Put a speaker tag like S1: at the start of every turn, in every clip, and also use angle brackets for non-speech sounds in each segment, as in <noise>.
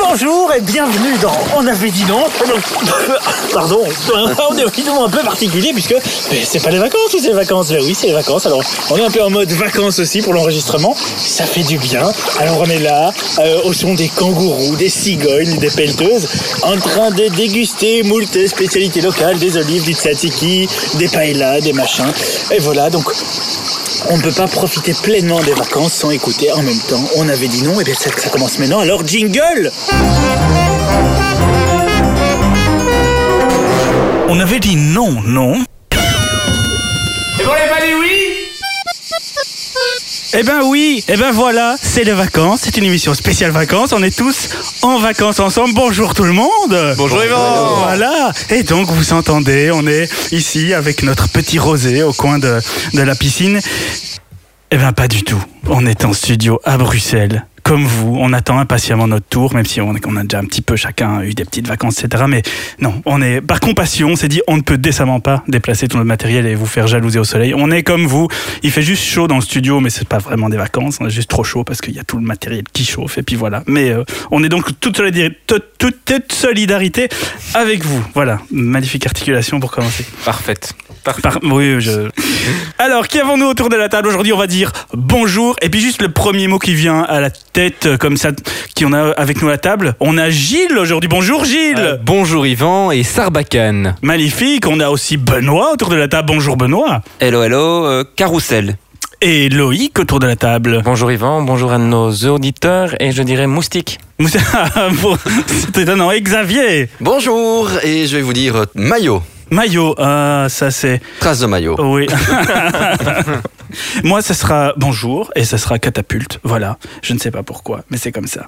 S1: Bonjour et bienvenue dans On avait dit non. <laughs> Pardon, on est évidemment un peu particulier puisque mais c'est pas les vacances ou c'est les vacances. Mais oui, c'est les vacances. Alors on est un peu en mode vacances aussi pour l'enregistrement. Ça fait du bien. Alors on est là euh, au son des kangourous, des cigognes, des pelleteuses, en train de déguster moult spécialités locales, des olives, du tzatziki, des paellas, des machins. Et voilà donc on ne peut pas profiter pleinement des vacances sans écouter en même temps. On avait dit non, et bien ça, ça commence maintenant. Alors jingle
S2: On avait dit non, non
S3: Et bon, les palais, oui
S2: Eh ben oui, eh ben voilà, c'est les vacances, c'est une émission spéciale vacances, on est tous en vacances ensemble. Bonjour tout le monde
S3: Bonjour, Yvan
S2: Voilà, et donc vous entendez, on est ici avec notre petit rosé au coin de, de la piscine. Eh ben pas du tout, on est en studio à Bruxelles. Comme vous, on attend impatiemment notre tour, même si on, on a déjà un petit peu chacun eu des petites vacances, etc. Mais non, on est par compassion, on s'est dit on ne peut décemment pas déplacer tout notre matériel et vous faire jalouser au soleil. On est comme vous, il fait juste chaud dans le studio, mais c'est pas vraiment des vacances, on est juste trop chaud parce qu'il y a tout le matériel qui chauffe et puis voilà. Mais euh, on est donc toute solidarité, toute, toute- toute solidarité avec vous. Voilà, magnifique articulation pour commencer.
S3: Parfaite.
S2: Par- oui, je- <laughs> Alors, qui avons-nous autour de la table aujourd'hui On va dire bonjour. Et puis juste le premier mot qui vient à la tête, euh, comme ça, qui on a avec nous à la table. On a Gilles aujourd'hui. Bonjour Gilles.
S3: bonjour, Yvan et Sarbacane.
S2: Magnifique. On a aussi Benoît autour de la table. Bonjour Benoît.
S4: Hello, hello, euh, carrousel.
S2: Et Loïc autour de la table. <laughs>
S5: Bonjour Yvan, bonjour à nos auditeurs et je dirais moustiques.
S2: <laughs> Bon, C'est étonnant. Et Xavier.
S4: Bonjour, et je vais vous dire euh, maillot,
S2: Maillot. Ah, ça c'est.
S4: trace de maillot.
S2: Oui. <laughs> Moi, ce sera bonjour et ce sera catapulte. Voilà. Je ne sais pas pourquoi, mais c'est comme ça.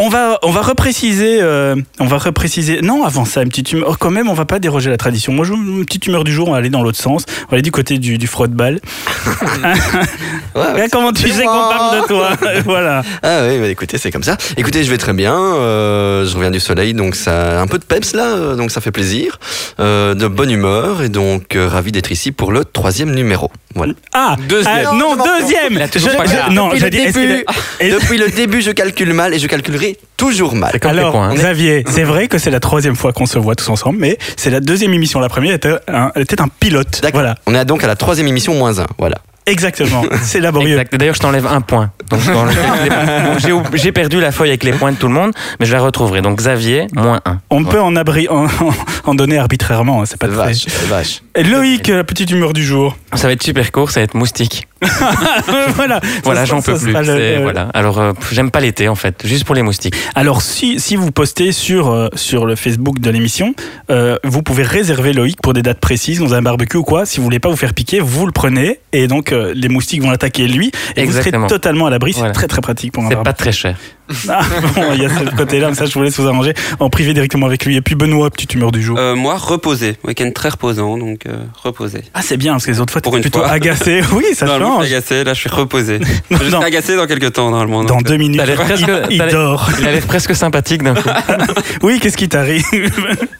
S2: On va, on va repréciser. euh, on va repréciser. Non, avant ça, une petite humeur. Oh, Quand même, on va pas déroger à la tradition. Moi, je une petite humeur du jour. On va aller dans l'autre sens. On va aller du côté du, du frotte-balle.
S5: Ah,
S4: Ouais,
S2: Regarde comment tu sais qu'on parle de
S5: <laughs>
S2: toi Voilà.
S4: Ah oui, bah écoutez, c'est comme ça. Écoutez, je vais très bien. euh, je reviens du soleil, donc ça, un peu de peps là, euh, donc ça fait plaisir. Euh, de bonne humeur et donc euh, ravi d'être ici pour le troisième numéro. Voilà.
S2: Ah,
S3: Deuxième.
S2: ah, non, deuxième.
S5: Il a Ah. toujours
S2: Je-
S5: pas
S2: je-
S5: clair.
S2: Non,
S4: Depuis
S2: j'ai
S4: le
S2: dit. est-ce qu'il
S4: début,
S2: est- est-
S4: depuis le début, je calcule mal et je calculerai toujours mal.
S5: C'est comme les
S2: Alors,
S5: coins. hein.
S2: Xavier, c'est vrai que c'est la troisième fois qu'on se voit tous ensemble, mais c'est la deuxième émission. La première était un, était un pilote.
S4: D'accord.
S2: Voilà,
S4: On est donc à la troisième émission moins un. Voilà.
S5: <laughs>
S2: exactement. C'est laborieux.
S5: Exact. D'ailleurs, je t'enlève un point. Donc, dans
S2: <laughs>
S5: le- Donc, j'ai ou- J'ai perdu la feuille avec les points de tout le monde, mais je la retrouverai. Donc Xavier, moins 1.
S2: On peut en, abri- en, en donner arbitrairement, hein, c'est pas très.
S4: Vache, vache.
S2: Et Loïc, la petite humeur du jour. <laughs>
S5: <laughs> Ça va être super court, ça va être moustique.
S2: voilà,
S5: Voilà,
S2: Ça-
S5: j'en
S2: ça
S5: peux plus.
S2: sera le-
S5: C'est-
S2: euh,
S5: Voilà. Alors, euh, pff, j'aime pas l'été en fait, juste pour les moustiques.
S2: Alors, si, si vous postez sur, euh, sur le Facebook de l'émission, euh, vous pouvez réserver Loïc pour des dates précises dans un barbecue ou quoi. Si vous voulez pas vous faire piquer, vous le prenez et donc euh, les moustiques vont l'attaquer lui et
S5: Exactement.
S2: vous serez totalement à l'abri. C'est
S5: Voilà.
S2: très très pratique pour un
S5: C'est
S2: barbecue.
S5: pas très cher. <laughs>
S2: Ah bon, il y a ce côté-là, mais ça je vous laisse vous arranger en privé directement avec lui. Et puis Benoît, petite humeur du jour.
S6: <laughs> Euh, moi, reposé. Week-end très reposant, donc euh, reposé.
S2: Ah c'est bien, parce que les autres fois
S6: Pour
S2: t'es
S6: une
S2: plutôt
S6: fois.
S2: agacé. <laughs> Oui, ça
S6: non, je me suis
S2: change.
S6: agacé, là je
S2: <laughs>
S6: suis reposé. je
S2: Non,
S6: serai
S2: non.
S6: agacé dans quelques temps normalement.
S2: Dans
S6: donc, euh,
S2: deux minutes,
S5: T'as l'air presque-
S2: il, il
S5: t'as l'air-
S2: dort.
S5: Il a l'air presque sympathique
S2: <laughs>
S5: d'un coup.
S2: Oui, qu'est-ce qui t'arrive
S6: euh,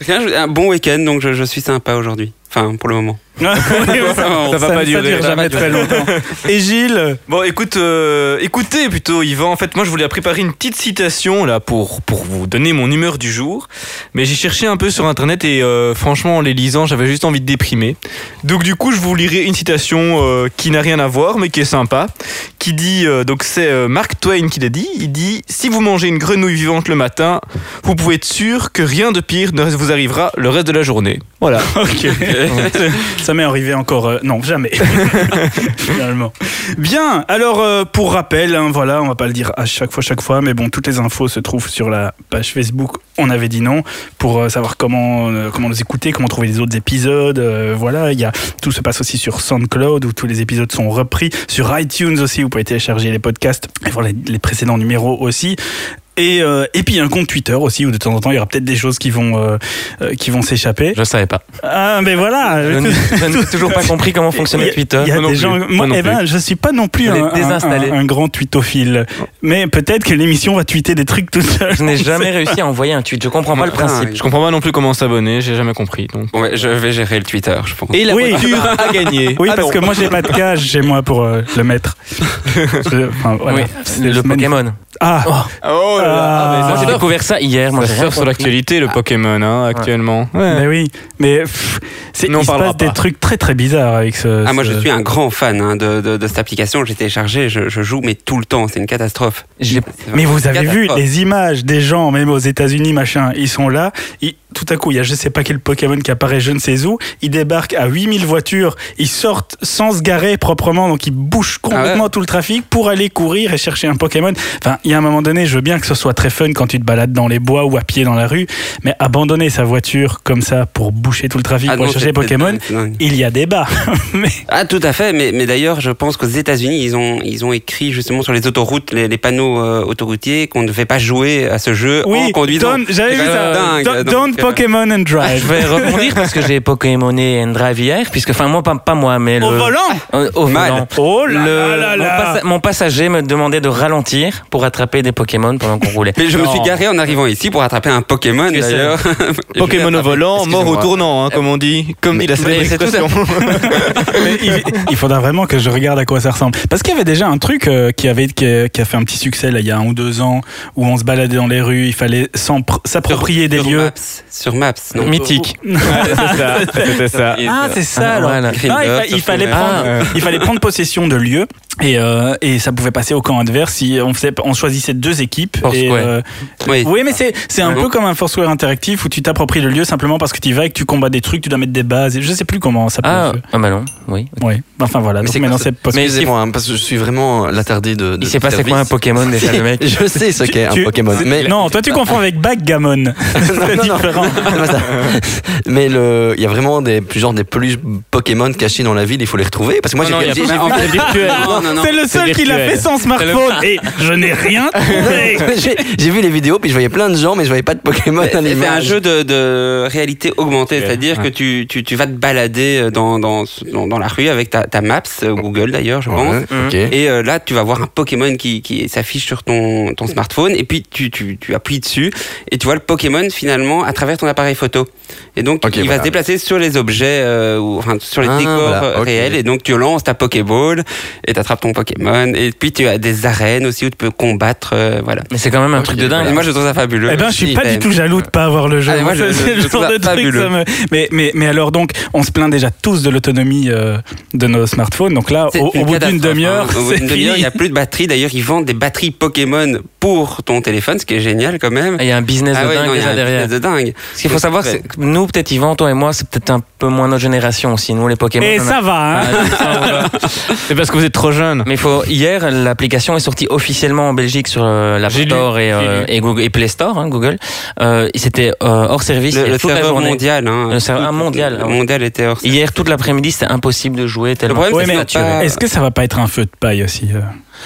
S6: rien, j'ai- un bon week-end, donc je, je suis sympa aujourd'hui. Enfin, pour le moment.
S2: Ah, oui,
S6: <laughs> Ça va
S2: ça-
S3: pas durer,
S2: Ça dure
S3: ça
S2: jamais
S3: va
S2: très longtemps. Et Gilles
S3: Bon, écoute, euh, écoutez plutôt, Yvan. En fait, moi, je voulais préparer une petite citation là pour, pour vous donner mon humeur du jour. Mais j'ai cherché un peu sur internet et euh, franchement, en les lisant, j'avais juste envie de déprimer. Donc, du coup, je vous lirai une citation euh, qui n'a rien à voir mais qui est sympa. Qui dit euh, donc, c'est euh, Mark Twain qui l'a dit. Il dit Si vous mangez une grenouille vivante le matin, vous pouvez être sûr que rien de pire ne vous arrivera le reste de la journée. Voilà.
S2: <laughs> Ok. <laughs> ça m'est arrivé encore. euh, non, <laughs> jamais. Finalement. Bien. Alors, euh, pour rappel, hein, voilà, on va pas le dire à chaque fois, chaque fois, mais bon, toutes les infos se trouvent sur la page Facebook. On avait dit non pour euh, savoir comment euh, comment nous écouter, comment trouver les autres épisodes. euh, voilà, il y a tout se passe aussi sur SoundCloud où tous les épisodes sont repris, sur iTunes aussi. Vous pouvez télécharger les podcasts et voir les- les précédents numéros aussi. Et, euh, et puis il y a un compte Twitter aussi où de temps en temps il y aura peut-être des choses qui vont euh, euh, qui vont s'échapper.
S5: Je savais pas.
S2: Ah mais voilà.
S5: Je n- je n'ai toujours pas compris comment fonctionnait Twitter.
S2: Il y a
S5: Moi non
S2: des
S5: plus.
S2: gens.
S5: Moi
S2: Moi,
S5: non
S2: eh
S5: plus.
S2: ben, je suis pas non plus
S5: Je
S2: un,
S5: l'ai
S2: un-
S5: désinstallé.
S2: un- un grand tweetophile, mais peut-être que l'émission va tweeter des trucs tout seul.
S5: Je n'ai jamais réussi à envoyer un tweet. Je comprends
S2: Ah,
S5: pas le principe.
S3: Ah, Je comprends pas non plus comment s'abonner. J'ai jamais compris. Donc.
S6: Bon, ouais, je vais gérer le Twitter, je pense.
S3: Et la
S2: Oui.
S3: voiture a gagné.
S2: Oui,
S3: Ah
S2: parce
S3: non.
S2: que moi j'ai pas de cage chez moi pour euh, le mettre. Je- enfin, voilà.
S5: Oui,
S2: C'est
S5: le
S2: magnifique.
S5: Pokémon.
S2: Ah,
S3: Oh
S2: ah, là.
S3: Ah, mais
S5: Moi, j'ai
S3: surf.
S5: découvert ça hier. Moi,
S3: Ça
S5: j'ai rien
S3: surfe sur
S5: compris.
S3: l'actualité, le Pokémon, hein, actuellement. Ouais.
S2: Mais ben oui, mais pff, c'est, il
S3: Non, on
S2: se
S3: parlera
S2: passe des
S3: pas.
S2: trucs très très bizarres avec ce.
S6: Ah, moi, je
S2: ce-
S6: suis un grand fan hein, de, de, de cette application. J'ai téléchargé, je, je joue, mais tout le temps. C'est une catastrophe.
S5: Je l'ai-
S6: C'est
S2: Mais
S6: vraiment
S2: vous
S6: une
S2: avez vu
S6: catastrophe.
S2: les images des gens, même aux États-Unis, machin, ils sont là. ils- tout à coup, il y a je sais pas quel Pokémon qui apparaît, je ne sais où. Ils débarquent à 8000 voitures, ils sortent sans se garer proprement, donc ils bouchent
S6: Ah
S2: complètement tout le trafic pour aller courir et chercher un Pokémon. Enfin, il y a un moment donné, je veux bien que ce soit très fun quand tu te balades dans les bois ou à pied dans la rue, mais abandonner sa voiture comme ça pour boucher tout le trafic
S6: Ah
S2: pour
S6: non,
S2: aller
S6: c'est-
S2: chercher Pokémon,
S6: c'est dingue.
S2: il y a débat.
S6: <laughs>
S2: mais
S6: Ah tout à fait, mais, mais d'ailleurs je pense qu'aux États-Unis ils ont ils ont écrit justement sur les autoroutes les, les panneaux euh, autoroutiers qu'on ne devait pas jouer à ce jeu en
S2: oui,
S6: conduisant.
S2: don't- j'avais
S6: C'est
S2: vu
S6: quand
S2: ça.
S6: même dingue,
S2: Don't-
S6: donc,
S2: don't
S6: euh,
S2: Pokémon and
S6: <laughs>
S5: Je
S2: drive.
S5: vais rebondir parce que j'ai Pokémoné and Drive hier, puisque, enfin, moi, pas, pas moi, mais le.
S2: Au volant
S5: Euh, au
S6: Mal.
S5: volant.
S2: Oh là
S5: Le-
S2: là là
S5: mon,
S2: là.
S5: passa- mon passager me demandait de ralentir pour attraper des Pokémon pendant qu'on
S6: <laughs>
S5: roulait.
S6: Mais je me suis
S5: Non.
S6: garé en arrivant ici pour attraper un Pokémon
S5: Parce que
S6: d'ailleurs. Et je l'ai
S3: Pokémon au
S6: attrapé.
S3: volant, mort au
S6: Excusez-moi.
S3: tournant, hein, comme on dit. Comme dit la
S6: mais
S3: célèbre
S6: c'est tout à
S3: expression.
S2: Mais il, il faudra vraiment que je regarde à quoi ça ressemble. Parce qu'il y avait déjà un truc euh, qui, avait, qui, a- qui a fait un petit succès là, il y a un ou deux ans, où on se baladait dans les rues, il fallait s'empr- s'approprier des
S6: <laughs> Sur
S2: lieux.
S6: Maps, sur Maps, non.
S5: Mythique.
S3: Ouais, <laughs> c'est ça, c'était ça.
S2: Ah, c'est ça
S5: Ah,
S2: alors.
S5: voilà.
S2: Ah, il, fa- il
S6: Gryffindor,
S2: fallait
S6: Slytherin.
S2: prendre,
S3: Ah, ouais.
S2: il fallait prendre possession de lieux et, euh, et ça pouvait passer au camp adverse si on, faisait, on choisissait deux équipes. Et,
S5: Foursquare.
S2: euh,
S6: Oui.
S2: oui, mais c'est c'est un
S6: Ouais.
S2: peu comme un Foursquare interactif où tu t'appropries le lieu simplement parce que tu y vas et que tu combats des trucs, tu dois mettre des bases. Et je sais plus comment ça peut.
S5: Ah, ah bah non, oui.
S2: Ouais. Enfin voilà.
S4: Mais
S2: Donc
S4: c'est
S2: maintenant
S4: quoi
S2: c'est possible.
S4: Excusez-moi, hein, parce que je suis vraiment l'attardé de. de
S5: Il
S4: ce
S5: s'est passé
S4: service.
S5: quoi un Pokémon déjà,
S4: <laughs>
S5: le mec
S4: Je sais ce qu'est
S2: Tu-
S4: un Pokémon, mais <laughs>
S2: Non, toi tu confonds avec
S6: <laughs>
S2: backgammon.
S4: Non,
S2: c'est
S4: non, non.
S2: différent.
S4: C'est pas ça. Mais le, il y a vraiment des, plus genre des peluches Pokémon cachées dans la ville, il faut les retrouver. Parce que moi,
S3: Non, non,
S4: j'ai
S3: il y a
S4: j'ai-
S3: pas-
S6: En fait,
S3: virtuel.
S6: Non, non, non.
S2: C'est le seul qui l'a
S3: virtuel.
S2: fait sans smartphone et je n'ai rien trouvé.
S4: <laughs> j'ai- j'ai vu les vidéos, puis je voyais plein de gens, mais je voyais pas de Pokémon. à
S6: C'est un
S4: l'image.
S6: jeu de, de réalité augmentée, c'est-à-dire que tu, tu, tu vas te balader euh, dans, dans, dans, dans la rue avec ta, ta Maps, euh, Google d'ailleurs, je pense.
S4: Ouais, ok.
S6: Et euh, là, tu vas voir un Pokémon qui, qui s'affiche sur ton, ton smartphone, et puis tu, tu, tu appuies dessus, et tu vois le Pokémon finalement à travers ton appareil photo. Et donc,
S4: Ok,
S6: il
S4: voilà.
S6: va se déplacer sur les objets, euh, ou, enfin, sur les
S4: Ah,
S6: décors
S4: voilà,
S6: euh,
S4: ok.
S6: réels, et donc tu lances ta Pokéball, et tu attrapes ton Pokémon, et puis tu as des arènes aussi où tu peux combattre, euh, voilà.
S5: Mais c'est quand même un truc de
S6: Et
S5: dingue.
S6: moi, <laughs> je trouve ça fabuleux.
S2: Eh ben, je suis
S6: Si,
S2: pas
S6: ben,
S2: du tout jaloux de pas avoir le jeu.
S6: Ah, mais moi,
S2: Ça,
S6: je-
S2: c'est
S6: je-
S2: le
S6: je trouve
S2: genre de
S6: ça
S2: truc,
S6: fabuleux.
S2: ça me- mais, mais, mais alors donc, on se plaint déjà tous de l'autonomie euh, de nos smartphones. Donc là,
S6: C'est
S2: au,
S6: une
S2: au bout d'une
S6: catastrophe,
S2: demi-heure,
S6: hein. Au bout
S2: c'est
S6: d'une demi-heure, il
S2: fini.
S6: n'y a plus de batterie. D'ailleurs, ils vendent des batteries Pokémon pour ton téléphone, ce qui est génial quand même.
S5: Ah,
S6: Ah
S5: Il y a un business de
S6: ouais,
S5: dingue
S6: non, il y a
S5: déjà
S6: un
S5: derrière.
S6: business de dingue.
S5: Ce qu'il faut savoir, c'est que nous, peut-être Yvan, toi et moi, c'est peut-être un peu moins notre génération aussi. Nous, les Pokémon.
S2: Et
S5: on a-
S2: ça va, hein.
S5: Ah, ça, on va.
S3: C'est parce que vous êtes trop jeune.
S5: Mais faut, hier, l'application est sortie officiellement en Belgique sur euh, l'App
S3: J'ai lu,
S5: Store et, euh, et, Google, et Play Store, hein, Google. Euh, C'était euh, hors service
S6: Le,
S5: hier
S6: le
S5: toute la
S6: serveur
S5: journée.
S6: mondial. Hein,
S5: Le serveur- ah, mondial,
S6: Le
S5: ouais.
S6: mondial était hors service.
S5: Hier, toute l'après-midi, c'était impossible de jouer tellement.
S6: problème,
S2: Ouais,
S6: c'est
S2: mais-
S6: que ça va pas-
S2: Est-ce que ça va pas être un feu de paille aussi euh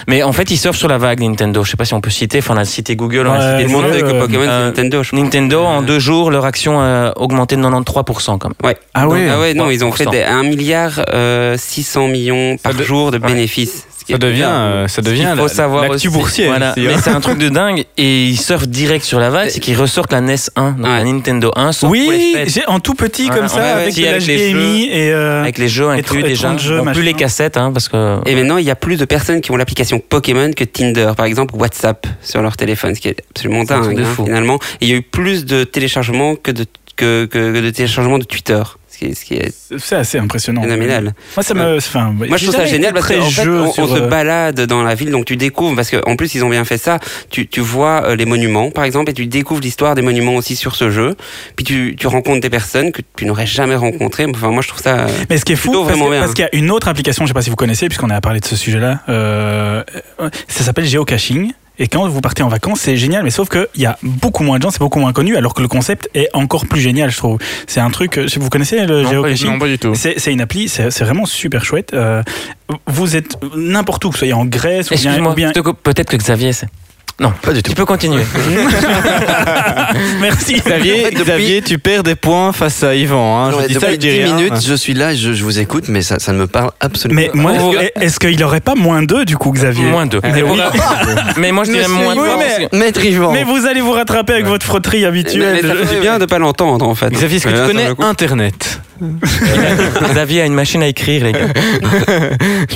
S5: Mais en fait, ils surfent sur la vague Nintendo. Je sais pas si on peut citer. Enfin, on a cité Google, on a
S2: Ouais,
S5: cité
S6: Il
S5: tout le
S6: montre
S5: monde.
S2: c'est-
S6: avec le
S2: euh,
S6: Pokémon
S5: euh,
S6: c'est Nintendo, je pense.
S5: Nintendo, en deux jours, leur action a augmenté de 93% quand même.
S6: Ouais.
S2: Ah
S6: Donc,
S2: ouais.
S6: ah ouais, non, ils ont fait
S5: 3%.
S6: des 1 milliard euh, 600 millions par
S3: de-
S6: jour de
S5: ouais.
S6: bénéfices. Ce qui
S3: Ça
S6: est
S3: devient,
S6: bien.
S3: euh, ça
S5: Il
S3: devient
S5: faut
S3: la-
S5: savoir
S3: l'actu
S5: aussi.
S3: boursière.
S5: Voilà.
S3: ici, hein.
S5: Mais c'est un truc de dingue et ils surfent direct sur la vague, c'est qu'ils ressortent la NES 1, donc
S6: Ouais.
S5: la Nintendo 1, sauf pour les
S2: Oui,
S5: fêtes,
S2: j'ai- en tout petit
S5: Voilà,
S2: comme ça,
S5: ouais, ouais,
S2: avec
S5: si,
S2: de
S5: avec les
S2: l'HDMI et. euh,
S5: avec les jeux
S2: Et
S5: inclus
S2: tr- et
S5: déjà,
S2: 30 jeux,
S5: Bon, plus
S2: machin.
S5: les cassettes, hein, parce que
S6: Et maintenant, il y a plus de personnes qui ont l'application Pokémon que Tinder, par exemple WhatsApp sur leur téléphone, ce qui est absolument
S5: C'est un truc
S6: dingue
S5: de
S6: hein,
S5: fou.
S6: finalement. Et il y a eu plus de téléchargements que de que, que- que de téléchargements de Twitter, ce qui est, ce qui est
S2: C'est assez impressionnant.
S6: phénoménal.
S2: Moi, ça me. enfin,
S6: Moi, je
S2: j'ai
S6: trouve ça
S2: jamais été
S6: génial parce
S2: très
S6: qu'en fait,
S2: jeu
S6: on, on
S2: sur,
S6: se
S2: euh,
S6: balade dans la ville, donc tu découvres parce qu'en plus ils ont bien fait ça. Tu, tu vois euh, les monuments, par exemple, et tu découvres l'histoire des monuments aussi sur ce jeu. Puis tu, tu rencontres des personnes que tu n'aurais jamais rencontrées. Enfin, moi, je trouve ça. euh,
S2: Mais ce qui est fou,
S6: Plutôt
S2: parce
S6: vraiment
S2: que-
S6: bien.
S2: parce qu'il y a une autre application, je sais pas si vous connaissez, puisqu'on a parlé de ce sujet-là, euh, ça s'appelle Geocaching. Et quand vous partez en vacances, c'est génial, mais sauf qu'il y a beaucoup moins de gens, c'est beaucoup moins connu, alors que le concept est encore plus génial, je trouve. C'est un truc, je sais- vous connaissez le
S5: Non, pas du-
S2: geocaching
S3: Non, pas du tout.
S2: c'est c'est une appli, c'est c'est vraiment super chouette. Euh, vous êtes n'importe où, que vous soyez en Grèce ou bien.
S5: excuse-moi,
S2: ou bien-
S5: <laughs> je te coupe. peut-être que Xavier, c'est-
S4: Pas du tout.
S5: tu peux continuer.
S2: Merci.
S3: Xavier,
S4: En fait, depuis-
S3: Xavier, tu perds des points face à Yvan. Hein.
S4: Non,
S3: Je
S4: mais
S3: dis ça,
S4: depuis
S3: je dis
S4: 10
S3: rien.
S4: minutes, je suis là, je, je vous écoute, mais ça, ça ne me parle absolument
S2: Mais
S4: pas.
S2: moi,
S5: Oh.
S2: est-ce qu'il aurait pas moins deux du coup, Xavier
S5: moins deux. <laughs>
S2: Mais oui.
S5: Mais moi je dirais
S2: Monsieur,
S5: moins deux.
S2: oui, mais-
S5: parce que-
S4: Maître Yvan.
S2: Mais vous allez vous rattraper avec votre frotterie
S6: mais
S2: habituelle.
S6: ça fait du bien de pas l'entendre en fait.
S3: Xavier, est-ce que
S6: Euh,
S3: tu connais
S6: sur le coup.
S3: Internet
S5: Xavier a une machine à écrire, les gars.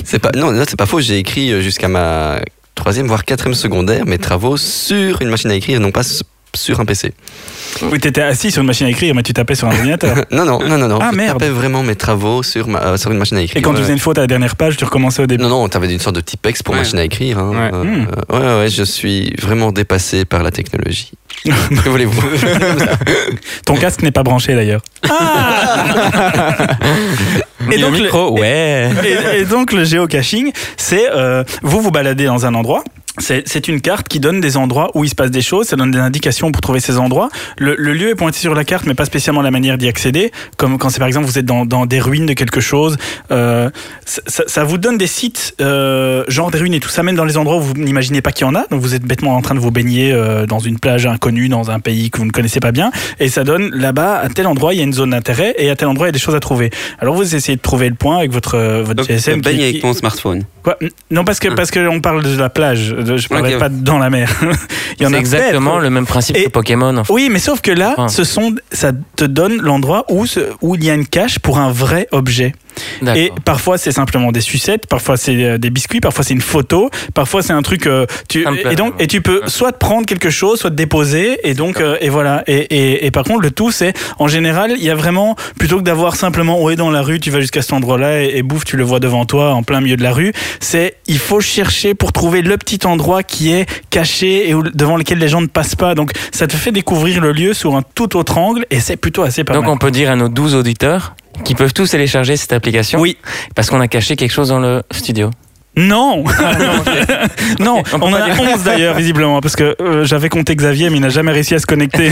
S4: C'est pas, non, là, c'est pas faux, j'ai écrit euh, jusqu'à ma troisième, voire quatrième secondaire, mes travaux sur une machine à écrire, non pas s- sur un PC.
S2: Oui, t'étais assis sur une machine à écrire, mais tu tapais sur un
S6: <laughs>
S2: ordinateur.
S4: Non, non, non, non, non.
S2: Ah,
S4: je
S2: merde.
S4: tapais vraiment mes travaux sur, ma- euh, sur une machine à écrire.
S2: Et quand tu
S4: Ouais.
S2: faisais une faute à la dernière page, tu recommençais au début.
S4: Non, non, t'avais une sorte de typex pour
S6: Ouais.
S4: machine à écrire. hein.
S3: Ouais.
S4: Euh,
S2: Hmm.
S4: euh, ouais, ouais, je suis vraiment dépassé par
S2: <laughs>
S4: la technologie. que voulez-vous
S2: Ton casque n'est pas branché d'ailleurs.
S6: Ah.
S2: <laughs>
S3: Et donc, le-
S5: ouais.
S2: et, et donc le géocaching, c'est euh, vous vous baladez dans un endroit. C'est c'est une carte qui donne des endroits où il se passe des choses, ça donne des indications pour trouver ces endroits. Le, le lieu est pointé sur la carte, mais pas spécialement la manière d'y accéder. Comme quand c'est par exemple vous êtes dans, dans des ruines de quelque chose, euh, ça, ça- ça vous donne des sites, euh, genre des ruines et tout ça, même dans les endroits où vous n'imaginez pas qu'il y en a. Donc vous êtes bêtement en train de vous baigner euh, dans une plage inconnue, dans un pays que vous ne connaissez pas bien, et ça donne là-bas à tel endroit il y a une zone d'intérêt et à tel endroit il y a des choses à trouver. Alors vous essayez de trouver le point avec votre euh, votre
S6: Donc,
S2: GSM.
S6: tu te
S2: qui-
S6: baignes
S2: qui-
S6: avec ton smartphone.
S2: Quoi Non parce que
S6: Ah.
S2: parce que on parle de la plage. de- Je parlais
S6: Ok,
S2: pas dans la mer. <laughs> il y en
S5: C'est
S2: a
S5: exactement
S2: peut-être.
S5: le même principe
S2: Et-
S5: que Pokémon. en fait.
S2: Oui, mais sauf que là,
S5: Ah.
S2: ce sont, ça te donne l'endroit où, ce- où il y a une cache pour un vrai objet.
S5: D'accord.
S2: Et parfois c'est simplement des sucettes, parfois c'est euh, des biscuits, parfois c'est une photo, parfois c'est un truc. euh, tu,
S5: Ça me plaît,
S2: et donc
S5: ouais.
S2: et tu peux soit te prendre quelque chose, soit te déposer et donc euh, et voilà. Et, et, et par contre le tout c'est en général il y a vraiment plutôt que d'avoir simplement ouais dans la rue tu vas jusqu'à cet endroit-là et, et bouffe tu le vois devant toi en plein milieu de la rue. C'est il faut chercher pour trouver le petit endroit qui est caché et où- devant lequel les gens ne passent pas. Donc ça te fait découvrir le lieu sur un tout autre angle et c'est plutôt assez pas
S5: Donc
S2: mal.
S5: on peut dire à nos 12 auditeurs qui peuvent tous télécharger cette application.
S2: Oui.
S5: Parce qu'on a caché quelque chose dans le studio.
S2: Ah Non Non,
S5: On peut
S2: on en
S5: pas
S2: a 11 d'ailleurs, visiblement, parce que euh, j'avais compté Xavier, mais il n'a jamais réussi à se
S5: <laughs>
S2: connecter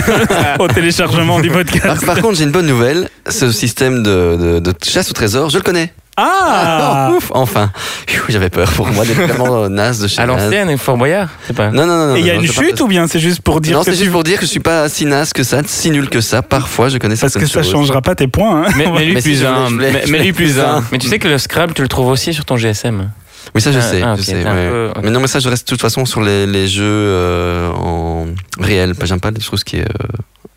S2: au téléchargement du
S4: par,
S2: podcast.
S4: par contre, j'ai une bonne nouvelle. Ce système de, de- de chasse au trésor, je le connais.
S2: Ah
S4: Oh, <laughs> ouf, enfin. Pfiou, J'avais peur pour moi
S2: <laughs>
S4: d'être vraiment naze de chez
S5: À
S4: naze.
S5: l'ancienne, Fort Boyard. C'est pas.
S4: Non, non, non. non,
S2: Et il y a
S4: non,
S2: une
S4: je parle
S2: chute
S4: de-
S2: ou bien c'est juste pour dire
S4: Non,
S2: que
S4: c'est
S2: tu...
S4: juste pour dire que je suis pas si naze que ça, si nul que ça. Parfois, je connais
S2: Parce que
S4: certaines
S2: ça
S4: choses.
S2: changera pas tes points. hein.
S3: Mais, mais lui
S4: Mais si,
S3: plus
S4: je voulais-
S3: un.
S4: je voulais-
S3: Mais,
S4: je
S3: mais lui plus
S4: voulais-
S3: un.
S5: Mais tu sais que le Scrabble, tu le trouves aussi sur ton GSM.
S4: Oui, ça, je
S5: Ah,
S4: sais.
S5: ah,
S4: je
S5: ok,
S4: sais,
S5: t'es un
S4: ouais.
S5: peu- ok.
S4: Mais non, mais ça, je reste de toute façon sur les, les jeux euh, en réel. Bah, J'aime pas les choses qui est euh,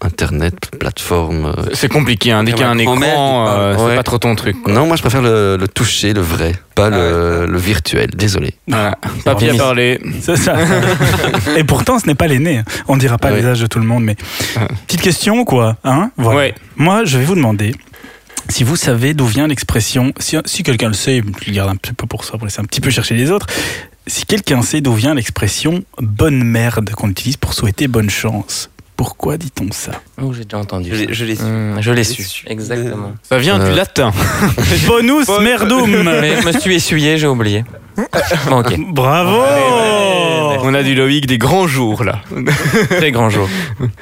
S4: internet, plateforme. euh.
S3: C'est compliqué, hein. dès qu'il y a un
S6: Grand-mère
S3: écran,
S6: qui parle.
S3: euh, c'est
S4: Ouais.
S3: pas trop ton truc. quoi.
S4: Non, moi, je préfère le, le toucher, le vrai,
S2: Ah
S4: pas le, le virtuel. Désolé.
S3: Voilà. Papy a
S5: horrible.
S3: parlé.
S2: C'est
S5: <laughs>
S2: ça. Et pourtant, ce n'est pas l'aîné. hein. On dira pas
S4: Ah Oui. Ah.
S2: les âges de tout le monde, mais... Petite question, quoi. Hein Voilà.
S3: Ouais.
S2: Moi, je vais vous demander si vous savez d'où vient l'expression, si, si quelqu'un le sait, je le garde un petit peu pour ça, pour laisser un petit peu chercher les autres, si quelqu'un sait d'où vient l'expression bonne merde qu'on utilise pour souhaiter bonne chance. Pourquoi dit-on ça
S5: Oh, j'ai déjà entendu.
S6: Je l'ai- je l'ai
S2: Ah,
S6: su.
S5: ça. Hum, je l'ai
S6: Je l'ai
S5: su.
S6: su.
S5: Exactement.
S3: Ça vient
S4: Euh.
S3: du latin.
S2: Bonus merdum
S5: Mais je me suis essuyé, j'ai oublié. Bon, ok.
S2: Bravo
S6: oh.
S3: On a du Loïc des grands jours là.
S5: Très grand jour.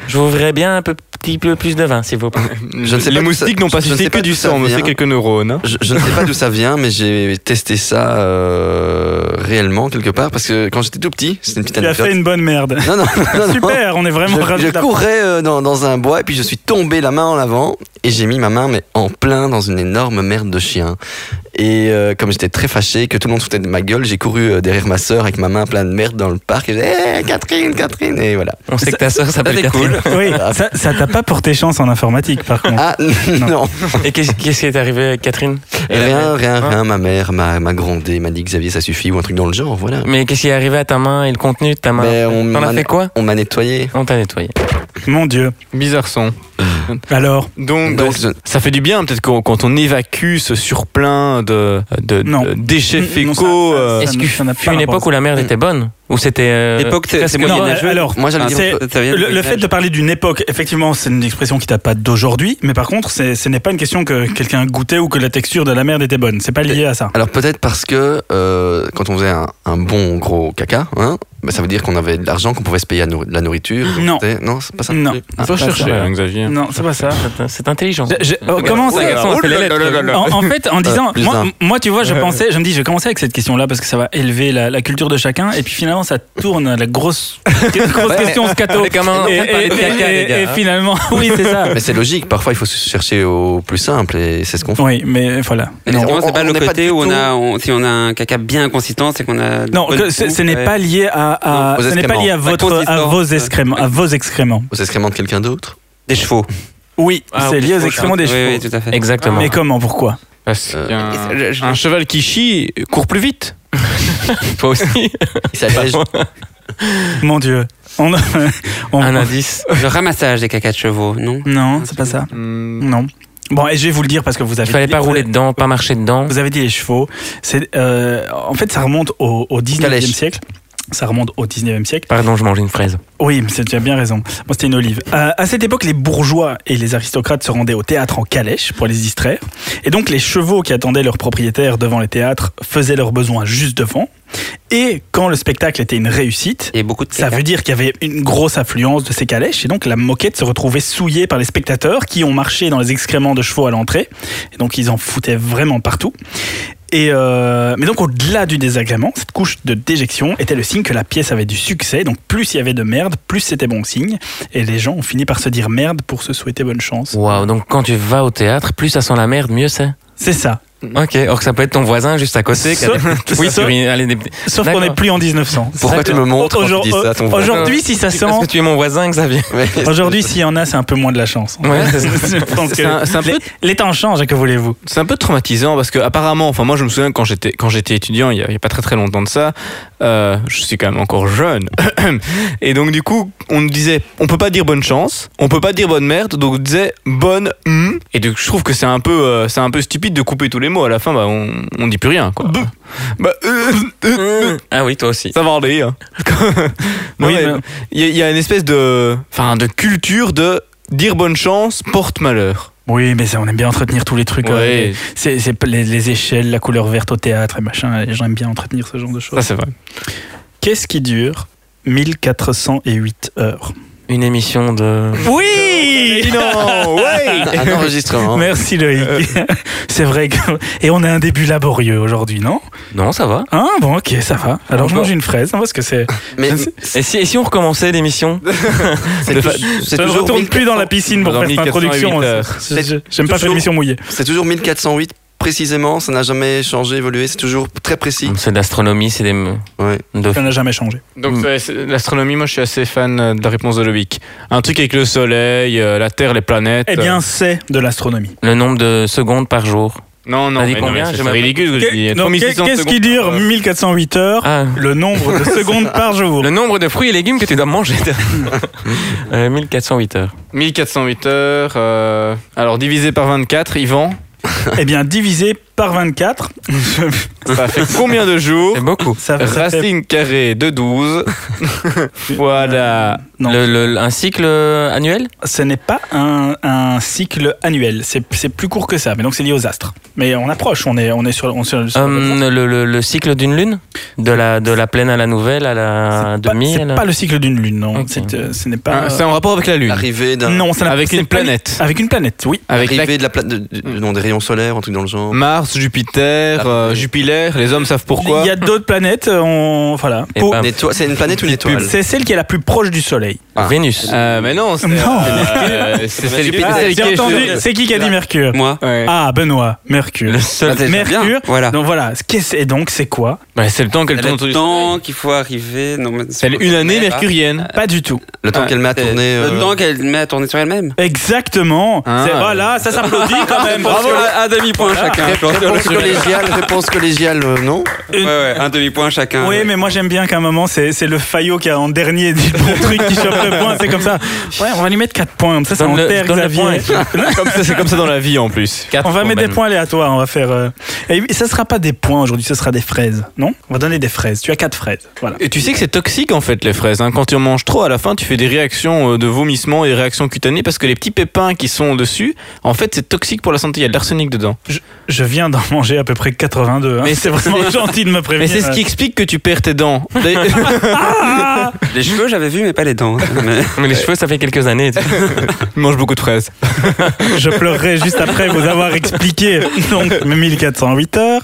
S5: J'ouvrirai bien un peu- petit peu plus de vin, s'il vous plaît.
S4: Je ne sais
S3: Les
S4: pas d'où ça-
S3: moustiques n'ont pas
S4: je ne
S3: sucé
S4: sais
S3: que
S4: pas
S3: du
S4: d'où ça
S3: sang, mais
S4: vient.
S3: c'est quelques neurones. hein.
S4: Je, je ne sais pas d'où ça vient, mais j'ai testé ça euh, réellement quelque part parce que quand j'étais tout petit, c'était une petite
S2: Tu as
S4: anecdote.
S2: fait une bonne merde.
S4: Non, non, non, non.
S2: Super, on est vraiment
S4: Je,
S2: ravis
S4: je
S2: de la-
S4: courais euh, dans, dans un bois et puis je suis tombé la main en avant et j'ai mis ma main mais en plein dans une énorme merde de chien. Et euh, comme j'étais très fâché, que tout le monde se foutait de ma gueule, j'ai couru euh, derrière ma sœur avec ma main pleine de merde dans le parc et j'ai Eh, Catherine, Catherine Et voilà.
S5: On sait que ta sœur s'appelle
S4: C'était
S5: Catherine.
S4: cool.
S2: Oui, ça ça t'a pas porté chance en informatique par contre.
S4: Ah <laughs> non,
S5: Et qu'est-ce qu'est-ce qui est arrivé avec Catherine
S4: Et Rien, rien,
S5: Ah.
S4: rien. Ma mère m'a m'a grondé, m'a dit Xavier, ça suffit ou un truc dans le genre, voilà.
S5: Mais qu'est-ce qui est arrivé à ta main et le contenu de ta main
S4: Mais on
S5: T'en
S4: Ben, m'a
S5: as fait quoi
S4: on m'a nettoyé.
S5: On t'a nettoyé.
S2: Mon dieu.
S3: Bizarre son.
S2: Alors,
S3: Donc,
S4: Donc,
S3: bah,
S4: je-
S3: ça fait du bien peut-être qu'on- quand on évacue ce surplein de, de,
S2: Non.
S3: de Euh, déchets
S2: Non, ça-
S3: fécaux.
S2: ça-
S3: euh,
S2: ça-
S5: Est-ce que
S2: n'a pas
S5: fut une
S2: rapport
S5: époque où la merde était bonne Ou c'était. euh,
S6: L'époque, c'est-
S5: presque
S6: c'est moi
S2: Non,
S6: qui
S5: bien
S6: ai
S2: euh, alors,
S4: Moi, j'allais dire.
S2: c'est-
S6: Ça- ça vient du
S2: Le, le
S6: Moyen
S2: fait de parler d'une époque, effectivement, c'est une expression qui date pas d'aujourd'hui, mais par contre, c'est- ce n'est pas une question que quelqu'un goûtait ou que la texture de la merde était bonne. C'est pas lié à ça.
S4: Alors peut-être parce que euh, quand on faisait un, un bon gros caca, hein, bah, ça veut dire qu'on avait de l'argent, qu'on pouvait se payer à nourri- de la nourriture. donc
S2: Non.
S4: c'était- Non, c'est pas ça. Ah.
S2: Non.
S3: Faut
S5: pas
S3: chercher,
S5: ça.
S3: hein, Xavier.
S2: Non, c'est pas ça.
S5: C'est- C'est intelligent.
S2: J'ai- euh, comment ça
S5: Ouais, garçon, on fait les lettres.
S2: en, en fait, en disant,
S4: plus
S2: moi,
S4: un.
S2: moi, tu vois, je pensais, je me dis, je vais commencer avec cette question-là parce que ça va élever la, la culture de chacun, et puis finalement, ça tourne à la grosse, grosse question
S5: <laughs>
S2: scato.
S5: On est quand même en train
S2: Et,
S5: de
S2: et-
S5: parler de caca,
S2: et-
S5: les gars,
S2: et
S5: hein.
S2: finalement, oui, c'est ça.
S4: Mais c'est logique, parfois il faut se chercher au plus simple et c'est ce qu'on fait.
S2: Oui, mais voilà.
S6: Mais
S4: Non,
S6: justement,
S4: on-
S6: c'est pas
S4: on
S6: le
S4: n'est pas
S6: côté
S4: du
S6: où on
S4: tout-
S6: a, on- si on a un caca bien consistant, c'est qu'on a.
S2: Non,
S6: bonne
S2: que ce, ce
S6: bouffe,
S2: n'est
S6: ouais.
S2: pas lié à, à
S4: Non, aux
S2: ce n'est pas lié à
S6: excréments.
S2: votre, à
S6: Consistance.
S2: vos excréments, à vos excréments.
S4: Aux excréments de quelqu'un d'autre
S6: des chevaux.
S2: Oui,
S5: Ah,
S2: c'est
S5: ok,
S2: lié aux
S5: faut
S2: excréments des
S6: oui,
S2: chevaux.
S6: oui, tout à fait.
S5: <laughs> Exactement.
S2: Mais comment, pourquoi
S3: Parce
S4: Euh,
S3: qu'un
S6: je- je-
S3: un cheval qui chie court plus vite. Toi aussi
S4: Il s'appelle
S2: Mon Dieu. On, <laughs> on-
S5: Un indice.
S6: Le ramassage des caca de chevaux, non
S2: Non, c'est pas ça.
S4: Hmm.
S2: Non. Bon, et je vais vous le dire parce que vous avez.
S5: Il fallait pas rouler dedans, pas marcher dedans.
S2: Vous avez dit les chevaux. C'est, euh, en fait, ça remonte au, au 19e
S4: Calèche.
S2: siècle. Ça remonte au 19e siècle.
S5: Pardon, je mange une fraise.
S2: Oui, mais c'est- tu as bien raison. Moi, c'était une olive. Euh, à cette époque, les bourgeois et les aristocrates se rendaient au théâtre en calèche pour les distraire. Et donc, les chevaux qui attendaient leurs propriétaires devant les théâtres faisaient leurs besoins juste devant. Et quand le spectacle était une réussite,
S6: Et beaucoup de
S2: ça
S6: caca.
S2: veut dire qu'il y avait une grosse affluence de ces calèches et donc la moquette se retrouvait souillée par les spectateurs qui ont marché dans les excréments de chevaux à l'entrée. Et donc ils en foutaient vraiment partout. Et euh, mais donc au-delà du désagrément, cette couche de déjection était le signe que la pièce avait du succès. Donc plus il y avait de merde, plus c'était bon signe. Et les gens ont fini par se dire merde pour se souhaiter bonne chance.
S5: Waouh, donc quand tu vas au théâtre, plus ça sent la merde, mieux c'est.
S2: C'est ça.
S5: Ok, or que ça peut être ton voisin juste à côté. qui a
S4: <laughs>
S5: des
S2: Sauf-
S5: petites fouilles
S2: sauf-
S5: sur une- allez, des petits-
S2: Sauf qu'on
S5: D'accord.
S2: n'est plus en 1900.
S4: Pourquoi tu me montres quand tu dis ça à ton voisin
S2: Aujourd'hui, si ça sent,
S5: Parce que tu es mon voisin, Xavier.
S2: <laughs> aujourd'hui s'il y en a, c'est un peu moins de la chance.
S5: Ouais, c'est ça.
S2: <laughs> Je pense que
S3: C'est un- c'est un peu-
S2: les- les temps changent, que voulez-vous
S3: C'est un peu traumatisant parce que apparemment, enfin moi je me souviens quand j'étais quand j'étais étudiant, il y, a, il y a pas très très longtemps de ça, euh, je suis quand même encore jeune. <coughs> Et donc du coup, on me disait, on peut pas dire bonne chance, on peut pas dire bonne merde, donc on disait bonne. hum. Et donc je trouve que c'est un peu euh, c'est un peu stupide de couper tous les mots. À la fin, bah on, on dit plus rien quoi. Bah, euh, euh,
S5: Ah oui, toi aussi.
S3: ça va aller. <laughs> hein. Non,
S2: Oui,
S3: mais
S2: mais-
S3: il y, a- il y a une espèce de enfin de culture de dire bonne chance porte malheur.
S2: Oui, mais ça, on aime bien entretenir tous les trucs. euh,
S3: Ouais.
S2: les- c'est c'est p- les, les échelles, la couleur verte au théâtre et machin. J'aime bien entretenir ce genre de
S3: Ça
S2: choses.
S3: c'est vrai.
S2: Qu'est-ce qui dure 1408 heures.
S5: Une émission de.
S2: <laughs> Oui
S3: Non, ouais.
S4: un enregistrement.
S2: Merci Loïc.
S3: Euh.
S2: <laughs> c'est vrai que... Et on a un début laborieux aujourd'hui, non
S5: Non, ça va.
S2: Hein Bon, ok, ça va. Alors je
S5: Encore.
S2: mange une fraise, hein, parce que c'est...
S4: Mais
S5: Et si, et si on recommençait l'émission
S4: c'est
S5: Le
S4: tou-
S5: fa-
S4: c'est
S2: Je ne
S4: toujours,
S2: retourne
S4: 1000
S2: plus dans la piscine pour
S3: Dans
S2: faire cette
S3: 1408
S2: introduction.
S3: heures.
S2: Je- je- J'aime pas faire
S4: toujours-
S2: l'émission mouillée.
S4: c'est toujours 1408 précisément. Ça n'a jamais changé, évolué. C'est toujours très précis.
S5: C'est de l'astronomie, c'est des. m-
S4: Ouais.
S5: de-
S2: Ça n'a jamais changé.
S3: Donc c'est- c'est- l'astronomie, moi je suis assez fan euh, de la réponse de Loïc. Un truc avec le Soleil, euh, la Terre, les planètes.
S2: Eh bien, c'est de l'astronomie.
S5: Le nombre de secondes par jour.
S3: euh, non non,
S5: t'as dit
S3: mais non,
S5: combien
S3: mais c'est
S5: J'ai même-
S3: ridicule. ce que je dis.
S2: Que- non,
S3: 3600
S2: Qu'est-ce qui
S3: secondes,
S2: dure
S3: euh,
S2: 1408 heures
S5: Ah,
S2: Le nombre de secondes par jour.
S5: le nombre de fruits et légumes que tu
S2: <laughs>
S5: dois manger. Euh, 1408 heures.
S3: 1408 heures. euh, alors divisé par 24, Yvan,
S2: Eh bien, divisé par 24,
S3: ça fait combien de jours
S5: C'est beaucoup.
S2: <laughs> ça, Eh ben, ça fait...
S3: Racine carrée
S2: <laughs>
S3: de 12. voilà.
S2: Non.
S5: Le- le- un cycle euh, annuel
S2: Ce n'est pas un, un cycle annuel, c'est c'est plus court que ça, mais donc c'est lié aux astres. Mais on approche, on est, on est sur, on est sur- sur-
S5: Hum, le, le- le cycle d'une lune De la, de la pleine à la nouvelle, à la
S2: c'est pas-
S5: demi à
S2: C'est
S5: la-
S2: pas le cycle d'une lune, non.
S5: Ok.
S2: C'est, euh, ce n'est pas.
S3: Hein, C'est en rapport avec la Lune.
S4: L'arrivée d'un.
S2: non, ça n'a-
S3: Avec
S2: c'est
S3: une
S2: pas-
S3: planète.
S2: Avec une planète, oui.
S3: Avec la-
S4: L'arrivée de la pla- de- de- non, des rayons solaires, un truc dans le genre.
S3: Mars, Jupiter, euh, Jupiler, les hommes savent pourquoi.
S2: Il y a d'autres planètes. On voilà.
S5: Et
S2: Pour-
S5: pas-
S4: Une étoile- C'est une planète ou une étoile
S2: C'est celle qui est la plus proche du Soleil.
S4: Ah.
S5: Vénus.
S3: Euh, mais non, c'est
S2: Non. <laughs>
S3: euh, c'est- c'est- c'est-
S4: Jupiter.
S3: c'est-
S4: Ah,
S3: c'est-
S2: J'ai entendu. C'est qui qui a dit Mercure
S6: Moi
S3: Ouais.
S2: Ah, Benoît, Mercure.
S5: Le seul.
S6: Ah, déjà bien,
S2: Mercure.
S6: Voilà.
S2: Donc voilà, ce qu'est- et donc c'est quoi
S5: Bah, c'est le temps qu'elle
S6: Elle a
S5: tourne autour
S6: le
S5: du-
S6: temps qu'il faut arriver. Non, mais-
S3: C'est une année mercurienne.
S2: Pas du tout.
S4: Le temps
S3: Ah,
S4: qu'elle met à
S6: C'est-
S4: tourner. euh,
S6: Le temps qu'elle met à tourner sur elle-même.
S2: Exactement.
S3: Ah.
S2: C'est- voilà, ça s'applaudit quand même. Bravo.
S6: à un demi-point chacun. je pense.
S4: <laughs> Réponse collégiale, réponse collégiale, euh, non
S6: Ouais, ouais, un demi-point chacun.
S2: Oui, mais moi j'aime bien qu'à un moment c'est c'est le faillot qui a en dernier dit le bon truc qui chope le point. C'est comme ça. Ouais, on va lui mettre 4 points. Ça, ça
S5: Donne le-
S2: enterre
S5: donne le
S2: Xavier.
S3: Comme ça, c'est comme ça dans la vie en plus.
S5: Quatre
S2: On va
S5: quand
S2: mettre des
S5: même.
S2: points aléatoires. On va faire. euh, Et ça sera pas des points aujourd'hui. Ce sera des fraises. Non On va donner des fraises. Tu as 4 fraises. Voilà.
S3: Et tu sais que c'est toxique en fait les fraises. hein. Quand tu en manges trop, à la fin tu fais des réactions euh, de vomissement et réactions cutanées parce que les petits pépins qui sont dessus, en fait c'est toxique pour la santé. Il y a de l'arsenic dedans.
S2: Je viens d'en manger à peu près 82. hein.
S3: Mais
S2: c'est vraiment <laughs> gentil de me
S3: Mais
S2: prévenir.
S3: c'est ce qui explique que tu perds tes dents. D'ailleurs-
S6: Les cheveux, j'avais vu, mais pas
S2: <laughs>
S6: les dents. Mais-
S5: Mais les cheveux, ça fait quelques années. tu sais.
S3: Tu manges beaucoup de fraises.
S2: Je pleurerai juste après vous avoir expliqué. Donc, 1408 heures.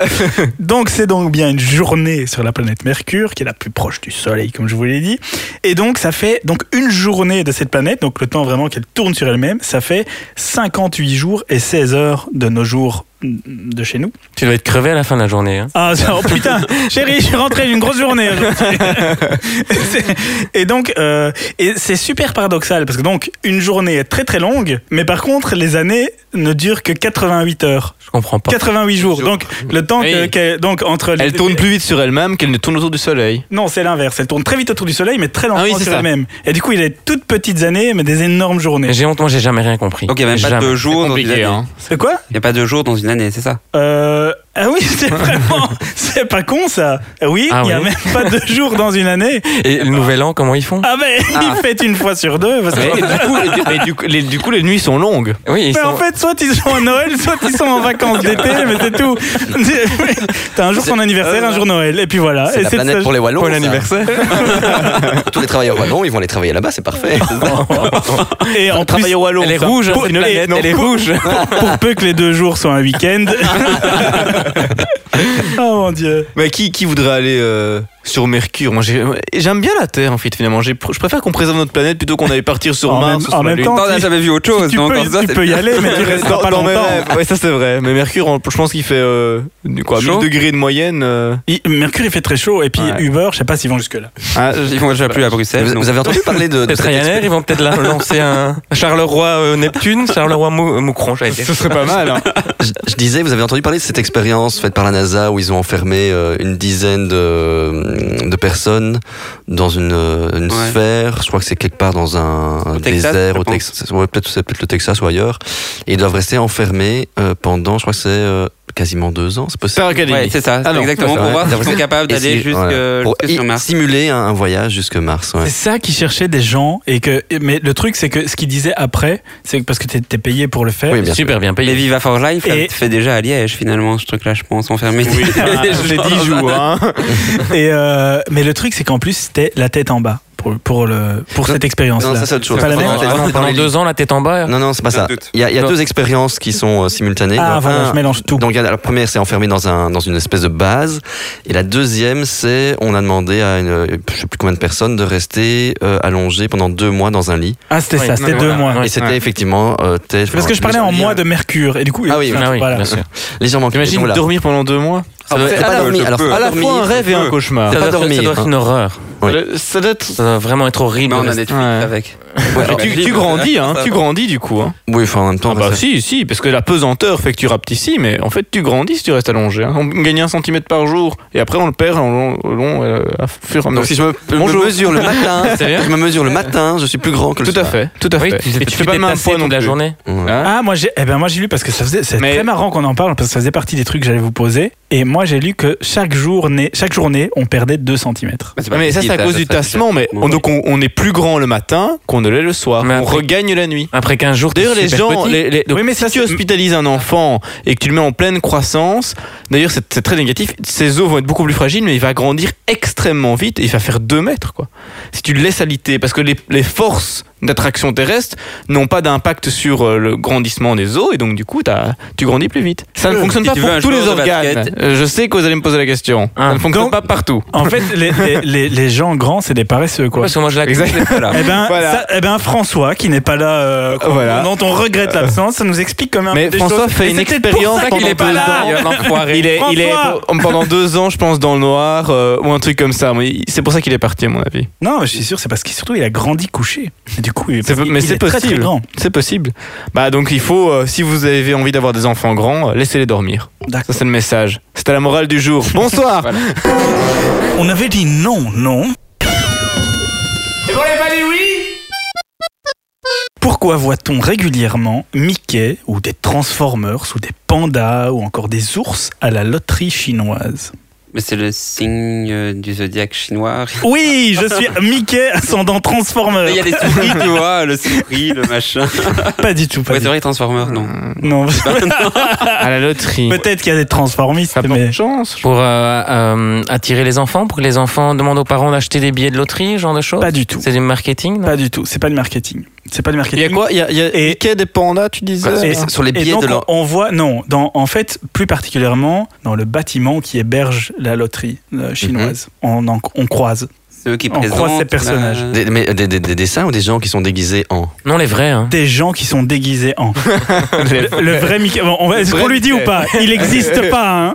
S2: Donc, c'est donc bien une journée sur la planète Mercure, qui est la plus proche du Soleil, comme je vous l'ai dit. Et donc, ça fait donc une journée de cette planète, donc le temps vraiment qu'elle tourne sur elle-même, ça fait 58 jours et 16 heures de nos jours de chez nous.
S5: Tu dois être crevé à la fin de la journée. hein.
S2: Ah ça- oh, putain, chérie, je suis rentré d'une grosse journée. aujourd'hui. C'est- et donc, euh, et c'est super paradoxal parce que donc une journée est très très longue, mais par contre les années ne durent que 88 heures,
S5: Je comprends pas.
S2: 88 jours. Donc le temps que,
S3: Oui.
S2: qu'elle- donc entre les-
S3: Elle tourne plus vite sur elle-même qu'elle ne tourne autour du soleil.
S2: Non, c'est l'inverse. Elle tourne très vite autour du soleil, mais très lentement
S3: Ah oui, c'est
S2: sur
S3: ça.
S2: elle-même. Et du coup, il a des toutes petites années, mais des énormes journées.
S5: J'ai honte, moi j'ai jamais rien compris.
S6: Donc il n'y a même pas
S5: Jamais.
S6: deux jours dans une
S3: Compliqué,
S6: année.
S3: hein.
S2: C'est quoi
S6: Il n'y a pas deux jours dans une année, c'est ça
S2: Euh, ah oui, c'est
S3: <laughs>
S2: vraiment, c'est pas con ça. Oui, il
S5: Ah
S2: y a
S5: oui.
S2: même pas deux jours dans une année.
S5: Et le nouvel an, comment ils font
S2: Ah ben,
S6: Ah.
S2: ils fêtent une fois sur deux. parce que-
S3: Mais du coup, mais du coup, les, du coup, les nuits sont longues.
S5: Oui, ils
S2: Mais en
S5: sont...
S2: fait, soit ils sont en Noël, soit ils sont en vacances d'été, mais c'est tout. <laughs> T'as un jour son anniversaire, un jour Noël, et puis
S6: Ah,
S2: voilà.
S4: C'est
S2: Et
S4: la
S2: c'est de
S4: planète
S2: ça-
S4: pour les Wallons.
S5: Bon
S4: ça.
S5: anniversaire.
S4: <laughs> Tous les travailleurs Wallons, ils vont aller travailler là-bas,
S6: <laughs>
S4: c'est parfait.
S2: Et en plus,
S3: Travailler au Wallon.
S5: Elle est
S3: ça.
S5: rouge, hein,
S3: Pour-
S5: c'est une
S3: et-
S5: planète,
S3: non,
S5: elle est
S3: pour-
S5: rouge.
S2: pour peu que les deux jours soient un week-end. <laughs> oh mon dieu.
S3: Mais qui, qui voudrait aller euh, sur Mercure Moi, j'ai- j'aime bien la Terre, en fait, finalement. J'ai- Je préfère qu'on préserve notre planète plutôt qu'on aille partir sur
S2: En
S3: Mars.
S2: même-
S3: ou sur
S2: en
S3: la
S2: même
S3: Lune.
S2: temps,
S3: <laughs>
S6: Attends, on n'a
S2: tu-
S6: jamais vu autre chose.
S2: Tu,
S6: donc
S2: peux,
S6: en soi,
S2: tu
S6: c'est-
S2: peux y
S6: <laughs>
S2: aller, mais tu resteras pas
S3: Dans- dans mes
S2: longtemps.
S3: rêves. Ouais, ça c'est vrai. Mais Mercure, en- je pense qu'il fait euh, du quoi, 1000
S6: Chaud
S3: degrés de moyenne. euh.
S2: Il- Mercure, il fait très chaud, et puis
S3: Ouais.
S2: Uber, je sais pas s'ils vont jusque-là.
S3: Ah,
S6: Ils vont déjà plus à Bruxelles.
S4: Vous,
S6: donc-
S4: vous avez entendu parler de, de
S5: Peut-être
S4: cette
S5: Ryanair, ils vont peut-être la- lancer un Charleroi euh, Neptune, Charleroi Mou- euh, Moucron, j'allais
S3: <laughs>
S5: dire.
S3: ce serait pas mal. hein.
S4: Je, je disais, vous avez entendu parler de cette expérience faite par la NASA où ils ont enfermé euh, une dizaine de, de personnes dans une, euh, une
S6: Ouais.
S4: sphère. Je crois que c'est quelque part dans un
S6: Au Texas,
S4: désert,
S6: je
S4: au
S6: pense.
S4: Texas. Ouais, peut-être c'est peut-être le Texas ou ailleurs. Et ils doivent rester enfermés euh, pendant, je crois que c'est euh, quasiment deux ans. C'est possible.
S3: Star Academy.
S6: Ouais, c'est ça,
S3: Ah non,
S6: exactement.
S4: ça,
S6: Pour
S4: ouais.
S6: voir si sont capables
S4: Et
S6: d'aller
S4: si-
S6: jusque
S4: voilà. Pour
S6: jusque
S4: i-
S6: sur Mars.
S4: simuler un, un voyage jusque Mars. ouais.
S2: C'est ça qui cherchait des gens et que mais le truc c'est que ce qu'ils disaient après c'est que parce que t'es t'es payé pour le faire.
S4: Oui, bien sûr.
S5: Super bien
S6: Et
S5: payé.
S6: Viva for Life,
S2: Et-
S6: là, fait déjà à Liège finalement ce truc-là, je pense, enfermé. <laughs>
S3: Oui,
S2: Ah,
S3: j'ai dit joue. Hein.
S2: Et euh, mais le truc c'est qu'en plus c'était la tête en bas pour pour le pour
S4: Non,
S2: cette expérience
S4: Non,
S2: là.
S4: ça c'est autre chose.
S2: Pas la
S4: Pendant-
S2: même
S4: pendant- euh, pendant
S5: Pendant
S4: les-
S5: deux ans, la tête en bas.
S4: Non, non, c'est pas ça.
S6: doute.
S4: Il y a, il y a
S5: Non.
S4: deux expériences qui sont euh, simultanées.
S2: Ah
S4: Donc,
S2: voilà,
S4: un-
S2: je mélange tout.
S4: Donc il y a- la première, c'est enfermé dans, un, dans une espèce de base. Et la deuxième, c'est on a demandé à une, je sais plus combien de personnes de rester euh, allongées pendant deux mois dans un lit.
S2: ah c'était
S5: Oui,
S2: ça,
S5: non,
S2: c'était
S5: mais
S2: deux
S5: voilà.
S2: mois.
S5: Ouais.
S4: et c'était effectivement... euh, t'es-
S2: Parce que je parlais en mois de mercure et du coup euh,
S4: Ah oui,
S5: Ah oui,
S2: voilà.
S5: bien sûr.
S4: Légèrement
S3: J'imagine
S4: voilà.
S3: dormir pendant deux mois.
S4: Ça doit-
S3: C'est
S4: c'est
S3: à
S4: pas
S3: la-
S4: dormi. Alors,
S3: à
S4: pas
S3: la
S4: dormi,
S3: fois un rêve et un cauchmar.
S5: Ça
S4: Pas
S5: doit, être, ça
S4: dormir,
S5: doit être
S4: hein.
S5: une horreur.
S4: Oui.
S3: Le- Ça doit être.
S5: Ça doit vraiment être horrible.
S6: Mais Bah, on a Netflix
S3: Ouais.
S6: avec.
S4: Ouais,
S3: Mais tu, tu grandis, hein, tu grandis du coup. Hein.
S4: Oui, enfin en même temps...
S3: Ah bah
S4: reste-
S3: si, si, parce que la pesanteur fait que tu rapetissis, mais en fait tu grandis si tu restes allongé. hein. On gagne un centimètre par jour et après on le perd en long, au long euh, à fur et à mesure.
S4: Donc si je me, je me
S3: Bonjour.
S4: mesure le matin,
S5: Sérieux
S4: je me mesure le matin, je suis plus grand que le
S3: Tout à
S4: soir.
S3: fait, tout à
S5: Oui,
S3: fait.
S5: tu,
S3: et
S5: tu,
S3: tu fais pas le même poids non
S5: de la
S3: plus.
S5: journée.
S4: Ouais.
S3: Hein
S2: Ah moi j'ai eh ben moi j'ai lu parce que ça faisait c'est
S3: Mais-
S2: très marrant qu'on en parle parce que ça faisait partie des trucs que j'allais vous poser et moi j'ai lu que chaque journée chaque journée on perdait 2 cm.
S3: Ouais, Ah, mais ça c'est à cause du tassement, mais
S6: bon.
S3: on, donc on, on est plus grand le matin qu'on ne l'est le soir.
S5: Mais
S3: on
S5: après-
S3: regagne la nuit.
S5: Après 15 jours, t'es
S3: D'ailleurs, les
S5: super
S3: gens,
S5: petit.
S3: les- les- donc,
S2: Oui, mais ça,
S3: si tu
S2: c'est-
S3: hospitalises un enfant et que tu le mets en pleine croissance, d'ailleurs, c'est c'est très négatif. Ses os vont être beaucoup plus fragiles, mais il va grandir extrêmement vite et il va faire 2 mètres, quoi. Si tu le laisses alité, parce que les, les forces d'attraction terrestre n'ont pas d'impact sur euh, le grandissement des os et donc, du coup, t'as- tu grandis plus vite. Ça ne
S6: Euh,
S3: fonctionne
S6: si
S3: pas
S6: tu
S3: pour
S6: veux un
S3: tous les
S6: joueur de
S3: organes.
S6: basket-
S3: Euh, Je sais que vous allez me poser la question.
S5: Ah.
S3: Ça ne fonctionne
S2: Donc-
S3: pas partout.
S2: En fait les, les, les, les gens grands c'est des paresseux quoi.
S5: Parce que moi, je la
S6: Voilà.
S2: Eh ben,
S3: Voilà.
S2: ça- eh ben François qui n'est pas là, euh, qu'on-
S3: Voilà.
S2: dont on regrette l'absence, ça nous explique quand même.
S3: Mais
S2: des
S3: François
S2: choses.
S3: fait
S2: Et
S3: une
S2: c'est peut-être pour
S3: expérience
S2: ça qu'il
S3: pendant
S2: est pas
S3: deux
S2: là.
S3: ans.
S5: Il y a un enfoiré.
S3: Il est, il est
S2: François
S3: pe- pendant deux ans, je pense, dans le noir euh, ou un truc comme ça. Mais il- C'est pour ça qu'il est parti, à mon avis.
S2: Non, mais je suis sûr, c'est parce qu'il surtout il a grandi couché. Et du coup, il,
S3: C'est-
S2: parce qu'il-
S3: mais
S2: il
S3: c'est
S2: est très, très
S3: possible.
S2: grand.
S3: C'est possible. Bah donc il faut, euh, si vous avez envie d'avoir des enfants grands, euh, laissez-les dormir. Ça
S2: D'accord.
S3: c'est le message. C'était la morale du jour. <laughs> Bonsoir.
S2: On avait dit non, non. Pourquoi voit-on régulièrement Mickey ou des Transformers ou des pandas ou encore des ours à la loterie chinoise
S6: Mais c'est le signe euh, du zodiaque chinois.
S2: Oui, je
S3: <laughs>
S2: suis Mickey ascendant Transformers.
S6: Il y a les souris, tu vois, le souris, le machin.
S2: Pas du tout, pas
S6: Ouais,
S2: du
S6: c'est vrai, Transformers, non.
S2: tout. Non.
S3: à la
S2: <laughs>
S3: loterie.
S2: Peut-être qu'il y a des transformistes,
S3: Ça
S2: mais
S3: porte chance.
S5: Pour euh, euh, attirer les enfants, pour que les enfants demandent aux parents d'acheter des billets de loterie, ce genre de choses.
S2: pas du tout.
S5: C'est du marketing, non
S2: Pas du tout. C'est pas du marketing. C'est pas du
S3: Il y
S2: marketing.
S3: a quoi Il y a, il y a
S2: Et-
S3: Mickey, des pandas, tu disais.
S2: Et-
S4: Sur- Sur les
S2: Et
S4: billets
S2: donc
S4: de leur...
S2: on on voit, non, dans, en fait, plus
S4: Mhm.
S2: particulièrement dans le bâtiment qui héberge la loterie euh, chinoise, on, en- on croise
S6: ceux qui
S2: On croise
S6: présentent,
S2: ces personnages.
S6: euh,
S4: Des, mais des, des- des dessins ou des gens qui sont déguisés en
S5: Non, les vrais. Hein.
S2: Des gens qui sont déguisés
S4: <laughs>
S2: en. Le, le vrai Mickey. bon, on va- Est-ce
S3: vrai
S2: qu'on lui dit ou
S3: Mickey.
S2: pas Il
S4: <laughs>
S2: n'existe pas. hein.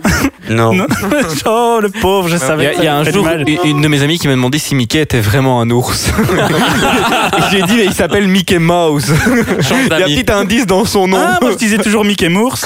S4: Non.
S2: Non. <laughs> oh, le pauvre, je
S3: Il y
S2: savais.
S3: a,
S2: que
S3: il y a
S2: ça
S3: un
S2: lui fait
S3: jour,
S2: du mal.
S3: une une de mes amies qui m'a demandé si Mickey était vraiment un ours. <laughs> Et J'ai dit, mais il s'appelle Mickey Mouse. Il y a un
S5: d'amis.
S3: petit indice dans son nom.
S2: Ah, moi je disais toujours Mickey
S3: <laughs>
S2: Mours.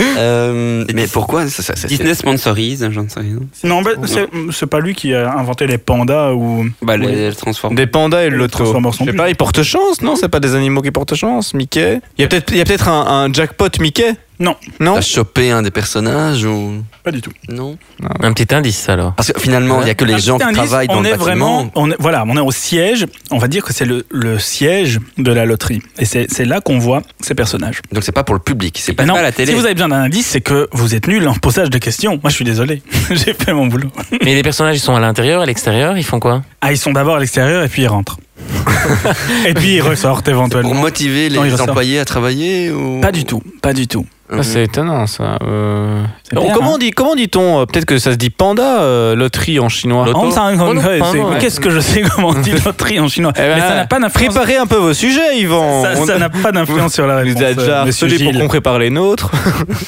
S4: Euh, mais pourquoi ça, ça- ça-
S6: Disney sponsorise, j'en sais rien.
S2: Non, bah, c'est c'est pas lui qui a inventé les pandas ou.
S6: Bah,
S2: Oui.
S6: les, transforme.
S3: Des pandas et le loto.
S2: Transformers non
S3: Je sais
S2: plus.
S3: pas, ils portent chance, non C'est pas des animaux qui portent chance, Mickey Il y a peut-être il y a peut-être un, un jackpot Mickey
S2: Non.
S3: Non
S4: T'as chopé un des personnages ou
S2: Pas du tout.
S4: non
S5: Un petit indice alors.
S4: Parce que finalement, il y a que
S2: Un
S4: les
S2: petit
S4: gens qui
S2: indice,
S4: travaillent dans
S2: on
S4: le
S2: est
S4: bâtiment.
S2: Vraiment, on est, voilà, on est au siège. On va dire que c'est le, le siège de la loterie. Et c'est c'est là qu'on voit ces personnages.
S4: Donc c'est pas pour le public, c'est pas.
S6: passe
S2: non,
S6: pas à la télé.
S2: si vous avez besoin d'un indice, c'est que vous êtes nul en posage de questions. Moi, je suis désolé. <laughs> J'ai fait mon boulot.
S5: Mais les personnages, ils sont à l'intérieur, à l'extérieur, ils font quoi
S2: Ah, ils sont d'abord à l'extérieur et puis ils rentrent. et puis ils ressortent
S4: Pour
S2: éventuellement.
S4: motiver les
S2: Non, il ressort.
S4: employés à travailler ou
S2: Pas du tout, pas du tout.
S4: Hum.
S3: Ah, C'est étonnant ça. Euh,
S2: C'est
S3: on-
S2: bien, hein.
S3: comment on dit comment dit-on euh, Peut-être que ça se dit panda euh, loterie en chinois.
S5: Loto.
S2: Hong Sang Hong
S5: Oh non,
S2: Hoi,
S5: pardon,
S2: c'est-
S5: ouais.
S2: Qu'est-ce que je sais comment on dit loterie en chinois
S3: Eh ben,
S2: Mais ça n'a pas d'influence.
S3: Préparez un peu vos sujets, Yvan.
S2: Ça
S3: On-
S2: ça n'a pas d'influence sur la
S3: <laughs> on
S2: réponse.
S3: nous a déjà
S2: euh, Monsieur
S3: harcelés pour
S2: Gilles.
S3: qu'on prépare les nôtres.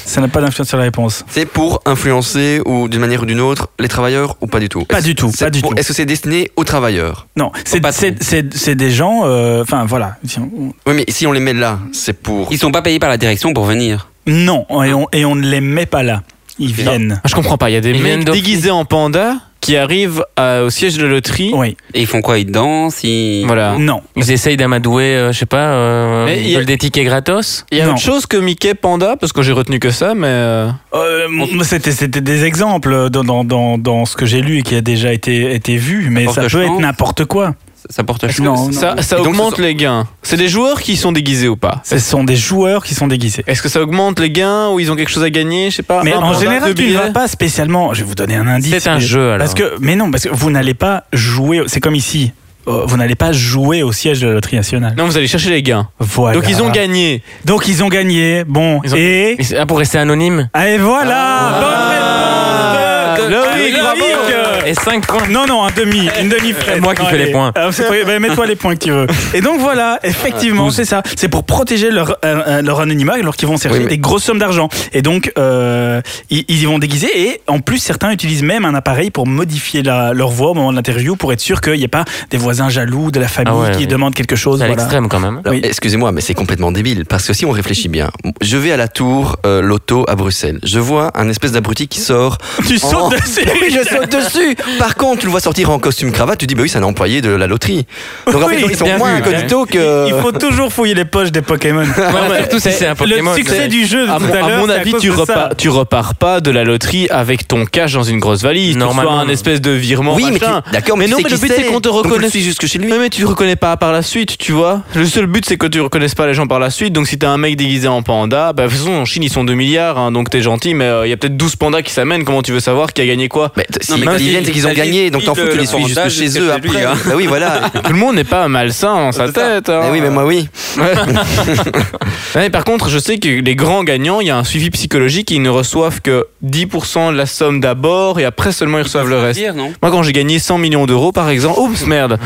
S2: Ça n'a pas d'influence sur la réponse.
S4: C'est pour influencer ou d'une manière ou d'une autre les travailleurs ou pas du tout
S2: Pas du tout,
S4: C'est
S2: pas du
S4: pour-
S2: tout.
S4: Est-ce que c'est destiné aux travailleurs
S2: Non, c'est
S6: patron.
S2: c'est- c'est- c'est des gens. euh, Enfin voilà. Tiens, on-
S4: Oui, mais si on les met là, c'est pour.
S6: Ils sont pas payés par la direction pour venir.
S2: Non, et on, et on ne les met pas là. Ils viennent.
S3: Ah, je comprends pas. Il y a des
S5: Ils viennent
S3: mecs
S5: d'offrir.
S3: déguisés en panda qui arrivent à- au siège de loterie.
S2: Oui.
S6: Et ils font quoi Ils dansent ils...
S5: Ah.
S3: Voilà.
S2: Non.
S5: Ils essayent d'amadouer, euh, je sais pas, euh,
S3: Mais il
S5: ils
S3: y a-
S5: veulent des tickets gratos.
S3: Il y a
S2: Non.
S3: autre chose que Mickey Panda parce que j'ai retenu que ça, mais euh,
S2: Euh, m- C'était c'était des exemples dans, dans, dans, dans ce que j'ai lu et qui a déjà été, été vu, mais
S6: Porte
S2: ça peut
S6: chance.
S2: être n'importe quoi.
S6: Ça- Ça porte chance.
S2: Non, non.
S3: ça, ça
S6: Et donc, ce
S3: augmente
S6: sont-
S3: les gains. C'est des joueurs qui sont déguisés ou pas
S2: Ce sont des joueurs qui sont déguisés.
S3: Est-ce que ça augmente les gains ou ils ont quelque chose à gagner Je sais
S5: Ah,
S3: pas.
S2: Mais
S3: Un
S2: en
S3: panda,
S2: général,
S3: deux
S2: tu ne vas
S3: billets
S2: pas spécialement. Je vais vous donner un indice.
S5: bah, C'est un
S2: mais-
S5: jeu alors.
S2: Parce que, mais non, parce que vous n'allez pas jouer. C'est comme ici. Euh, Vous n'allez pas jouer au siège de la loterie nationale.
S3: Non, vous allez chercher les gains.
S2: bah Voilà.
S3: Donc ils ont gagné.
S2: Donc ils ont gagné. Bon.
S5: Ils ont-
S2: Et.
S5: Mais c'est- ah, pour rester anonyme
S2: Ah, Et voilà
S3: Ah.
S2: Bonne réponse de
S3: Loïc, bravo.
S5: Et 5 points.
S2: Non, non, un demi, une demi frette
S5: moi qui fais les points.
S2: Ah, ben, Mets-toi les points que tu veux. Et donc voilà, effectivement, c'est ça. C'est pour protéger leur, euh, euh, leur anonymat alors qu'ils vont chercher
S4: Oui, mais-
S2: des grosses sommes d'argent. Et donc, euh, ils, ils y vont déguisés et en plus, certains utilisent même un appareil pour modifier la- leur voix au moment de l'interview pour être sûr qu'il n'y ait pas des voisins jaloux de la famille
S5: Ah ouais,
S2: qui
S5: oui.
S2: demandent quelque chose.
S5: C'est à
S2: voilà.
S5: l'extrême quand même.
S4: Alors,
S2: Oui.
S4: Excusez-moi, mais c'est complètement débile. Parce que si on réfléchit bien, je vais à la tour euh, Loto à Bruxelles. Je vois un espèce d'abruti qui sort.
S2: Tu sautes
S4: Oh.
S2: dessus
S4: Oui, je saute dessus. Par contre, tu le vois sortir en costume cravate, tu dis, bah oui, c'est un employé de la loterie. Donc en
S2: Oui,
S4: fait, ils sont
S5: bien
S4: moins
S5: vu, ouais.
S4: incognito que.
S2: Il faut toujours fouiller les poches des Pokémon.
S5: Voilà, surtout si c'est un Pokémon.
S2: Eh, Le succès du jeu de <laughs>
S3: À,
S2: tout
S3: mon-
S2: à
S3: à
S2: l'heure,
S3: mon
S2: c'est à
S3: avis,
S2: cause
S3: tu
S2: de ça.
S3: repars, tu repars pas de la loterie avec ton cash dans une grosse valise.
S5: Normalement,
S3: Normalement, un
S5: non.
S3: espèce de virement.
S4: Oui, mais tu-
S3: machin.
S4: d'accord, mais,
S3: Mais
S4: tu
S3: non,
S4: sais
S3: mais le
S4: qui
S3: but, c'est qu'on te
S4: donc tu le
S3: reconnaisse.
S4: suis jusque chez lui.
S3: Oui, mais tu reconnais pas par la suite, tu vois. Le seul but, c'est que tu reconnaisses pas les gens par la suite. Donc, si t'es un mec déguisé en panda, bah, de toute façon, en Chine, ils sont 2 milliards, hein, donc t'es gentil, mais il y a peut-être 12 pandas qui s'amènent. Comment tu veux savoir qui a
S4: <laughs>
S3: gagné quoi
S4: Mais t-
S6: Non, mais
S4: si ils
S6: t'as
S4: viennent,
S6: dit-
S4: c'est qu'ils ont
S6: t'as dit
S4: gagné, donc t'en
S6: le
S4: fous, tu les suis
S6: sondage
S4: jusque chez
S6: jusque
S4: eux
S6: chez
S4: après.
S6: lui, hein.
S4: Bah oui,
S3: <laughs>
S4: voilà.
S3: Tout le monde n'est pas malsain dans sa
S6: C'est ça.
S3: tête. hein.
S4: Mais oui, mais moi, oui.
S3: Ouais. <laughs> Ouais, par contre, je sais que les grands gagnants, il y a un suivi psychologique, ils ne reçoivent que 10% de la somme d'abord et après seulement ils reçoivent le reste.
S6: Dire, non
S3: Moi, quand j'ai gagné 100 millions d'euros, par exemple, oups, merde.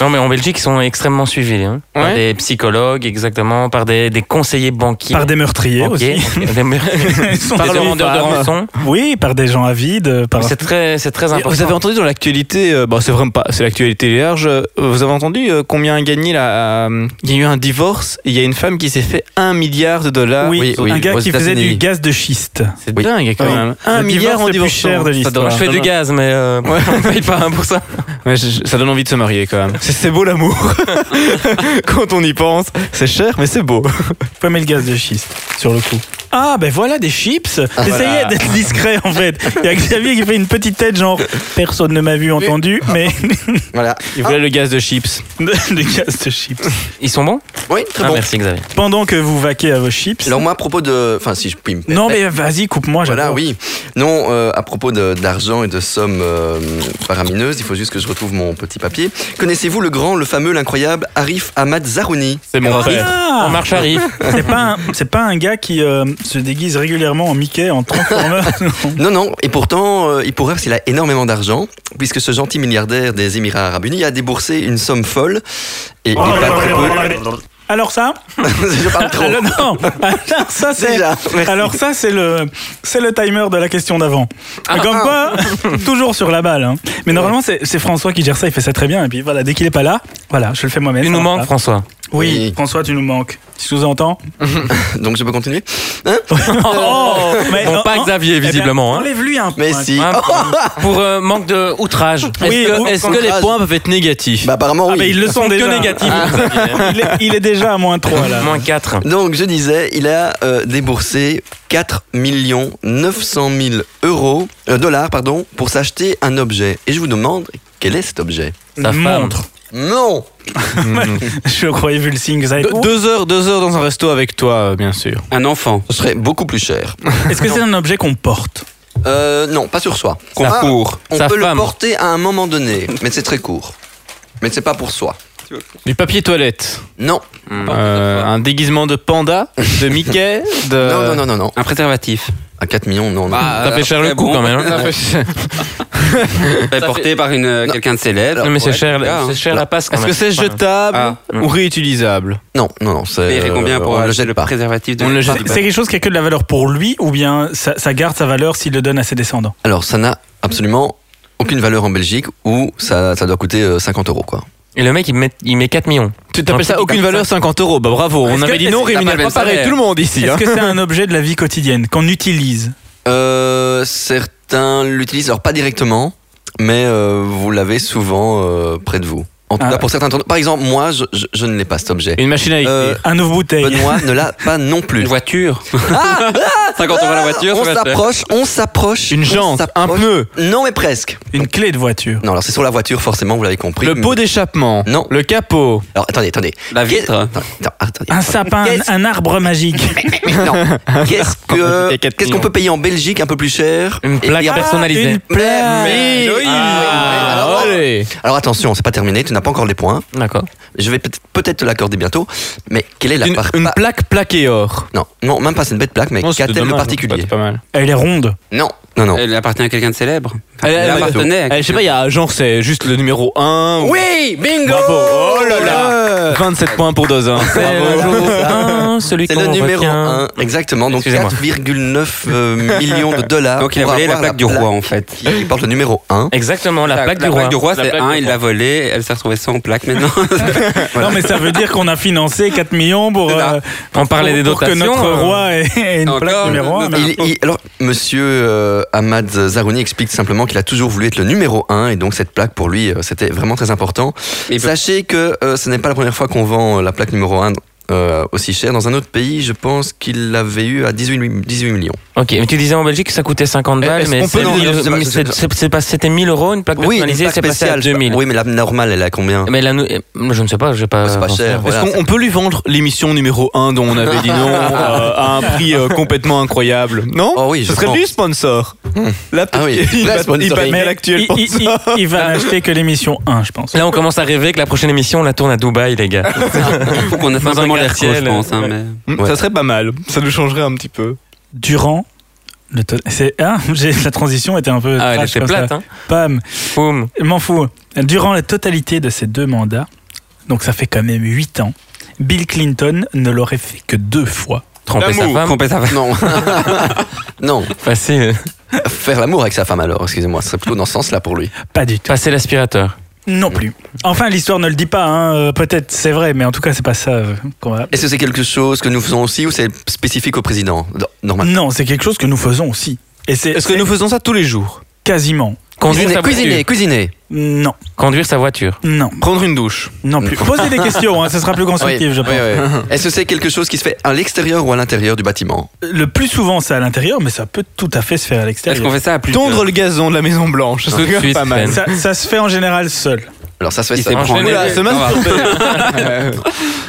S5: Non, mais en Belgique, ils sont extrêmement suivis. hein. Par
S3: Ouais.
S5: des psychologues, exactement, par des, des conseillers banquiers.
S2: Par des meurtriers
S5: Banquiers.
S2: <laughs> aussi.
S5: <laughs> Des-
S2: Ils sont
S5: par
S2: des
S5: le vendeur de
S2: femmes.
S5: rançon.
S2: Oui, par des gens avides. euh, Par...
S5: C'est très, c'est très important.
S3: Vous avez entendu dans l'actualité, euh, bon, c'est vraiment pas, c'est l'actualité large, euh, vous avez entendu euh, combien a gagné la. euh, Il y a eu un divorce, et il y a une femme qui s'est fait 1 milliard de dollars.
S2: Oui,
S4: oui, oui,
S2: un gars
S4: aux
S2: qui faisait
S4: États-Unis.
S2: du gaz de schiste.
S3: C'est
S4: Oui.
S3: dingue quand
S2: Oui.
S3: même. 1
S2: Le
S3: milliard
S2: divorce
S3: en
S2: le plus
S3: divorce.
S2: cher de
S5: Ça donne-
S2: l'histoire.
S5: je fais du gaz, mais euh, on paye pas un pour ça.
S3: Ouais, je- je- ça donne envie de se marier quand même. C'est- C'est beau <laughs> l'amour. Quand on y pense, c'est cher, mais c'est beau.
S2: Pas mal le gaz de schiste sur le coup. Ah ben voilà des chips. Essayez d'être discret en fait. Il y a Xavier qui fait une petite tête genre personne ne m'a vu entendu mais <laughs>
S4: Voilà.
S3: Il voulait le gaz de chips.
S2: le gaz de chips.
S5: Ils sont bons
S4: Oui, très
S5: Ah,
S4: bon.
S5: Merci Xavier.
S2: Pendant que vous vaquez à vos chips.
S4: Alors, moi, à propos de. Enfin, si je puis me
S2: Non mais vas-y coupe-moi.
S4: Voilà,
S2: Ah, j'adore.
S4: oui. Non, euh, à propos de- d'argent et de sommes euh, faramineuses, il faut juste que je retrouve mon petit papier. Connaissez-vous le grand, le fameux, l'incroyable Arif Ahmad Zarouni
S3: C'est mon rêve.
S2: Ah
S5: On marche arrive.
S2: c'est pas un- c'est pas un gars qui euh, se déguise régulièrement en Mickey, en Transformer.
S4: Non, non, et pourtant, euh, il pour il a énormément d'argent, puisque ce gentil milliardaire des Émirats Arabes Unis a déboursé une somme folle. Et, et
S2: Oh,
S4: pas très peu.
S2: Alors ça
S4: <laughs> Je parle trop.
S2: Alors <laughs> non. Alors ça c'est
S4: Déjà, merci.
S2: Alors ça c'est le c'est le timer de la question d'avant. Comme quoi, toujours sur la balle. hein. Mais normalement c'est c'est François qui gère ça, il fait ça très bien. Et puis voilà, dès qu'il est pas là, voilà, je le fais moi-même.
S5: Il
S2: ça
S5: nous
S2: va
S5: manque,
S2: pas.
S5: François.
S2: Oui,
S4: Oui.
S2: François, tu nous manques. Tu sous-entends
S4: Donc je peux continuer
S2: <laughs> Oh, mais-
S5: Bon, pas
S2: en-
S5: Xavier,
S2: eh bien,
S5: visiblement, hein.
S2: Enlève-lui un point.
S4: Mais si.
S5: Un point. Pour euh, manque de outrage.
S3: Est-ce
S2: Oui,
S3: que,
S2: ou-
S3: est-ce que les
S4: outrage.
S3: points peuvent être négatifs
S4: Bah apparemment oui.
S2: Ah, mais ils le sont
S5: Que
S2: déjà. Ah.
S5: négatif.
S2: Il, est, il est déjà à moins 3 là.
S5: Moins 4.
S4: Donc je disais, il a euh, déboursé 4 millions 900 000 euros, euh, dollars pardon, pour s'acheter un objet. Et je vous demande, quel est cet objet
S5: Sa femme.
S2: Montre.
S4: Non
S2: <laughs>
S3: Hmm.
S2: Je croyais vu le signe que ça allait-
S3: De- deux heures, deux heures dans un resto avec toi, euh, bien sûr.
S6: Un enfant.
S4: Ce serait beaucoup plus cher.
S2: Est-ce que c'est un objet qu'on porte
S4: Euh, non, pas sur soi.
S5: Sa
S4: Ah,
S5: cour.
S4: On
S5: Sa
S4: peut
S5: femme.
S4: le porter à un moment donné, mais c'est très court. Mais c'est pas pour soi.
S3: Du papier toilette.
S4: Non.
S3: Euh, un déguisement de panda, de Mickey, de.
S4: non,
S3: <laughs>
S4: non, non, non, non.
S6: Un préservatif.
S4: À 4 millions, non, non.
S6: Ah,
S5: Ça
S6: euh,
S5: fait cher le
S6: ouais,
S5: coup
S6: bon.
S5: quand même. hein.
S6: Bah, porté par une, euh, quelqu'un de célèbre.
S5: Non, mais c'est
S6: Ouais,
S5: cher,
S6: hein.
S5: c'est cher la passe quand
S3: Est-ce que
S5: même.
S3: c'est jetable
S6: Ah.
S3: ou réutilisable
S4: non, non, non. C'est,
S6: Mais il fait
S5: Euh,
S6: combien pour
S4: on le
S6: acheter
S4: jette
S6: le
S4: pas.
S6: préservatif de
S3: On le jette
S6: Ah,
S3: pas.
S2: C'est quelque chose qui a que de la valeur pour lui ou bien ça, ça garde sa valeur s'il le donne à ses descendants
S4: Alors, ça n'a absolument aucune valeur en Belgique où ça, ça doit coûter euh, 50 euros, quoi.
S5: Et le mec, il met, il met 4 millions.
S3: Tu t'appelles ça aucune valeur 50 euros Bah bravo, on
S5: Est-ce
S3: avait
S5: que-
S3: dit
S5: est-ce
S3: non
S5: que t'as
S3: rémunéré.
S5: pas le
S3: Pas
S5: même
S3: pareil,
S5: salaire
S3: tout le monde ici.
S2: Est-ce
S3: hein.
S2: que c'est un objet de la vie quotidienne qu'on utilise
S4: Euh, certains l'utilisent, alors pas directement, mais euh, vous l'avez souvent euh, près de vous. En tout
S2: Ah.
S4: cas, pour certains tournois. Par exemple, moi, je, je- je ne l'ai pas cet objet.
S3: Une machine à écrire.
S4: Euh,
S2: Un ouvre-bouteille
S4: Benoît ne l'a pas non plus. Ah,
S6: Une voiture. 50 euros la voiture.
S4: on
S6: ça va te faire.
S4: s'approche, on s'approche.
S3: une
S4: on
S3: jante, un
S4: s'approche.
S3: pneu,
S4: Non, mais presque.
S2: Une clé de voiture
S4: Non, alors c'est sur la voiture, forcément, vous l'avez compris.
S3: le pot d'échappement,
S4: Non.
S3: le capot,
S4: Alors attendez, attendez.
S6: La vitre.
S4: Attends, attends, attendez.
S2: Un sapin, un,
S4: Qu'est-ce-
S2: un arbre magique
S4: Non. Qu'est-ce que
S3: Il y a quatre
S4: qu'est-ce qu'on
S3: millions.
S4: peut payer en Belgique un peu plus cher
S5: Une
S4: Et-
S5: plaque
S4: et-
S5: personnalisée.
S2: Une plaie
S4: Oui.
S3: Ah,
S4: Alors,
S3: allez.
S4: Alors attention, c'est pas terminé, tu n'as pas encore les points.
S5: D'accord.
S4: Je vais peut-être peut-être te l'accorder bientôt. Mais quelle est la
S3: une,
S4: part
S3: une
S4: pa-
S3: plaque plaquée or.
S4: Non, non, même pas c'est une bête plaque, mais
S3: Non, c'est
S4: qu'a-t-elle de
S3: dommage, hein,
S4: particulier
S3: c'est pas mal.
S2: Elle est ronde
S4: Non, non, non.
S6: Elle appartient à quelqu'un de célèbre.
S4: Ah,
S3: Elle- elle-
S6: appartenait. à
S3: Eh, je sais pas, il y a genre c'est juste le numéro 1.
S4: Oui,
S6: Eh,
S4: bingo.
S3: Bravo. Oh là là. 27 points pour Dozin.
S5: C'est
S3: Bravo.
S5: le un, celui
S4: C'est
S5: qu'on
S4: le numéro
S5: retient.
S4: 1, exactement. Donc
S5: Excusez-moi.
S4: 4,9 euh, millions de
S6: <laughs>
S4: dollars.
S6: Donc il a
S4: pour
S6: volé la
S4: avoir
S6: plaque du roi en fait.
S4: Qui qui porte le numéro 1.
S5: Exactement, la, plaque du roi. La
S6: c'est
S5: plaque
S6: un,
S5: du
S6: il
S5: roi.
S6: l'a volée, elle s'est retrouvée sans plaque
S5: <laughs>
S6: maintenant.
S2: Non mais ça veut dire qu'on a financé 4 millions pour...
S6: C'est ça.
S2: euh,
S5: On parlait
S2: pour-
S5: des
S2: Pour que
S5: dotations.
S2: notre
S5: euh,
S2: roi ait- ait une
S6: Encore,
S2: plaque numéro
S6: notre-
S2: 1.
S4: Il- il- alors, monsieur euh, Ahmad Zarouni explique simplement qu'il a toujours voulu être le numéro 1 et donc cette plaque pour lui, euh, c'était vraiment très important.
S6: Mais il peut-
S4: Sachez que euh, ce n'est pas la première fois qu'on vend euh, la plaque numéro 1 euh, aussi chère. Dans un autre pays, je pense qu'il l'avait eu à 18, mi- 18 millions.
S5: Ok, mais tu disais en Belgique que ça coûtait 50 balles,
S3: Est-ce
S5: mais
S3: qu'on peut-
S5: c'est-
S4: non, je sais pas,
S5: mais
S4: je sais
S5: c'est-
S4: pas.
S5: c'est- c'est pas- c'était 1000 euros, une plaque
S4: une
S5: personnalisée,
S4: plaque
S5: c'est passé à
S4: spéciale, je-
S5: 2000.
S4: Oui, mais la normale, elle a combien
S5: Mais là, nous, euh, je ne sais pas, j'ai pas.
S4: C'est pas cher.
S3: Est-ce
S4: Voilà,
S3: qu'on on peut lui vendre l'émission numéro 1 dont on avait
S4: <laughs>
S3: dit non euh, à un prix euh, complètement incroyable Non
S4: Oh oui,
S3: Ce
S4: je
S3: serait
S4: pense.
S3: lui le sponsor. La
S4: Ah
S3: <laughs>
S4: oui, vrai
S3: il bat- il
S4: sponsoring.
S3: bat
S2: Mais
S3: l'actuel
S2: il- il-
S3: sponsor.
S2: il- Il va n'acheter que l'émission 1 je pense.
S5: Là, on commence à rêver que la prochaine émission, on la tourne à Dubaï, les gars.
S6: Faut qu'on ait
S5: Dans un
S6: simplement l'air
S5: quartier,
S6: creux, je
S5: là.
S6: pense. hein,
S5: Ouais.
S6: mais-
S3: Mm, Ça serait pas mal. Ça nous changerait un petit peu.
S2: Durant... Le to- c'est ah, <laughs> j'ai- la transition était un peu
S5: Ah, elle
S2: trash
S5: était
S2: comme
S5: plate,
S2: ça.
S5: hein.
S2: Pam.
S5: Boum.
S2: Je m'en fous. Durant la totalité de ces deux mandats, donc ça fait quand même 8 ans, Bill Clinton ne l'aurait fait que deux fois.
S5: Tromper sa
S3: L'amour.
S5: femme.
S6: Tromper sa femme.
S4: <laughs> Non. <laughs> non,
S5: Passer, euh,
S4: faire l'amour avec sa femme alors, excusez-moi, ce serait plutôt dans ce sens-là pour lui.
S2: Pas du tout.
S5: <laughs> passer l'aspirateur.
S2: Non plus. Enfin, l'histoire ne le dit pas, hein. Euh, peut-être c'est vrai, mais en tout cas, c'est pas ça euh, qu'on va.
S4: Est-ce que c'est quelque chose que nous faisons aussi ou c'est spécifique au président Non, Normal.
S2: Non, c'est quelque chose que nous faisons aussi. Et c'est
S3: Est-ce que nous faisons ça tous les jours
S2: quasiment.
S5: Conduire sa
S4: Cuisiner, cuisiner,
S5: voiture.
S4: cuisiner.
S2: Non,
S5: Conduire sa voiture.
S2: non,
S3: Prendre une douche.
S2: non plus. Posez des questions, hein, ce sera plus constructif,
S4: Oui,
S2: je pense.
S4: oui, oui. <laughs> Est-ce que c'est quelque chose qui se fait à l'extérieur ou à l'intérieur du bâtiment
S2: Le plus souvent, c'est à l'intérieur, mais ça peut tout à fait se faire à
S6: Est-ce qu'on
S2: l'extérieur.
S6: fait ça à plus
S3: Tondre le gazon de la Maison Blanche.
S5: Tout de
S3: C'est
S5: suite,
S3: pas mal.
S5: Sven.
S2: Ça, ça se fait en général seul.
S4: Alors ça se fait.
S6: Il
S4: ça.
S6: s'est branlé.
S5: Oula,
S6: Ouais,
S3: se
S6: on va-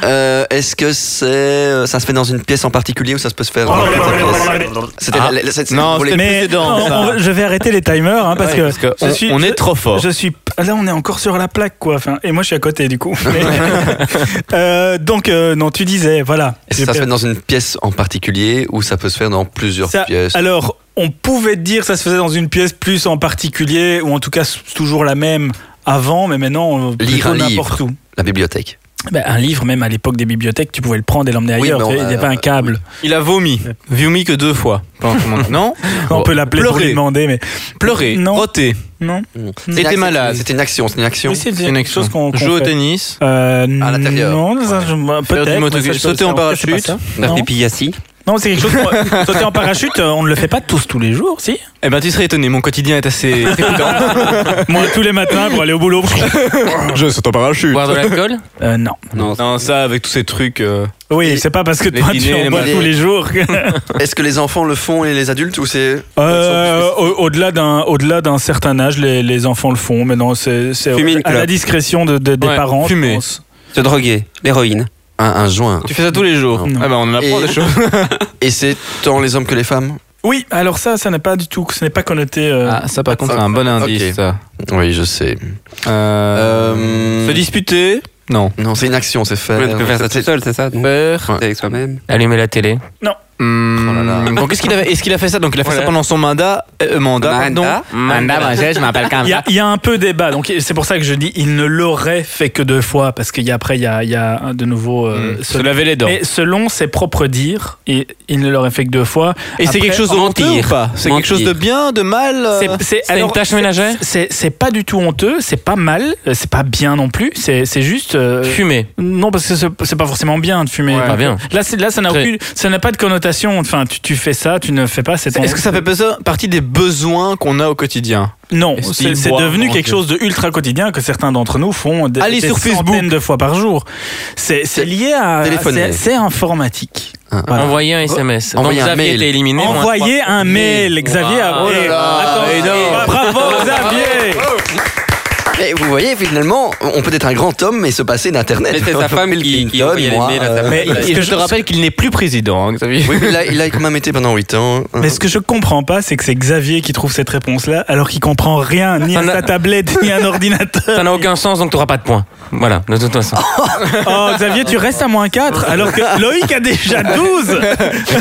S4: Euh, Est-ce que c'est euh, ça se fait dans une pièce en particulier ou ça se peut se faire dans plusieurs pièces C'était
S3: Ah.
S4: la- la- c'est- c'est-
S3: Non,
S4: vous voulez-
S3: c'était-
S2: Mais
S3: précédent,
S2: on-
S3: ça.
S2: on- je vais arrêter les timers hein, parce
S3: Ouais,
S2: que
S3: parce que
S2: je
S3: on-
S2: suis-
S3: on
S4: Oh.
S3: est
S2: je-
S3: trop fort.
S2: Je suis Ah, là on est encore sur la plaque quoi. Enfin, et moi je suis à côté du coup. Mais- <laughs> Euh, donc euh, non, tu disais voilà.
S4: Est-ce que ça se fait dans une pièce en particulier ou ça peut se faire dans plusieurs
S2: Ça-
S4: pièces
S2: Alors, on pouvait dire que ça se faisait dans une pièce plus en particulier, ou en tout cas s- toujours la même avant, mais maintenant, on- plutôt
S4: un
S2: n'importe où.
S4: La bibliothèque.
S2: Ben, un livre, même à l'époque des bibliothèques, tu pouvais le prendre et l'emmener
S4: Oui,
S2: ailleurs.
S4: mais on
S2: tu sais, il n'y a
S4: a-
S2: pas un câble.
S3: Il a vomi. Vomi que deux fois. pendant tout le monde. Non
S2: On peut l'appeler pour
S3: Pleurer.
S2: lui demander, mais
S3: Pleurer.
S2: Non.
S3: Roter.
S2: non.
S4: C'était une
S3: Était
S4: action-
S3: malade.
S4: C'était une action, c'était une action.
S2: Mais c'est
S3: C'est une
S2: quelque
S3: action.
S2: chose qu'on qu'on
S3: Jouer au
S2: fait.
S3: tennis.
S2: Euh,
S4: l'intérieur.
S2: Non, ça, je- bah,
S3: Faire du
S2: peut-être.
S3: motocross,
S2: mais ça, je-
S3: sauter en
S2: ça, cas, c'est pas
S3: parachute.
S2: ça.
S6: La
S2: Non.
S6: pipiassi.
S2: Non, c'est quelque chose. qu'on- <laughs> Sauter en parachute, euh, on ne le fait pas tous tous les jours, si.
S3: Eh ben, tu serais étonné. Mon quotidien
S2: <laughs>
S3: est assez.
S2: Moi, tous les matins pour aller au
S3: <laughs>
S2: boulot.
S3: Je saute en parachute.
S5: Boire de l'alcool
S2: Euh, non.
S6: Non,
S3: Non, ça, avec tous ces trucs. euh,
S2: Oui, c'est pas parce que
S3: les
S2: toi tu
S3: dîners,
S2: en
S3: les
S2: bois
S4: malais.
S2: tous les
S3: <laughs>
S2: jours. Euh, que-
S4: <laughs> Est-ce que les enfants le font et les adultes ou c'est
S2: Euh, au- au-delà d'un au-delà d'un certain âge, les, les enfants le font. Mais non, c'est c'est
S6: Fumer une
S2: à la
S6: clope.
S2: discrétion de, de- des
S3: Ouais,
S2: parents. je
S3: fumer.
S2: pense.
S6: se droguer, l'héroïne.
S4: un, un joint
S3: Tu fais ça tous les jours.
S2: Non.
S3: Ah ben, on en apprend
S4: Et-
S3: des choses.
S2: <laughs>
S4: Et c'est tant les hommes que les femmes
S2: Oui, alors ça, ça n'est pas du tout, ce n'est pas connoté. euh,
S3: Ah, ça, par contre, c'est un bon indice.
S4: Ok.
S3: ça.
S4: Oui, je sais.
S3: Euh,
S2: hmm.
S4: Euh,
S3: Se disputer Non.
S4: Non, c'est une action, c'est faire.
S6: Ouais, tu peux faire ça tout seul, c'est ça non
S3: Faire.
S6: C'est Avec soi-même.
S5: <laughs> Allumer la télé.
S3: Hum,
S4: Oh là là.
S3: Donc, qu'est-ce qu'il avait Est-ce qu'il a fait ça Donc, il a fait
S6: Voilà.
S3: ça pendant son mandat. euh, mandat, pardon.
S6: Manda,
S5: je m'appelle
S6: ah,
S2: Il y, a, il y a un peu débat, donc c'est pour ça que je dis il ne l'aurait fait que deux fois parce qu'il y a après il y a, il y a un de nouveau. euh,
S6: Hmm.
S3: Hum, Se
S2: selon-
S3: laver les dents.
S2: mais selon ses propres dires, et il ne l'aurait fait que deux fois.
S3: Et c'est
S2: Après,
S3: quelque chose de
S6: mentir.
S3: honteux ou pas C'est quelque
S6: Mentir.
S3: chose de bien, de mal euh,
S2: C'est- c'est-
S5: C'était une
S2: alors,
S5: tâche ménagère
S2: c'est c'est pas du tout honteux, c'est pas mal, euh, c'est pas bien non plus, c'est c'est juste. euh,
S5: Fumer.
S2: Non, parce que c'est c'est pas forcément bien de fumer.
S5: Ouais. Pas bien.
S2: Là, c'est- là, ça n'a
S5: Très.
S2: aucune, ça n'a pas de connotation. Enfin, tu, tu fais ça, tu ne fais pas. C'est ton-
S3: Est-ce que ça fait beso- partie des besoins qu'on a au quotidien
S2: non,
S3: est-ce
S2: c'est
S3: qu'il
S2: c'est
S3: boit
S2: devenu
S3: avant
S2: quelque
S3: que-
S2: chose de ultra quotidien que certains d'entre nous font des,
S3: Allez
S2: des
S3: sur
S2: centaines
S3: Facebook.
S2: de fois par jour. C'est c'est lié à,
S4: Téléphoner.
S2: c'est- c'est informatique.
S4: Ah.
S2: Voilà.
S5: Envoyer un SMS. Donc
S4: Envoyer un
S5: Xavier
S4: mail.
S5: était éliminé. moins
S2: Envoyer un mail,
S5: Wow.
S2: Xavier. a-
S5: Oh là
S2: Eh,
S4: là,
S2: attends,
S3: énorme.
S2: bravo Xavier.
S4: Mais vous voyez, finalement, on peut être un grand homme mais se passer d'Internet.
S6: Mais c'est
S4: <laughs>
S6: sa femme qui- qui
S4: Clinton,
S6: envoyait les
S4: moi,
S6: mails à sa
S4: euh,
S2: Mais ce
S3: Et
S2: que
S3: je te
S2: je-
S3: rappelle qu'il n'est plus président, hein, Xavier.
S4: Oui, mais il a, il a quand même été pendant 8 ans.
S2: Mais
S3: Uh-huh.
S2: ce que je comprends pas, c'est que c'est Xavier qui trouve cette réponse-là, alors qu'il comprend rien, ni à
S5: Ça n'a-
S2: sa tablette, ni à
S3: <laughs>
S2: un ordinateur.
S5: Ça n'a aucun sens, donc tu n'auras pas de points. Voilà, de toute façon.
S2: Oh Xavier, tu restes à moins 4 alors que Loïc a déjà 12
S3: <laughs>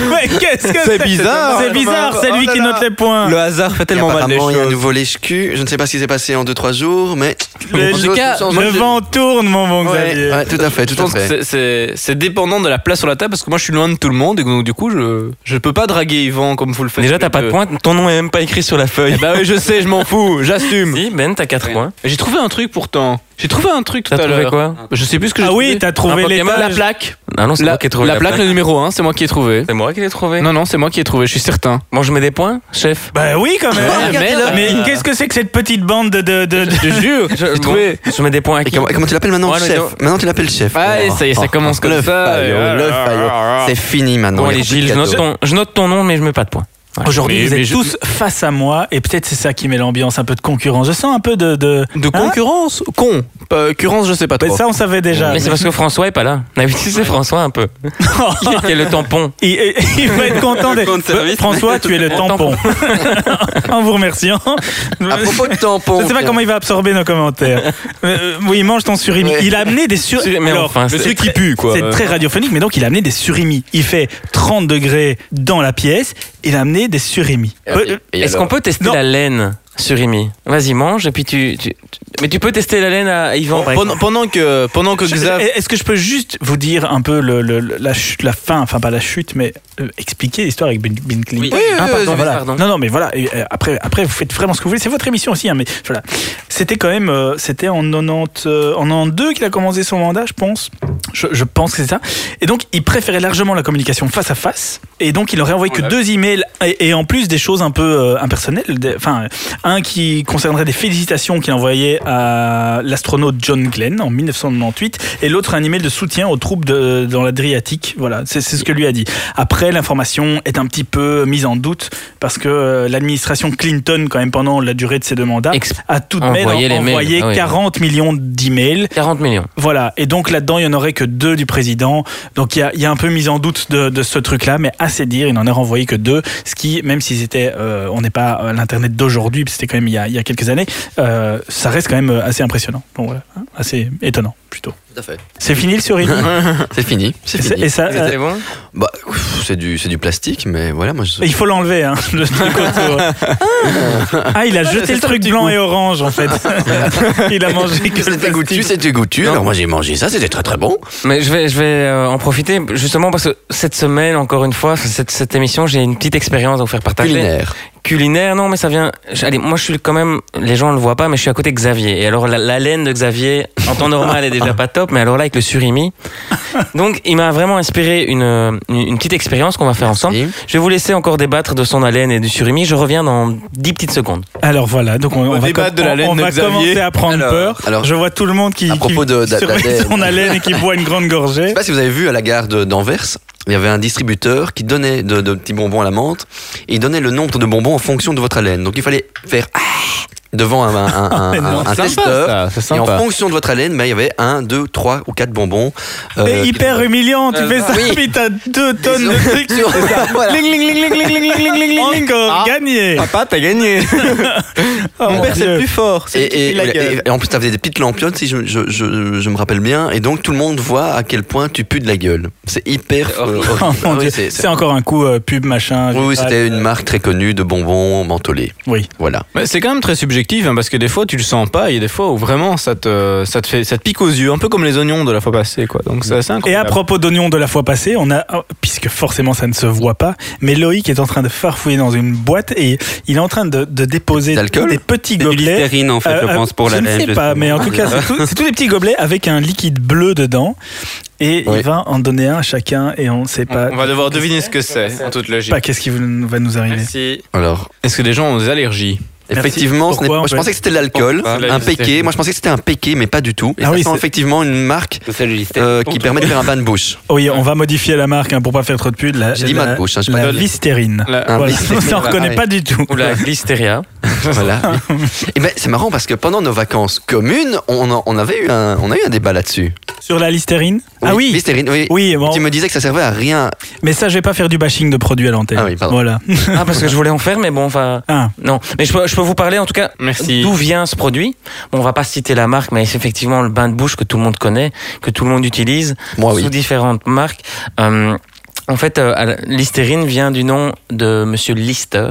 S2: Mais qu'est-ce que
S3: C'est bizarre.
S2: C'est bizarre, c'est lui
S3: Oh là
S2: qui
S3: là.
S2: note les points
S3: Le hasard fait
S4: Et
S3: tellement mal les
S4: apparemment, il y a un
S3: choses.
S4: nouveau lèche-cul. Je ne sais pas ce qui s'est passé en 2-3 jours, mais.
S2: Le,
S4: En tout cas,
S2: le
S4: moi, je-
S2: vent tourne, mon bon Xavier
S4: Ouais, ouais, tout à fait,
S3: Je
S4: tout à
S3: pense que
S4: fait.
S3: c'est- c'est c'est dépendant de la place sur la table parce que moi je suis loin de tout le monde et donc du coup je je peux pas draguer Yvan comme vous le faites.
S5: Déjà, t'as pas de points. Ton nom est même pas écrit sur la feuille.
S3: Bah oui, je sais, je m'en fous, j'assume.
S5: Si, Ben, t'as 4 points.
S3: J'ai trouvé un truc pourtant. J'ai trouvé un truc tout
S5: T'as
S3: à
S5: trouvé
S3: l'heure.
S5: quoi
S3: Je sais plus ce que j'ai
S2: Ah oui,
S3: trouvé.
S2: t'as trouvé
S5: Un
S2: les
S5: Pokémon,
S3: la plaque.
S5: Ah non, c'est
S3: La,
S5: moi qui ai trouvé
S3: la plaque, le numéro 1, c'est moi qui ai trouvé.
S5: C'est moi qui l'ai trouvé.
S3: Non, non, c'est moi qui ai trouvé, je suis certain.
S5: Bon, je mets des points, chef.
S2: Bah oui, quand même
S3: mais là- euh,
S2: Mais qu'est-ce que c'est que cette petite bande de... de, de- de-
S3: <laughs> Je te jure, j'ai
S5: bon,
S3: trouvé.
S5: je mets des points à
S4: Et
S5: qui
S4: comment, comment tu l'appelles maintenant
S5: Ouais, mais
S4: chef
S5: non.
S4: Maintenant tu l'appelles chef.
S3: Ah, et ça y est, ça commence comme
S4: le
S3: ça,
S4: faillot,
S3: et voilà.
S4: le faillot. C'est fini maintenant.
S5: Bon,
S4: Il y a
S5: allez,
S4: plus de
S5: Gilles, je note,
S4: cadeaux.
S5: ton, je note ton nom, mais je mets pas de points. Ouais.
S2: Aujourd'hui,
S3: Mais-
S2: vous
S3: mais
S2: êtes
S3: je-
S2: tous face à moi, et peut-être c'est ça qui met l'ambiance, un peu de concurrence. Je sens un peu de... de...
S3: De
S2: Hein
S3: concurrence Con. Euh, Concurrence, je sais pas
S2: Mais
S3: trop.
S2: ça, on savait déjà.
S5: Mais c'est parce que François est pas là. D'habitude, c'est François
S4: <laughs>
S5: un peu. Qui est le tampon.
S2: Il, il- il va être content d'être...
S6: compte service.
S2: François, tu es le tampon. en vous remerciant.
S4: À propos de tampons.
S2: Je ne sais pas
S4: Pierre.
S2: comment il va absorber nos commentaires. Euh, oui, mange ton surimi.
S4: Ouais.
S2: Il a amené des surimi.
S5: Sur- mais enfin, c'est
S2: truc
S5: très-
S2: pue,
S3: quoi.
S2: C'est très radiophonique, mais donc il a amené des surimi. Il fait 30 degrés dans la pièce. Il a amené des surimi. Euh,
S4: Et
S5: Est-ce
S4: alors
S5: qu'on peut tester
S2: Non.
S5: la laine sur Imi Vas-y, mange, et puis tu, tu- tu- Mais tu peux tester la laine à Yvan. par
S3: Pendant,
S5: exemple.
S3: pendant que, pendant que
S2: je-
S3: Xav.
S2: Est-ce que je peux juste vous dire un peu le- le- le- la, chute- la fin, enfin pas la chute, mais euh, expliquer l'histoire avec Ben, Ben Clinton
S5: Oui,
S2: Ah, pardon,
S5: oui,
S2: voilà.
S5: pardon.
S2: Non, non, mais voilà. et, euh, après, après, vous faites vraiment ce que vous voulez. C'est votre émission aussi, hein, mais voilà. C'était quand même, euh, c'était en 90, euh, en 92 qu'il a commencé son mandat, je pense. Je, je pense que c'est ça. Et donc, il préférait largement la communication face à face. Et donc, il n'aurait envoyé que deux emails et, et en plus des choses un peu euh, impersonnelles. des- Enfin, euh, un qui concernerait des félicitations qu'il envoyait à l'astronaute John Glenn en 1998 et l'autre un email de soutien aux troupes de, dans l'Adriatique. Voilà, c'est c'est ce que lui a dit. Après, Après, l'information est un petit peu mise en doute parce que euh, l'administration Clinton, quand même, pendant la durée de ses deux mandats,
S5: Ex-
S4: ah.
S2: a tout de même
S5: Envoyé les mails.
S2: envoyé
S5: Ah oui.
S2: 40 millions d'emails.
S5: 40 millions.
S2: Voilà. Et donc là-dedans, il n'y en aurait que deux du président. Donc il y a, il y a un peu mise en doute de, de ce truc-là, mais assez dire, il n'en a renvoyé que deux. Ce qui, même s'ils étaient, euh, on n'est pas à l'internet d'aujourd'hui, puis c'était quand même il y a, il y a quelques années, euh, ça reste quand même assez impressionnant. Bon voilà, Hein, assez étonnant plutôt.
S4: Tout à fait.
S2: C'est fini le
S4: <laughs>
S2: surimi.
S4: C'est fini. C'est
S2: Et ça-
S4: fini.
S2: et ça, euh,
S5: C'était bon
S4: Bah, pff, c'est du, c'est du plastique, mais voilà, moi je.
S2: il faut l'enlever, hein, <laughs> le truc autour. Ah, il a jeté le truc blanc et orange en fait. Il a mangé que le
S4: C'était goûtu,
S2: plastique.
S4: c'était goûtu. Alors moi j'ai mangé ça, c'était très très bon.
S5: Mais je vais, je vais euh, en profiter justement parce que cette semaine, encore une fois, cette, cette émission, j'ai une petite expérience à vous faire partager.
S4: Culinaire.
S5: Culinaire, non, mais ça vient. je- Allez, moi, je suis quand même. Les gens le voient pas, mais je suis à côté de Xavier. Et alors, la, la laine de Xavier, en temps normal, est déjà pas top, mais alors là, avec le surimi. Donc, il m'a vraiment inspiré une, euh, une, une petite expérience qu'on va faire ensemble.
S4: Et
S5: Je vais vous laisser encore débattre de son haleine et du surimi. Je reviens dans 10 petites secondes.
S2: Alors voilà, donc on,
S3: On
S2: on va,
S3: débat
S2: com-
S3: de la
S2: on-
S3: laine
S2: on
S3: de
S2: va
S3: Xavier.
S2: commencer à prendre
S4: Alors,
S2: peur.
S4: alors,
S2: je vois tout le monde qui,
S4: à propos de-
S2: qui
S4: de- de la
S2: surveille
S4: laine.
S2: son haleine et qui boit une grande gorgée.
S4: Je sais pas si vous avez vu à la gare de- d'Anvers, il y avait un distributeur qui donnait de, de petits bonbons à la menthe et il donnait le nombre de bonbons en fonction de votre haleine. Donc il fallait faire ah devant un, un- un- un- un testeur.
S3: ça, Ah, c'est
S4: Et en
S3: sympa.
S4: fonction de votre haleine, bah, il y avait un, deux, trois ou quatre bonbons. euh,
S2: C'est
S4: qui-
S2: hyper humiliant, tu
S4: Euh,
S2: fais ça,
S4: oui.
S2: puis t'as deux tonnes de
S4: sur- <laughs>
S2: trucs.
S4: sur- voilà.
S2: Encore
S3: Ah.
S2: gagné.
S3: Papa, t'as gagné.
S2: <laughs> Oh, mon
S3: Mon père, c'est
S2: Dieu.
S3: le plus fort.
S4: Et,
S3: C'est
S4: et-
S3: lui qui la gueule.
S4: et- et en plus, ça faisait des petites lampionnes, si je, je- je- je me rappelle bien. Et donc, tout le monde voit à quel point tu pues de la gueule. C'est hyper. horrible.
S2: Oh
S4: Ah
S2: mon
S4: oui,
S2: Dieu,
S4: c'est- c'est-
S2: C'est encore un coup euh, pub machin.
S4: Oui, oui,
S2: général.
S4: c'était une marque très connue de bonbons mentholés.
S2: Oui.
S4: Voilà.
S3: Mais c'est quand même très subjectif hein, parce que des fois tu le sens pas et des fois où vraiment ça te ça te fait ça te pique aux yeux un peu comme les oignons de la fois passée quoi donc c'est assez
S2: Mm. Et à
S3: incroyable.
S2: propos d'oignons de la fois passée, on a, oh, puisque forcément ça ne se voit pas, mais Loïc est en train de farfouiller dans une boîte et il est en train de, de déposer
S4: D'alcool
S2: des petits
S6: C'est du
S2: gobelets.
S6: listerine, en fait,
S2: Euh,
S6: je
S2: euh,
S6: pense, pour la
S2: je
S6: laine.
S2: ne sais pas,
S6: justement.
S2: mais en tout cas, <laughs> c'est tout- c'est tous des petits gobelets avec un liquide bleu dedans. Et
S4: Oui.
S2: il va en donner un à chacun et on ne sait pas,
S3: on va devoir deviner ce que c'est en toute logique.
S2: pas qu'est-ce qui vous- va nous arriver.
S3: Merci.
S4: Alors,
S3: Est-ce que les gens ont des allergies
S2: Merci.
S4: effectivement, ce n'est-
S2: Pourquoi, en
S4: moi, je
S2: fait
S4: pensais que c'était de l'alcool,
S3: Pourquoi
S4: un péqué.
S3: Listerine.
S4: Moi, je pensais que c'était un péqué, mais pas du tout. Et
S2: Ah
S4: ça
S2: oui,
S4: sent
S2: c'est-
S4: effectivement une marque
S6: C'est le listerine.
S4: euh, qui permet de faire un bain de bouche.
S2: Oui, on va modifier la marque hein, pour pas faire trop de pub. La,
S4: J'ai dit
S2: la,
S4: ma de bouche, hein, j'ai
S2: la
S4: pas
S2: Listerine.
S3: La-
S4: Ah,
S2: Voilà.
S4: Listerine,
S2: Ça, <laughs> on ne
S4: voilà,
S2: reconnaît
S4: ouais.
S2: pas du tout.
S5: Ou la glysteria.
S4: Voilà. Et ben, c'est marrant parce que pendant nos vacances communes, on, en- on avait eu un, on a eu un débat là-dessus.
S2: Sur la Listerine Ah oui
S4: Listerine, oui.
S2: Oui, bon,
S4: Tu me disais que ça servait à rien.
S2: mais ça, je vais pas faire du bashing de produits à l'antenne.
S4: Ah oui, pardon.
S2: Voilà.
S5: Ah, parce que je voulais en faire, mais bon, enfin.
S2: Ah.
S5: Non, mais je peux, je peux vous parler en tout cas
S3: Merci.
S5: d'où vient ce produit. Bon, on va pas citer la marque, mais c'est effectivement le bain de bouche que tout le monde connaît, que tout le monde utilise,
S4: Moi, oui.
S5: sous différentes marques. Euh, en fait, euh, à la- Listerine vient du nom de Monsieur Lister.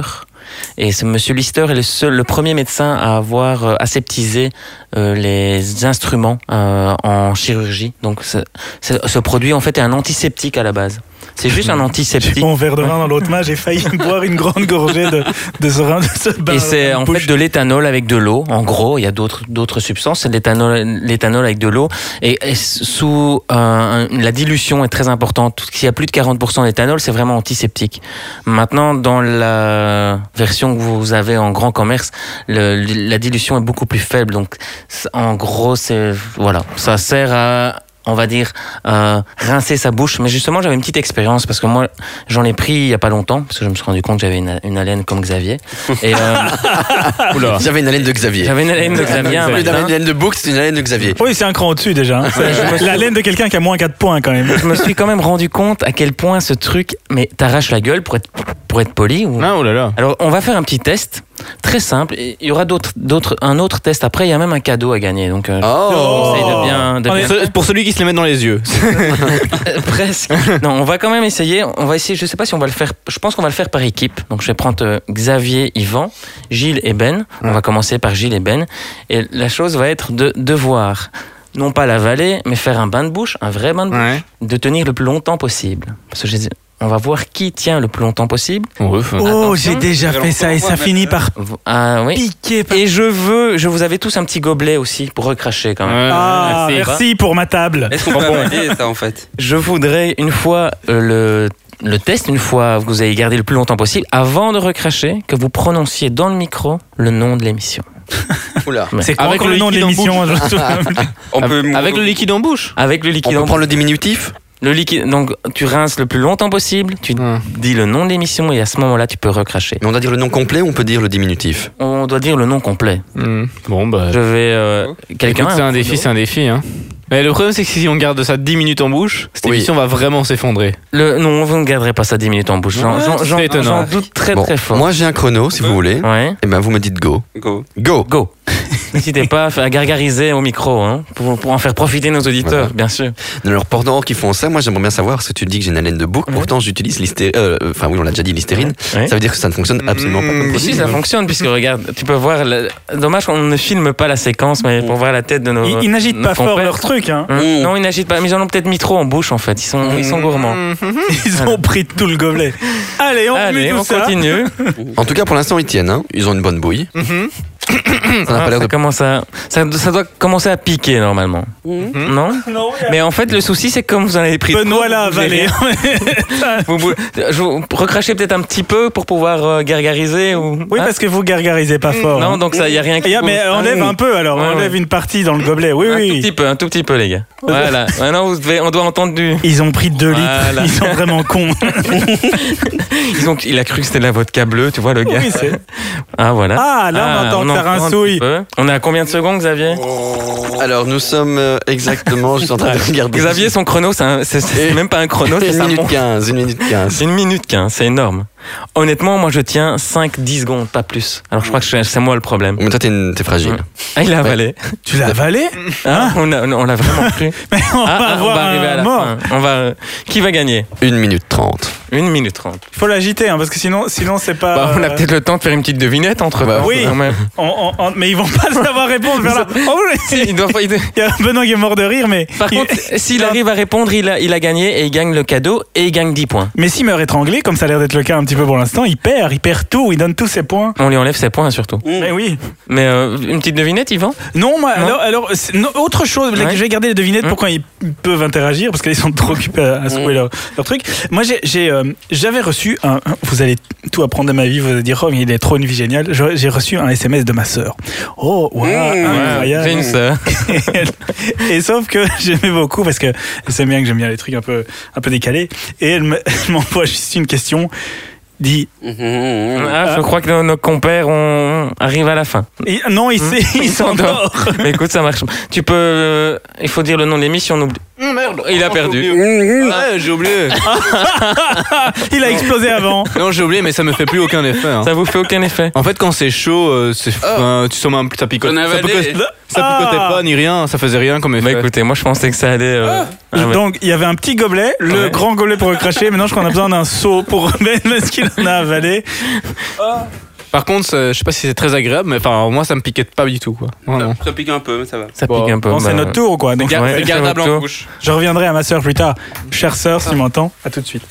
S5: Et ce Monsieur Lister est le, seul, le premier médecin à avoir euh, aseptisé euh, les instruments euh, en chirurgie. Donc, ce- ce- ce produit, en fait, est un antiseptique à la base. C'est
S4: <laughs>
S5: juste un antiseptique.
S2: Mon verre de vin dans l'autre main, j'ai failli <laughs> boire une grande gorgée de, de ce rein de ce bain-
S5: Et c'est en
S2: Bah, euh, bouche.
S5: fait de l'éthanol avec de l'eau. En gros, il y a d'autres d'autres substances. C'est de l'éthanol l'éthanol avec de l'eau. Et, et sous euh, un- la dilution est très importante. S'il y a plus de 40% d'éthanol, c'est vraiment antiseptique. Maintenant, dans la version que vous avez en grand commerce, le- la dilution est beaucoup plus faible. Donc, c'est- en gros, c'est voilà, ça sert à on va dire euh, rincer sa bouche. Mais justement, j'avais une petite expérience parce que moi, j'en ai pris il y a pas longtemps parce que je me suis rendu compte que j'avais une, une haleine comme Xavier.
S2: <laughs>
S5: Et euh,
S3: <laughs> Oula.
S4: J'avais une haleine de Xavier.
S5: j'avais une haleine de Xavier. un
S4: Au lieu d'avoir
S5: matin.
S4: une haleine de bouc, c'est une haleine de Xavier.
S2: Oui, c'est un cran au-dessus déjà. hein. La laine de quelqu'un qui a moins 4 points quand même.
S5: Je me suis quand même rendu compte à quel point ce truc, mais t'arraches la gueule pour être pour être poli. Ou...
S3: Ah, oh là là.
S5: Alors, on va faire un petit test très simple. Et Il y aura d'autres d'autres un autre test après. Il y a même un cadeau à gagner. Donc euh,
S4: Oh,
S5: j'essaye de bien, de
S2: On est
S5: bien-
S3: Ce- Pour celui qui se les met dans les yeux.
S5: Euh, <laughs> Presque. Non, on va quand même essayer. On va essayer. Je sais pas si on va le faire. Je pense qu'on va le faire par équipe. Donc je vais prendre euh, Xavier, Yvan, Gilles et Ben. On va commencer par Gilles et Ben. Et la chose va être de devoir non pas l'avaler, mais faire un bain de bouche, un vrai bain de bouche,
S3: <laughs> Ouais.
S5: de tenir le plus longtemps possible. Parce que j'ai- on va voir qui tient le plus longtemps possible.
S2: Oh,
S5: Attention.
S2: j'ai déjà fait ça et ça finit par
S5: Ah oui.
S2: piquer. par-
S5: Et je veux, je vous avais tous un petit gobelet aussi pour recracher quand même.
S2: Ah,
S5: merci.
S2: merci pour ma table.
S6: Est-ce qu'on peut valider ça, en fait
S5: Je voudrais une fois euh, le, le test, une fois que vous avez gardé le plus longtemps possible, avant de recracher, que vous prononciez dans le micro le nom de l'émission.
S4: oula.
S2: C'est quoi
S3: Avec
S2: encore le
S3: le
S2: nom de
S3: liquide en
S2: l'émission je-
S6: On peut
S3: Avec le liquide en bouche.
S5: Avec le
S4: On
S5: liquide
S4: peut
S5: en
S4: prendre le diminutif
S5: Le liquide, donc tu rinces le plus longtemps possible, tu
S3: Hum.
S5: dis le nom de l'émission et à ce moment-là tu peux recracher.
S4: Mais on doit dire le nom complet ou on peut dire le diminutif
S5: On doit dire le nom complet.
S3: Hum. Bon, bah.
S5: Je vais... euh, Quelqu'un
S3: Écoute, c'est
S5: a
S3: un défi, c'est un défi. Hein. Mais le problème, c'est que si on garde ça 10 minutes en bouche, cette
S4: Oui.
S3: émission va vraiment s'effondrer.
S5: Le, non, vous ne garderez pas ça 10 minutes en bouche. J'en-
S3: Ouais,
S5: J'en
S3: c'est
S5: j'en-
S3: étonnant.
S5: j'en doute très
S4: Bon,
S5: très fort.
S4: Moi j'ai un chrono si vous voulez.
S5: ouais.
S4: Et ben vous me dites go.
S6: Go.
S4: Go
S5: Go. <laughs> N'hésitez pas à faire- à gargariser au micro hein, pour, pour en faire profiter nos auditeurs, bien sûr.
S4: Alors pendant qu'ils font ça, moi j'aimerais bien savoir parce que tu dis que j'ai une haleine de bouc.
S5: Ouais.
S4: Pourtant j'utilise l'hystérine. Enfin oui, on l'a déjà dit l'hystérine.
S5: Ouais.
S4: Ça veut dire que ça ne fonctionne absolument pas comme
S5: Mais si
S4: produit.
S5: ça fonctionne, puisque regarde, tu peux voir. le- Dommage qu'on ne filme pas la séquence, mais
S4: Oh.
S5: pour voir la tête de nos.
S2: Ils, ils n'agitent
S5: nos
S2: pas fort
S5: compères.
S2: leur truc, hein.
S5: Hein
S6: Mmh.
S5: Non, ils n'agitent pas. Mais ils en ont peut-être mis trop en bouche, en fait. Ils sont, ils sont gourmands.
S2: Mm. Ils ont pris tout le gobelet. Allez, on remue
S5: Allez,
S2: tout
S5: on
S2: ça.
S4: <laughs>
S5: continue.
S4: En tout cas pour l'instant ils tiennent. hein. Ils ont une bonne bouille. <coughs> Ça n'a
S5: Mm-hmm. Ah,
S4: pas l'air
S5: ça,
S4: de.
S5: commence à, ça, ça doit commencer à piquer, normalement.
S2: Mmh.
S6: Mmh.
S5: Non
S2: Non, oui,
S5: Mais en fait, le souci, c'est que comme vous en avez pris
S2: Mm. Benoît l'a
S5: vous avez
S2: avalé.
S5: Vous, vous- je vous recrachez peut-être un petit peu pour pouvoir euh, gargariser ou.
S2: <laughs> Oui,
S5: Hein
S2: parce que vous gargarisez pas fort.
S5: Mmh. Non,
S2: hein.
S5: donc ça, il n'y a rien qui.
S2: Et, ah, mais
S5: Ah,
S2: enlève
S5: oui.
S2: un peu alors,
S5: Ouais,
S2: enlève
S5: ouais.
S2: une partie dans le gobelet. Oui,
S5: Un tout
S2: oui.
S5: petit peu, un tout petit peu, les gars.
S2: <laughs>
S5: Voilà. Maintenant, vous devez- on doit entendre du.
S2: Ils ont pris 2 litres,
S5: Voilà.
S2: ils sont vraiment
S5: <laughs>
S2: cons.
S5: Ils ont, il a cru que c'était de la vodka bleue, tu vois, le gars.
S2: Oui, c'est-
S5: ah, voilà.
S2: ah, là, on entend que
S5: en
S2: ça
S5: prend un
S2: rincouille.
S5: petit peu. On est à combien de secondes, Xavier
S4: Oh, Alors nous sommes euh, exactement. Je suis en train de regarder.
S5: Xavier, son chrono, c'est un- c'est- c'est
S4: Et-
S5: même pas un chrono, c'est
S4: Une
S5: ça.
S4: minute 15, une minute 15.
S5: C'est une minute 15, c'est énorme. Honnêtement, moi, je tiens 5-10 secondes, pas plus. Alors, je crois que je- c'est moi le problème.
S4: Mais toi t'es une- t'es fragile.
S5: Ah, il a avalé.
S2: Tu l'as avalé Ah.
S5: Hein on a- on l'a vraiment plus.
S2: <laughs> Mais on
S5: Ah,
S2: va
S5: ah,
S2: avoir
S5: on va arriver à
S2: un
S5: la
S2: mort.
S5: fin. On va... euh, Qui va gagner
S4: Une minute 30.
S5: 1 minute 30.
S2: Il faut l'agiter, hein, parce que sinon, sinon c'est pas.
S5: Bah, on a
S2: euh,
S5: peut-être le temps de faire une petite devinette entre
S4: Bah,
S5: temps,
S2: oui.
S5: quand même.
S2: on- on- on- mais ils vont pas savoir répondre
S5: <laughs>
S2: vers là. <laughs> Oh, oui.
S5: Il doit pas- il-
S2: Il y a Benoît qui est mort de rire, mais.
S5: Par
S2: il-
S5: contre, s'il arrive à répondre, il a, il a gagné et il gagne le cadeau et il gagne 10 points.
S2: Mais s'il meurt étranglé, comme ça a l'air d'être le cas un petit peu pour l'instant, il perd, il perd tout, il donne tous ses points.
S5: On lui enlève ses points surtout.
S6: Mmh.
S2: Mais oui.
S5: Mais euh, une petite devinette, Yvan
S2: Non, moi,
S5: Non.
S2: alors, alors, c'est- non, autre chose, là,
S5: Ouais.
S2: je vais garder les devinettes
S5: Hum.
S2: pour quand ils peuvent interagir, parce qu'ils sont <laughs> trop occupés à, à secouer leur, leur truc. Moi, j'ai- j'ai, euh, j'avais reçu un. Vous allez tout apprendre de ma vie, vous allez dire, oh, mais il est trop une vie géniale. Je- J'ai reçu un SMS de ma sœur. Oh, wow, incroyable.
S5: Hum, J'ai une sœur.
S2: Et sauf que <laughs> j'aimais beaucoup parce que elle sait bien que j'aime bien les trucs un peu, un peu décalés. Et elle me- <laughs> elle m'envoie juste une question. Dit,
S5: Ah, je crois que nos, nos compères on arrive à la
S2: <laughs>
S5: fin.
S2: et- non, il
S5: Hum.
S2: s'est- il
S5: <laughs> Il s'endort.
S2: s'endort.
S5: Mais écoute, ça marche. Tu peux. euh, il faut dire le nom de l'émission, on oublie.
S3: Oh, Merde
S5: Il a perdu.
S3: Ah, j'ai oublié.
S2: Il a explosé avant.
S3: non, j'ai oublié, mais ça me fait plus aucun effet. hein.
S5: Ça vous fait aucun effet
S3: En fait, quand c'est chaud, euh, c'est, enfin, tu sens un ça picote.
S6: J'en
S3: Ça,
S6: avais
S3: picote-
S6: des-
S3: ça picotait
S2: Ah.
S3: pas ni rien, ça faisait rien comme
S5: Bah
S3: effet.
S5: écoutez, moi je pensais que ça allait. euh, ah ouais.
S2: Donc, il y avait un petit gobelet, le
S5: Ouais.
S2: grand gobelet pour le cracher. Maintenant, je crois qu'on a besoin d'un seau pour <laughs> remettre ce qu'il en a avalé.
S3: Par contre, ça- je sais pas si c'est très agréable, mais enfin, moi, ça me piquait pas du tout, quoi. Vraiment.
S6: Mmh. Ça pique un peu, mais ça va.
S5: Ça pique
S3: Bon,
S5: un peu.
S2: Bon, c'est
S5: bah,
S2: notre tour, quoi. Donc,
S5: Ouais,
S3: c'est
S5: c'est
S3: gardable
S5: votre
S3: en
S5: tour.
S3: bouche.
S2: je reviendrai à ma sœur plus tard. Chère sœur, si tu m'entends, à tout de suite.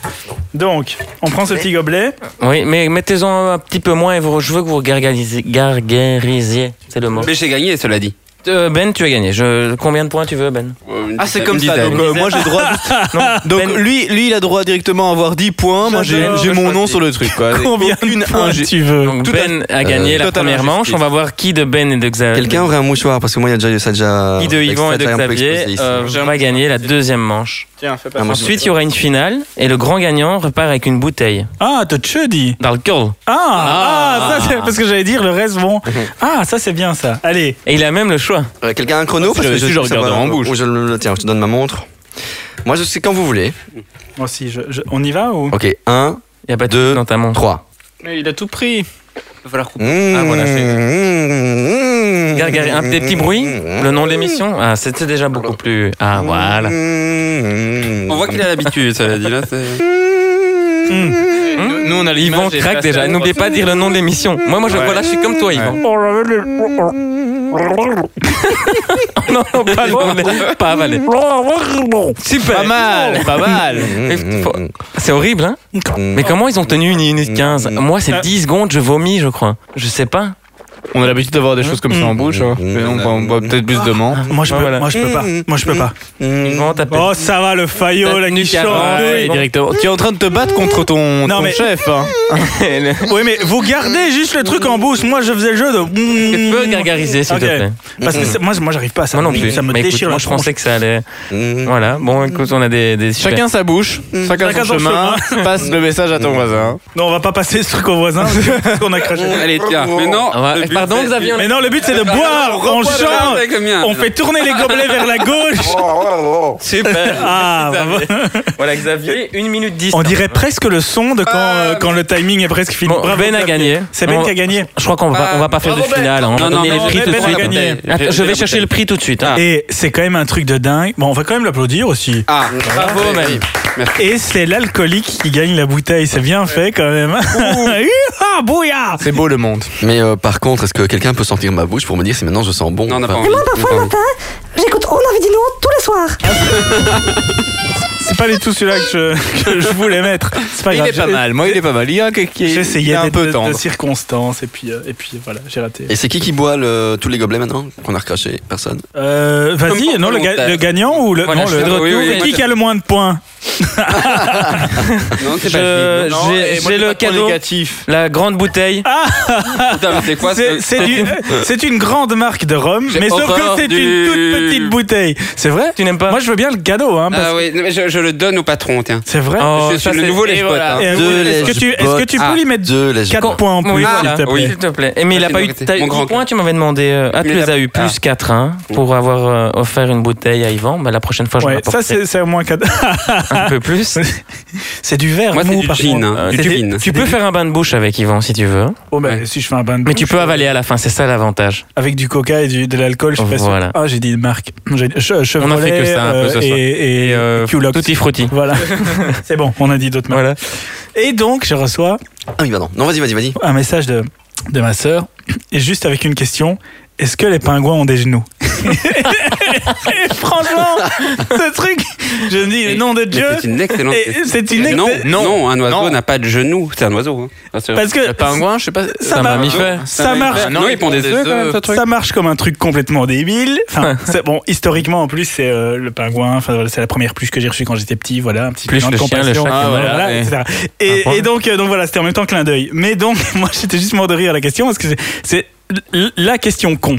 S2: Donc, on prend ce petit gobelet.
S5: Oui, mais mettez-en un petit peu moins et vous, je veux que vous gargarisiez. gargarisiez, c'est le mot.
S6: Mais j'ai gagné, cela dit.
S5: Euh, ben, tu as gagné. Je, combien de points tu veux, Ben
S3: Ah, c'est comme ça. Donc, euh, moi, j'ai droit. <laughs> donc,
S5: Ben-
S3: lui, lui, il a droit directement à avoir 10 points. Moi, j'ai,
S2: J'adore.
S3: j'ai mon nom sur le truc, <laughs> quoi.
S2: Combien
S3: Aucune
S2: de points
S3: ingé-
S2: tu veux
S5: Donc
S3: tout
S5: Ben a gagné
S3: euh,
S5: la
S3: totale
S5: première manche.
S3: injustice.
S5: On va voir qui de Ben et de Xavier.
S4: Quelqu'un aurait un mouchoir parce que moi il y a déjà eu ça déjà.
S5: qui de Yvan et de
S4: ça a un peu explosé
S5: Xavier
S4: ici.
S5: euh, va gagner la deuxième manche.
S3: Tiens, fais pas
S4: Ah, moi,
S3: ça.
S5: Ensuite, il y aura une finale et le grand gagnant repart avec une bouteille.
S2: Ah, de chuddy.
S5: Dans le cœur.
S2: Ah, ah,
S5: Ah.
S2: ça c'est parce que j'allais dire le reste
S5: <laughs>
S2: bon. Ah, ça c'est bien ça. Allez,
S5: Et il a même le choix.
S4: Euh, Quelqu'un a un chrono
S3: Si j'avais su, je
S4: ça
S3: regarderais
S4: va-
S3: en bouche.
S4: ou je le- le- tiens, je te donne ma montre. Moi je sais quand vous voulez.
S2: moi aussi, je, je- on y va
S5: Mm.
S2: ou
S4: Ok, 1,
S5: Il n'y a pas de
S4: Deux.
S5: truc dans ta manche.
S4: 3.
S3: Mais il a tout
S6: Il
S3: pris.
S6: va falloir couper.
S4: Ah
S5: voilà, c'est- Gargari-
S4: c'est.
S5: un des petits bruits, le nom de l'émission. Ah, c'était déjà beaucoup plus. Ah, voilà.
S4: Mmh.
S6: On voit qu'il a l'habitude, cela dit. Là, c'est-
S3: Nous, on a
S5: Hein Yvan craque déjà. N'oubliez pas de dire le nom de l'émission. Moi, moi, je,
S3: Ouais.
S5: voilà, je suis comme toi, Yvan. <laughs> non, non, pas le nom de- Pas avalé. Super.
S3: Pas mal, pas mal.
S4: Mmh.
S5: C'est horrible, hein Mais comment ils ont tenu une minute 15 Moi, c'est 10 secondes, je vomis, je crois. Je sais pas.
S3: <laughs> On a l'habitude d'avoir des choses comme ça en bouche. hein.
S4: Mmh.
S3: Mais on boit, on boit peut-être plus de menthe.
S2: Moi je, peux, moi je peux pas.
S5: Mm,
S2: Moi je peux pas.
S4: Mmh.
S5: Une vente à peine.
S2: Oh ça va le faillot là qui
S5: Nuclear.
S2: chante.
S5: Ouais,
S3: Et
S5: bon.
S3: Ah, directement. Tu es en train de te battre contre ton,
S2: Non,
S3: ton
S2: mais-
S3: chef. hein.
S2: Oui mais vous gardez juste le truc en bouche. Moi je faisais le jeu
S5: Est-ce que Tu peux
S2: de.
S5: gargariser, s'il
S2: Ok.
S5: te plaît.
S2: Parce que c'est- moi je- moi j'arrive pas à ça.
S5: <laughs> Moi non plus.
S2: Ça me
S5: Mais écoute,
S2: déchire
S5: moi,
S2: la
S5: je
S2: tronche.
S5: pensais que ça allait. Voilà. Bon, écoute, on a des, des super-
S3: Chacun sa bouche, Mm. chacun,
S2: Chacun son
S3: son, chemin. <laughs> Passe le message à ton voisin.
S2: Non on va pas passer ce truc au voisin parce qu'on a craché.
S6: Allez, tiens, maintenant.
S5: Ah, ouais.
S6: le but,
S5: Pardon,
S6: c'est-
S5: Xavier. on a-
S2: Mais non le but c'est de boire. On
S6: reprend le
S2: chante.
S6: avec le mien.
S2: On fait tourner les gobelets vers la
S5: <laughs>
S2: gauche.
S5: Super.
S2: Ah bravo.
S5: <laughs> Voilà, Xavier, 1 minute 10.
S2: On dirait presque le son de quand, euh, quand le timing est presque fini.
S5: Ah, Bon,
S2: Bravo,
S5: Ben a
S2: Xavier.
S5: gagné.
S2: C'est Ben
S5: On-
S2: qui a gagné.
S5: Je crois qu'on va, pas- on va pas faire de finale. hein. On va
S6: Non, non,
S5: donner
S6: non,
S5: les prix
S2: Ben,
S5: tout de
S2: Ben a
S5: suite.
S2: gagné.
S5: Attends, Je vais chercher le prix tout de suite. hein.
S2: Et c'est quand même un truc de dingue. Bon, on va quand même l'applaudir aussi.
S6: Ah,
S5: Bravo, Ben.
S2: Et c'est l'alcoolique qui gagne la bouteille. C'est bien fait quand même. <laughs> Ah, bouillard
S3: C'est beau le monde.
S4: Mais euh, par contre, est-ce que quelqu'un peut sentir ma bouche pour me dire si maintenant je sens bon
S6: non, on n'a pas
S4: Enfin,
S6: envie.
S7: Moi, parfois, le matin, j'écoute On avait dit non tous les soirs.
S2: C'est pas du tout celui-là que je, que je voulais mettre. C'est pas
S3: Il
S2: grave.
S3: est pas
S2: J'ai-
S3: mal. Moi, il est pas mal. Il y a un qui qui est, il
S2: J'essayais
S3: est un
S2: d'être
S3: peu
S2: de,
S3: tendre.
S2: de circonstances et puis, euh, et puis voilà, j'ai raté.
S4: Et c'est qui qui boit le- tous les gobelets maintenant qu'on a recraché Personne.
S2: Euh, Vas-y, non, le, ga-
S6: volontaire.
S2: le gagnant ou le,
S5: Voilà,
S2: non,
S5: je
S2: le
S5: suis de
S6: retour. Oui, oui,
S2: qui,
S6: moi,
S2: qui a le moins de points
S6: Non, c'est pas
S5: Je-
S6: le film.
S3: Non,
S5: J'ai
S3: et moi,
S5: j'ai
S3: je
S5: le
S3: prends
S5: cadeau.
S3: négatif.
S5: La grande bouteille.
S2: Ah.
S6: Putain, mais c'est quoi ce-
S2: C'est c'est
S6: <laughs>
S2: du- c'est une grande marque de rhum,
S6: J'ai
S2: mais sauf
S6: horreur
S2: que c'est
S6: du-
S2: une toute petite bouteille. C'est vrai
S5: Tu n'aimes pas
S2: Moi, je veux bien le cadeau, hein, parce-
S6: Ah oui, mais je, je le donne au patron, tiens.
S2: c'est vrai.
S5: Oh,
S6: je suis
S5: ça,
S6: le
S5: c'est-
S6: nouveau
S5: et
S6: les
S5: voilà.
S6: spots, hein.
S2: Et vous,
S4: deux
S2: Eh Est-ce que tu, est-ce que tu peux
S6: Ah,
S2: lui mettre
S4: Deux les
S2: 4 points en plus,
S5: Oui,
S2: s'il
S5: voilà.
S2: te plaît
S5: Oui, s'il te plaît. Et mais il a
S6: Merci
S5: pas
S6: de
S5: eu.
S6: m'arrêter.
S5: T'as eu
S6: Mon grand
S5: 10 points, tu m'avais demandé. euh, ah, tu
S6: Mais
S5: les
S6: la-
S5: as eu plus 4 hein, pour avoir euh, offert une bouteille à Yvan. Bah, la prochaine fois, je
S2: Ouais,
S5: vais
S2: ça c'est c'est au moins 4. <laughs>
S5: un peu plus.
S2: c'est du verre
S6: Moi, c'est
S2: mou
S6: du
S2: par
S6: gin.
S2: contre.
S6: hein,
S5: Euh,
S6: du
S5: c'est-
S6: gin.
S5: Tu peux faire un bain de bouche avec Yvan si tu veux.
S2: Oh, bah, si je fais un bain de
S5: Mais tu
S2: bouche,
S5: peux avaler à la fin, c'est ça l'avantage.
S2: avec du coca et du, de l'alcool, je suis pas sûr.
S5: Voilà.
S2: Ah, j'ai dit une marque. J'ai dit che- Chevrolet,
S5: fait que ça un peu
S2: euh,
S5: ce soir.
S2: et et,
S5: euh,
S2: Culox.
S5: Tutti frutti.
S2: Voilà. <laughs> c'est bon, on a dit d'autres marques.
S5: Voilà.
S2: Et donc, je reçois
S4: Ah oui, pardon. Non, vas-y, vas-y, vas-y.
S2: un message de, de ma sœur, et juste avec une question. Est-ce que les pingouins ont des genoux Et Franchement, ce truc, je me dis, le nom de
S6: Mais
S2: Dieu,
S6: C'est une excellente
S2: et
S6: question.
S2: c'est une
S6: Non,
S2: excellente-
S6: non, un oiseau
S3: non.
S6: n'a pas de genoux. C'est un oiseau. hein. Ah, c'est vrai.
S2: Parce que
S3: Le pingouin, je sais pas.
S2: ça
S5: un
S2: m'a-
S5: mammifère.
S2: ça marche.
S6: Non, ils pondent des œufs quand même, ce truc.
S2: Ça marche comme un truc complètement débile. Enfin, c'est- bon, historiquement en plus c'est euh, le pingouin. Enfin, voilà, c'est la première pluche que j'ai reçue quand j'étais petit. Voilà, un petit
S5: Pluche,
S2: clin de
S5: le chien, le
S2: compassion.
S5: chat, Ah,
S2: Ah,
S5: le
S2: voilà,
S5: voilà,
S2: etc.
S5: Un point.
S2: Et, et donc, euh, donc voilà, c'était en même temps clin d'œil. Mais donc, <laughs> moi j'étais juste mort de rire à la question parce que c'est- c'est l- la question con.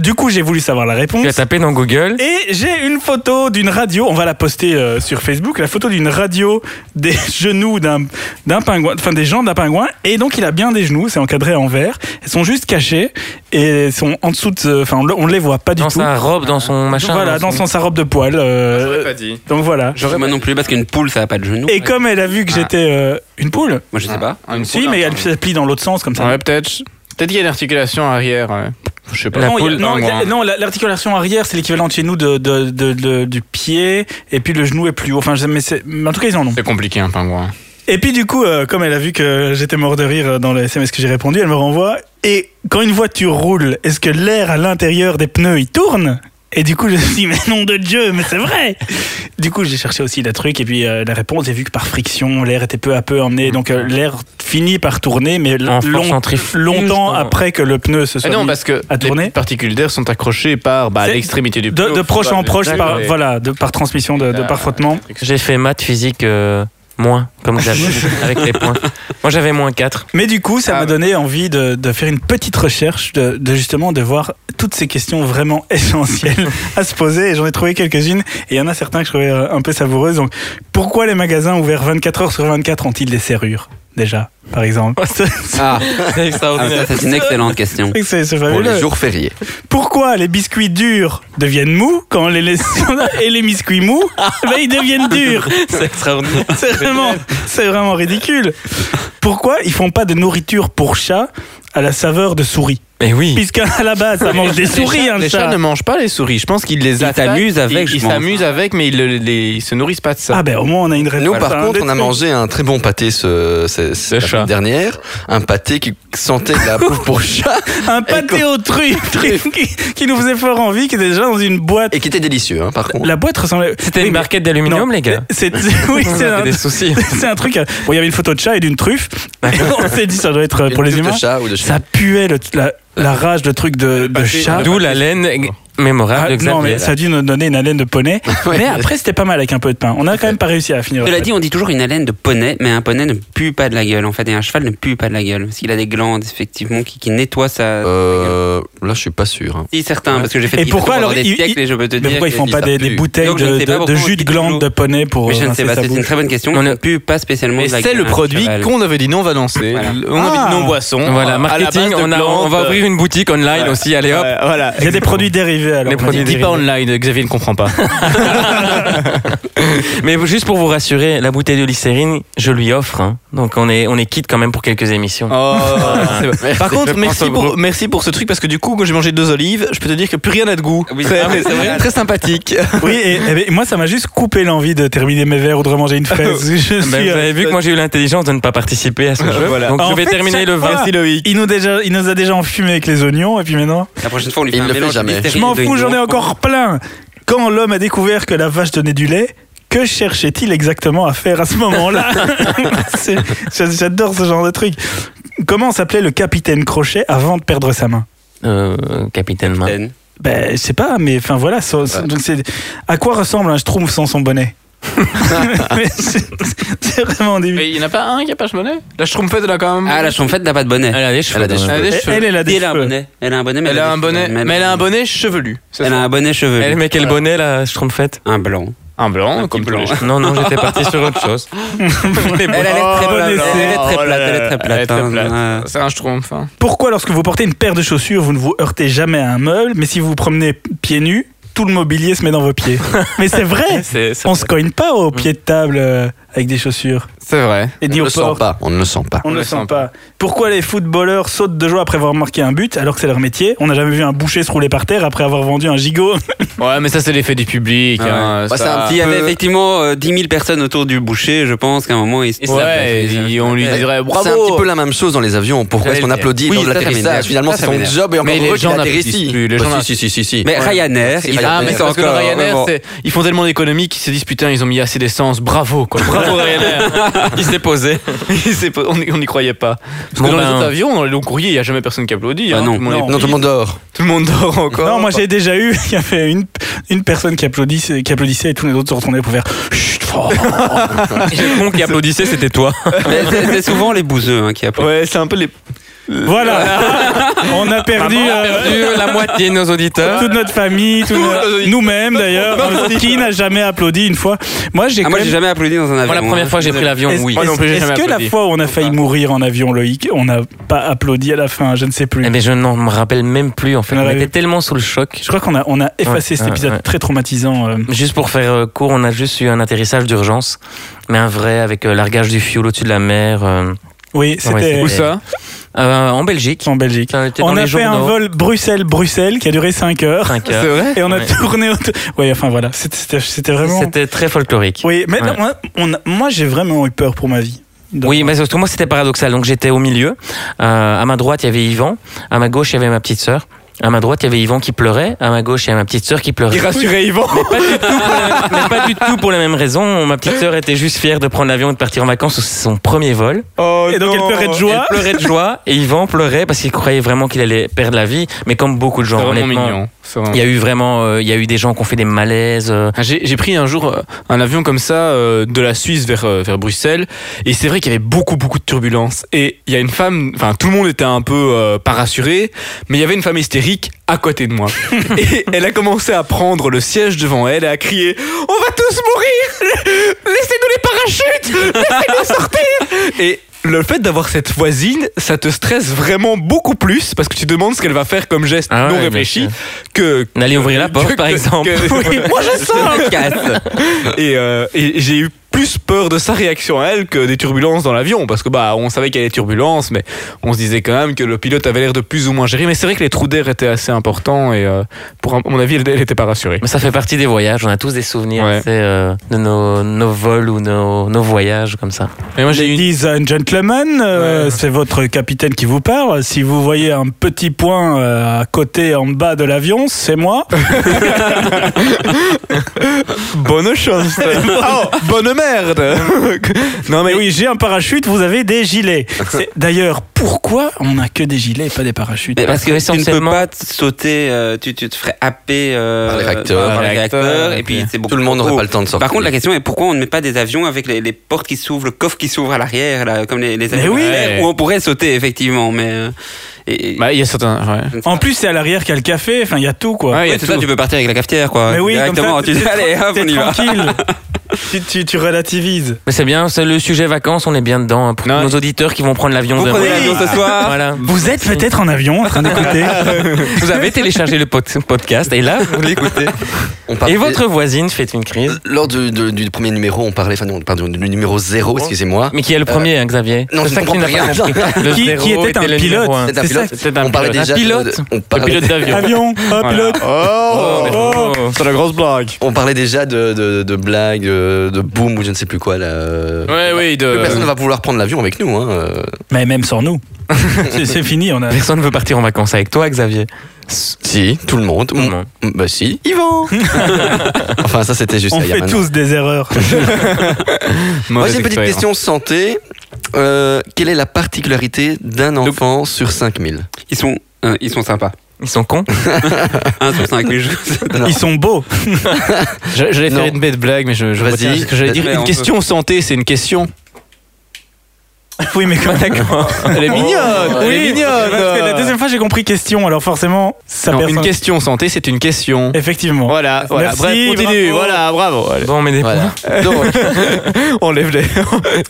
S2: Du coup, j'ai voulu savoir la réponse.
S5: Tu as tapé dans Google.
S2: Et j'ai une photo d'une radio, on va la poster euh, sur Facebook, la photo d'une radio des <laughs> genoux d'un d'un pingouin, enfin des jambes d'un pingouin. Et donc il a bien des genoux, c'est encadré en vert. Elles sont juste cachées et elles sont en dessous, de, enfin on le- on les voit pas du
S5: Dans
S2: tout.
S5: sa robe, dans son machin.
S2: voilà, dans son sa robe de poil. euh, donc voilà.
S6: J'aurais moi non plus, parce qu'une poule, ça n'a pas de genoux.
S2: Et comme elle a vu que
S6: Ah.
S2: j'étais euh, une poule,
S6: Moi, je
S2: <laughs>
S6: sais pas.
S3: Ah, une
S2: si,
S3: poule,
S2: mais
S3: hein. Ah
S2: elle se plie dans l'autre sens comme ça.
S3: Ouais, peut-être. Peut-être qu'il y a une articulation arrière. ouais. Je sais pas.
S5: La
S2: non, il y a-
S5: poule,
S2: non,
S3: pingouin.
S2: la- non, la- l'articulation arrière, c'est l'équivalent de chez nous de, de- de- de- du pied, et puis le genou est plus haut. Enfin, je- mais, c'est- mais en tout cas, ils en ont.
S3: C'est compliqué un pingouin.
S2: Et puis du coup, euh, comme elle a vu que j'étais mort de rire euh, dans le SMS que j'ai répondu, elle me renvoie. Et quand une voiture roule, est-ce que l'air à l'intérieur des pneus il tourne Et du coup, je me dis mais nom de Dieu, mais c'est vrai. du coup, j'ai cherché aussi la truc et puis euh, la réponse, j'ai vu que par friction, l'air était peu à peu emmené, donc euh, l'air finit par tourner, mais l-
S5: En force
S2: long-
S5: centrifuge,
S2: longtemps
S5: en-
S2: après que le pneu se
S3: Ah
S2: soit
S3: non,
S2: mis
S3: parce que
S2: à tourner.
S3: les particules d'air sont accrochées par bah,
S2: C'est-
S3: l'extrémité du
S2: de,
S3: pneu,
S2: de proche
S3: tu vois,
S2: en
S3: le-
S2: proche, par,
S3: Ouais.
S2: voilà, de, par transmission de, de
S3: Ah.
S2: par frottement.
S5: J'ai fait maths, physique, euh, moins, comme
S3: Ah,
S5: Xavier, avec les points. Moi, j'avais moins 4.
S2: Mais du coup, ça
S3: Ah,
S2: m'a
S3: ouais.
S2: donné envie de, de faire une petite recherche, de, de justement de voir toutes ces questions vraiment <laughs> essentielles à se poser. Et j'en ai trouvé quelques-unes. Et il y en a certains que je trouvais euh, un peu savoureuses. Donc, pourquoi les magasins ouverts 24 heures sur 24 ont-ils des serrures déjà, par exemple C'est-
S6: Ah,
S5: C'est
S6: ah,
S5: extraordinaire.
S6: ça, c'est une excellente question.
S2: <laughs> c'est- c'est
S4: Pour
S2: fabuleux.
S4: les jours fériés.
S2: Pourquoi les biscuits durs deviennent mous quand les, <laughs> les- et les biscuits mous, ben, ils deviennent durs
S5: C'est extraordinaire.
S2: C'est vraiment, c'est vraiment ridicule. Pourquoi ils font pas de nourriture pour chat à la saveur de souris
S5: Mais oui.
S2: Puisqu'à la base, ça mange des souris, un
S3: les
S2: chat.
S3: chats ne mangent pas les souris. Je pense qu'ils les
S6: Ils
S3: attaquent,
S6: s'amusent avec,
S3: Ils
S6: je
S3: ils
S6: pense.
S3: s'amusent avec, mais ils, le- les- ils se nourrissent pas de ça.
S2: Ah ben au moins on a une réponse.
S4: Nous, par
S2: à un
S4: contre,
S2: des
S4: on a
S2: trucs.
S4: mangé un très bon pâté ce, ce- ce-
S5: Le
S4: la
S5: chat.
S4: semaine dernière. Un pâté qui sentait de la bouffe pour chat
S2: un pâté aux truffes truc qui, qui nous faisait fort envie, qui était déjà dans une boîte.
S4: et qui était délicieux, hein, par contre.
S2: La boîte ressemblait.
S5: C'était une barquette d'aluminium, les gars.
S2: C'est <laughs> oui, c'est
S5: Vous
S2: un,
S5: avez des soucis.
S2: <laughs> c'est un truc. euh, Bon, il y avait une photo de chat et d'une truffe. <laughs> on s'est dit ça doit être euh,
S4: Une
S2: pour les
S4: touffe
S2: humains.
S4: de chat ou de chat.
S2: Ça puait le, la, la rage, le truc de,
S6: Ah,
S2: de
S3: Passer-
S2: chat.
S5: D'où la laine mémorable de
S2: Ah,
S5: Xavier.
S2: non, mais ça a dû nous donner une haleine de
S6: <laughs>
S2: poney. mais après, c'était pas mal avec un peu de pain. On a quand même pas réussi à finir.
S6: Cela dit, on dit toujours une haleine de poney, mais un poney ne pue pas de la gueule en fait, et un cheval ne pue pas de la gueule, parce qu'il a des glandes effectivement qui, qui nettoient sa.
S4: Euh, là, je suis pas sûr. hein.
S6: Si certains, parce que j'ai fait
S2: Et
S6: des
S2: pourquoi
S6: pendant
S2: alors,
S6: des
S2: ils-
S6: siècles,
S2: ils-
S6: et je peux te
S2: Mais
S6: dire.
S2: pourquoi ils
S6: que-
S2: font
S4: que
S2: pas
S4: ça
S2: des,
S4: pue.
S2: des bouteilles
S6: Donc, je ne
S2: de, Oh,
S6: sais pas
S2: de- de
S6: pourquoi on
S2: jus de
S6: dit
S2: glande
S6: toujours.
S2: de poney pour
S6: Mais je ne
S2: rincer
S6: sais pas,
S2: sa
S6: c'est une
S2: bouche
S6: très bonne question.
S5: On
S6: On ne
S5: a-
S6: pue pas spécialement
S3: Et
S6: de la
S3: c'est
S6: gueule
S3: le
S6: à un
S3: produit
S6: cheval.
S3: qu'on avait dit non, on va lancer.
S6: Voilà.
S3: Le- On avait
S2: Ah.
S3: dit non, boisson.
S5: Voilà,
S3: À la
S5: marketing,
S3: base de
S5: on, a, on va
S3: plantes.
S5: ouvrir une boutique online
S3: Ouais.
S5: aussi, allez hop.
S3: Ouais, voilà.
S2: Il y a des produits dérivés alors.
S5: Les
S2: on a dit.
S5: produits
S3: Dis pas online, Xavier ne comprend pas.
S5: Mais juste pour vous rassurer, la bouteille de glycérine, je lui offre. hein. Donc on est, on est quitte quand même pour quelques émissions.
S3: <laughs> Oh, c'est bon. Par contre,
S4: au
S3: merci
S4: groupe.
S3: pour, merci pour ce truc parce que du coup, quand j'ai mangé deux olives, je peux te dire que plus rien n'a de goût.
S6: Oui,
S3: très,
S6: ah, mais c'est
S3: <laughs>
S6: vrai.
S3: très sympathique.
S2: Oui, et, et ben, moi ça m'a juste coupé l'envie de terminer mes verres ou de remanger une
S6: <laughs>
S2: fraise. Je suis, euh,
S5: Ben, vous avez vu que moi j'ai eu l'intelligence de ne pas participer à ce jeu.
S3: euh, Voilà. Ah,
S5: Donc
S2: En
S5: je vais
S2: fait,
S5: terminer
S2: chaque
S5: le vin.
S2: fois-
S3: Merci Loïc.
S2: il nous, déjà, il nous a déjà enfumé avec les oignons et puis maintenant.
S6: La prochaine fois, on lui fait
S4: Il
S6: un
S4: ne le fait
S6: mélange
S4: jamais.
S6: mystérieux
S2: Je m'en
S6: de
S2: fous, j'en ai
S6: humour.
S2: encore plein. Quand l'homme a découvert que la vache donnait du lait, que cherchait-il exactement à faire à ce moment-là <laughs> C'est- j'a- J'adore ce genre de truc. Comment s'appelait le capitaine Crochet avant de perdre sa main
S5: Euh, capitaine Main.
S2: Ben, je sais pas, mais enfin voilà. ça- ça- donc c'est- à quoi ressemble un schtroumpf sans son bonnet Mais C'est c'est vraiment débile.
S3: il n'y en a pas un qui a pas chemoné La schtroumpfette, elle a quand même.
S6: Ah, la choumpette n'a pas de bonnet.
S5: Elle a des cheveux.
S4: Elle a des
S5: quand même.
S2: Elle, elle,
S4: cheveux.
S3: Elle a des cheveux.
S2: elle a des
S6: Et elle a un
S2: cheveux.
S6: bonnet. Elle a un bonnet, mais
S3: Elle a un
S6: des
S3: bonnet,
S6: cheveux.
S3: mais elle a un bonnet chevelu. Ça,
S6: Elle
S3: c'est-
S6: a un bonnet chevelu.
S5: Elle, Eh, mais quel bonnet la schtroumpfette
S6: Un blanc.
S3: un blanc, comme
S6: blanc.
S3: <laughs> tous les-
S5: Non, non, j'étais parti sur autre
S3: <laughs>
S5: chose.
S6: Elle a l'air très
S2: Oh,
S6: plate.
S2: bon
S6: Elle
S2: essai.
S6: est très
S3: Oh là
S6: plate.
S3: là,
S6: Elle est très
S3: elle est
S6: plate.
S3: très
S6: hein.
S3: plate.
S6: Ouais.
S3: C'est un schtroumpf. hein.
S2: Pourquoi lorsque vous portez une paire de chaussures, vous ne vous heurtez jamais à un meuble, mais si vous vous promenez pieds nus, tout le mobilier se met dans vos pieds Mais c'est vrai
S5: C'est c'est-
S2: Eh, On se cogne pas au pied de table euh, avec des chaussures.
S3: C'est vrai.
S2: Et
S4: On
S2: dit
S4: ne
S2: au
S4: le sent
S2: port.
S4: pas. On ne le sent pas.
S2: On ne le sent pas. Pourquoi les footballeurs sautent de joie après avoir marqué un but alors que c'est leur métier On n'a jamais vu un boucher se rouler par terre après avoir vendu un
S3: <laughs>
S2: gigot.
S3: Ouais, mais ça, c'est l'effet du public.
S6: Ah ouais.
S3: hein,
S6: Bah, c'est
S3: ça-
S6: un petit- Il y avait effectivement euh, 10 000 personnes autour du boucher, je pense qu'à un moment ils se
S3: Ouais, et on lui dirait bravo.
S4: C'est un petit peu la même chose dans les avions. Pourquoi est-ce qu'on
S3: J'allais le
S4: applaudit
S6: dire.
S4: dans
S6: Oui, ça, ça m'énerve.
S4: l'atterrissage Finalement,
S6: Ça,
S4: c'est
S6: ça
S4: son
S6: m'énerve.
S4: job et encore
S3: Mais les
S4: heureux qu'il
S3: gens
S4: atterrisse
S3: n'applaudissent
S4: ici.
S3: plus, les
S4: Bah,
S3: gens
S4: si, si, si, si, si.
S6: Mais
S4: Ouais.
S6: Ryanair,
S4: Si,
S6: il
S4: Ryanair.
S3: Ah, mais c'est parce que le
S6: encore,
S3: Ryanair,
S6: vraiment.
S3: c'est- ils font tellement d'économies qu'ils se disent putain, ils ont mis assez d'essence, bravo quoi, bravo <laughs> Ryanair. Il s'est posé. Il s'est po- on y- on n'y croyait pas. Parce
S5: Bon,
S3: que dans les
S5: ben-
S3: autres avions, dans les longs courriers, il n'y a jamais personne qui applaudit.
S6: Bah
S3: hein.
S6: non,
S3: tout, le monde
S2: non.
S3: est-
S4: Non, tout le monde dort.
S3: tout le monde dort encore.
S2: non, moi j'ai déjà eu, il y avait une, une personne qui applaudissait, qui applaudissait et tous les autres se retournaient pour faire Chut, oh.
S3: <laughs>
S5: le
S6: <laughs>
S5: con qui applaudissait, c'était toi.
S6: Mais c'est c'est souvent les bouseux hein, qui appellent.
S3: Ouais, c'est un peu les.
S2: <laughs> Voilà On a perdu, euh,
S5: Perdu la moitié de nos auditeurs.
S2: toute notre famille, tout
S3: Tout
S2: notre-
S3: notre-
S2: nous-mêmes d'ailleurs.
S3: <laughs>
S2: Qui n'a jamais applaudi une fois Moi j'ai
S6: Ah,
S2: quand
S6: moi
S2: même-
S6: j'ai jamais applaudi dans un avion.
S5: Moi, la première
S6: hein.
S5: fois que j'ai pris l'avion,
S2: Est-ce
S5: oui. Oh
S3: Moi non plus, j'ai
S2: est-ce
S3: jamais
S2: que la
S3: applaudi.
S2: fois où on a failli mourir en avion, Loïc, on n'a pas applaudi à la fin Je ne sais plus.
S5: Eh ben, je n'en me rappelle même plus, en fait.
S2: On
S5: On
S2: aurait
S5: était
S2: eu-
S5: tellement sous le choc.
S2: Je crois qu'on a, on a effacé
S5: Ouais,
S2: cet
S5: ouais,
S2: épisode
S5: ouais.
S2: très traumatisant. euh.
S5: Juste pour faire euh, court, on a juste eu un atterrissage d'urgence, mais un vrai avec euh, largage du fioul au-dessus de la mer euh,
S2: Oui, c'était
S5: c'était-
S3: Où ça
S5: euh, en Belgique.
S2: en Belgique.
S5: Ça a été dans
S2: On
S5: les
S2: a fait un
S5: journaux.
S2: vol Bruxelles-Bruxelles qui a duré 5 heures.
S5: Cinq heures.
S3: vrai
S2: Et on a
S5: Ouais.
S2: tourné autour. <laughs> Oui, enfin voilà, c'était- c'était c'était vraiment.
S5: C'était très folklorique.
S2: Oui, mais
S5: Ouais.
S2: moi, on a- moi j'ai vraiment eu peur pour ma vie. Donc,
S5: Oui, mais surtout moi c'était paradoxal. Donc j'étais au milieu. Euh, à ma droite il y avait Yvan, à ma gauche il y avait ma petite sœur. À ma droite, il y avait Yvan qui pleurait. À ma gauche, il y avait ma petite sœur qui pleurait.
S3: Il rassurait Yvan.
S5: Mais pas du tout pour la même raison. Ma petite sœur était juste fière de prendre l'avion et de partir en vacances. C'est son premier vol.
S2: Et donc elle pleurait de joie.
S5: Elle pleurait de joie. Et Yvan pleurait parce qu'il croyait vraiment qu'il allait perdre la vie. Mais comme beaucoup de gens,
S3: C'est vraiment
S5: honnêtement,
S3: mignon. C'est vraiment-
S5: Il y a eu vraiment, euh, il y a eu des gens qui ont fait des malaises. euh,
S3: Ah, J'ai j'ai pris un jour euh, un avion comme ça euh, de la Suisse vers, euh, vers Bruxelles et c'est vrai qu'il y avait beaucoup beaucoup de turbulences et il y a une femme, enfin tout le monde était un peu euh, pas rassuré mais il y avait une femme hystérique à
S5: <laughs>
S3: côté de moi et elle a commencé à prendre le siège devant elle et à crier on va tous mourir laissez-nous les parachutes laissez-nous sortir et le fait d'avoir cette voisine, ça te stresse vraiment beaucoup plus parce que tu demandes ce qu'elle va faire comme geste
S5: Ah ouais,
S3: non
S5: bien
S3: réfléchi
S5: sûr.
S3: que
S5: D'aller ouvrir la porte,
S3: que-
S5: par
S3: que-
S5: exemple. <laughs>
S3: que-
S6: Moi je sens casse.
S3: et, euh, et j'ai eu plus peur de sa réaction à elle que des turbulences dans l'avion parce que bah on savait qu'il y avait des turbulences mais on se disait quand même que le pilote avait l'air de plus ou moins gérer mais c'est vrai que les trous d'air étaient assez importants et euh, pour un- à mon avis elle, elle était pas rassurée
S5: Mais ça fait partie des voyages. On a tous des souvenirs
S3: Ouais.
S5: tu sais, euh, de nos, nos vols ou nos, nos voyages comme ça.
S3: mais moi j'ai eu
S2: Ladies and gentlemen, euh, c'est votre capitaine qui vous parle. Si vous voyez un petit point euh, à côté en bas de l'avion, c'est
S3: <laughs>
S2: moi. <laughs>
S3: Oh, bonne chance bonne mer merde Non mais
S2: Mais
S3: oui.
S2: oui, j'ai un parachute, vous avez des gilets. C'est- D'ailleurs, pourquoi on n'a que des gilets et pas des parachutes
S3: Eh ben,
S6: Mais parce que tu ne peux
S5: essentiellement-
S6: pas te sauter, euh, tu, tu te ferais happer euh,
S4: Par les réacteurs.
S6: par les
S3: Par les
S6: réacteurs,
S3: réacteurs,
S6: et puis c'est beaucoup
S4: Tout le monde n'aurait
S6: trop.
S4: pas le temps de sortir.
S6: Oh. Par contre, la question est pourquoi on ne met pas des avions avec les, les portes qui s'ouvrent, le coffre qui s'ouvre à l'arrière, là, comme les, les
S2: Mais
S6: avions
S2: oui.
S6: à l'arrière, où on pourrait sauter effectivement, mais euh, et-
S3: Bah il y a certains. Ouais.
S2: En plus, c'est à l'arrière qu'il y a le café, enfin, il y a tout quoi.
S3: Ouais, il y a
S6: Ouais, c'est ça,
S3: tout.
S6: tu peux partir avec la cafetière, quoi.
S2: Mais oui, comme
S6: directement.
S2: ça,
S6: tu dis,
S2: t'es-
S6: allez, hop,
S2: t'es
S6: on y va.
S3: <laughs>
S2: tranquille. tu, tu, tu relativises.
S5: Mais c'est bien, c'est le sujet vacances, on est bien dedans hein, pour
S3: Non.
S5: nos auditeurs qui vont prendre l'avion.
S6: Vous
S5: demain. Ah,
S6: prenez l'avion ce soir.
S5: Voilà.
S2: Vous êtes peut-être en avion en train
S3: <laughs>
S2: d'écouter.
S5: Vous avez téléchargé le pod- podcast et là, <laughs> vous l'écoutez.
S4: On parle-
S5: Et votre voisine fait une crise.
S4: Lors du, du- du premier numéro, on parlait, enfin, non, pardon, du numéro 0, excusez-moi.
S5: Mais qui est le premier, hein, Xavier
S4: Euh, non,
S5: C'est
S4: je
S5: ça
S4: ne
S5: que tu
S4: comprends <laughs>
S5: n'as pas
S4: rien.
S5: compris. Le
S2: Qui-
S5: zéro
S2: qui était un Ah,
S5: le
S2: pilote.
S5: numéro un.
S4: C'est un pilote.
S5: C'était un
S4: On parlait
S5: pilote.
S4: déjà
S5: Un
S4: de-
S5: pilote.
S4: de- on
S5: Le
S4: parlait- <laughs>
S5: pilote d'avion.
S2: avion, hop,
S3: Voilà.
S2: pilote.
S5: Oh.
S3: C'est la grosse blague.
S4: On parlait déjà de, de, de blagues, de, de boom ou je ne sais plus quoi. Là. euh,
S3: Ouais oui de.
S4: Personne ne va vouloir prendre l'avion avec nous. Hein. euh.
S2: Mais même sans
S4: <laughs>
S2: nous. C'est c'est fini, on a.
S5: Personne ne veut partir en vacances avec toi, Xavier.
S4: Si, tout le monde.
S5: le monde.
S4: Mm, Bah si,
S3: <laughs>
S4: Yvan Enfin, ça c'était juste
S2: On
S4: il y a
S2: fait
S4: maintenant.
S2: tous des erreurs.
S4: <laughs> Moi
S3: Mauvaise
S4: j'ai une petite
S3: expérience.
S4: question santé. Euh, quelle est la particularité d'un enfant sur 5000
S6: Ils sont, euh, ils sont sympas.
S5: Ils sont cons.
S6: Un sur cinq, les jeux.
S2: Ils sont beaux.
S3: Je- J'allais
S4: Non.
S3: faire une bête blague mais je. je
S4: Vas-y.
S3: retiens ce que j'allais dire
S6: Mais on
S3: une question santé c'est une question.
S2: Oui, mais
S4: <laughs>
S2: quand d'accord.
S3: <laughs> Elle est mignonne. Oh, elle est
S2: Oui,
S3: mignonne.
S2: parce
S4: Oh
S2: que la deuxième fois j'ai compris question, alors forcément, ça
S3: Non,
S2: perd
S3: une
S2: son-
S3: question santé c'est une question.
S2: Effectivement.
S3: Voilà, voilà.
S2: Merci,
S3: Bref, continue.
S2: bravo.
S3: Voilà, bravo. Allez.
S5: Bon, on met des points.
S4: Voilà.
S3: <laughs>
S4: Donc,
S3: On lève les.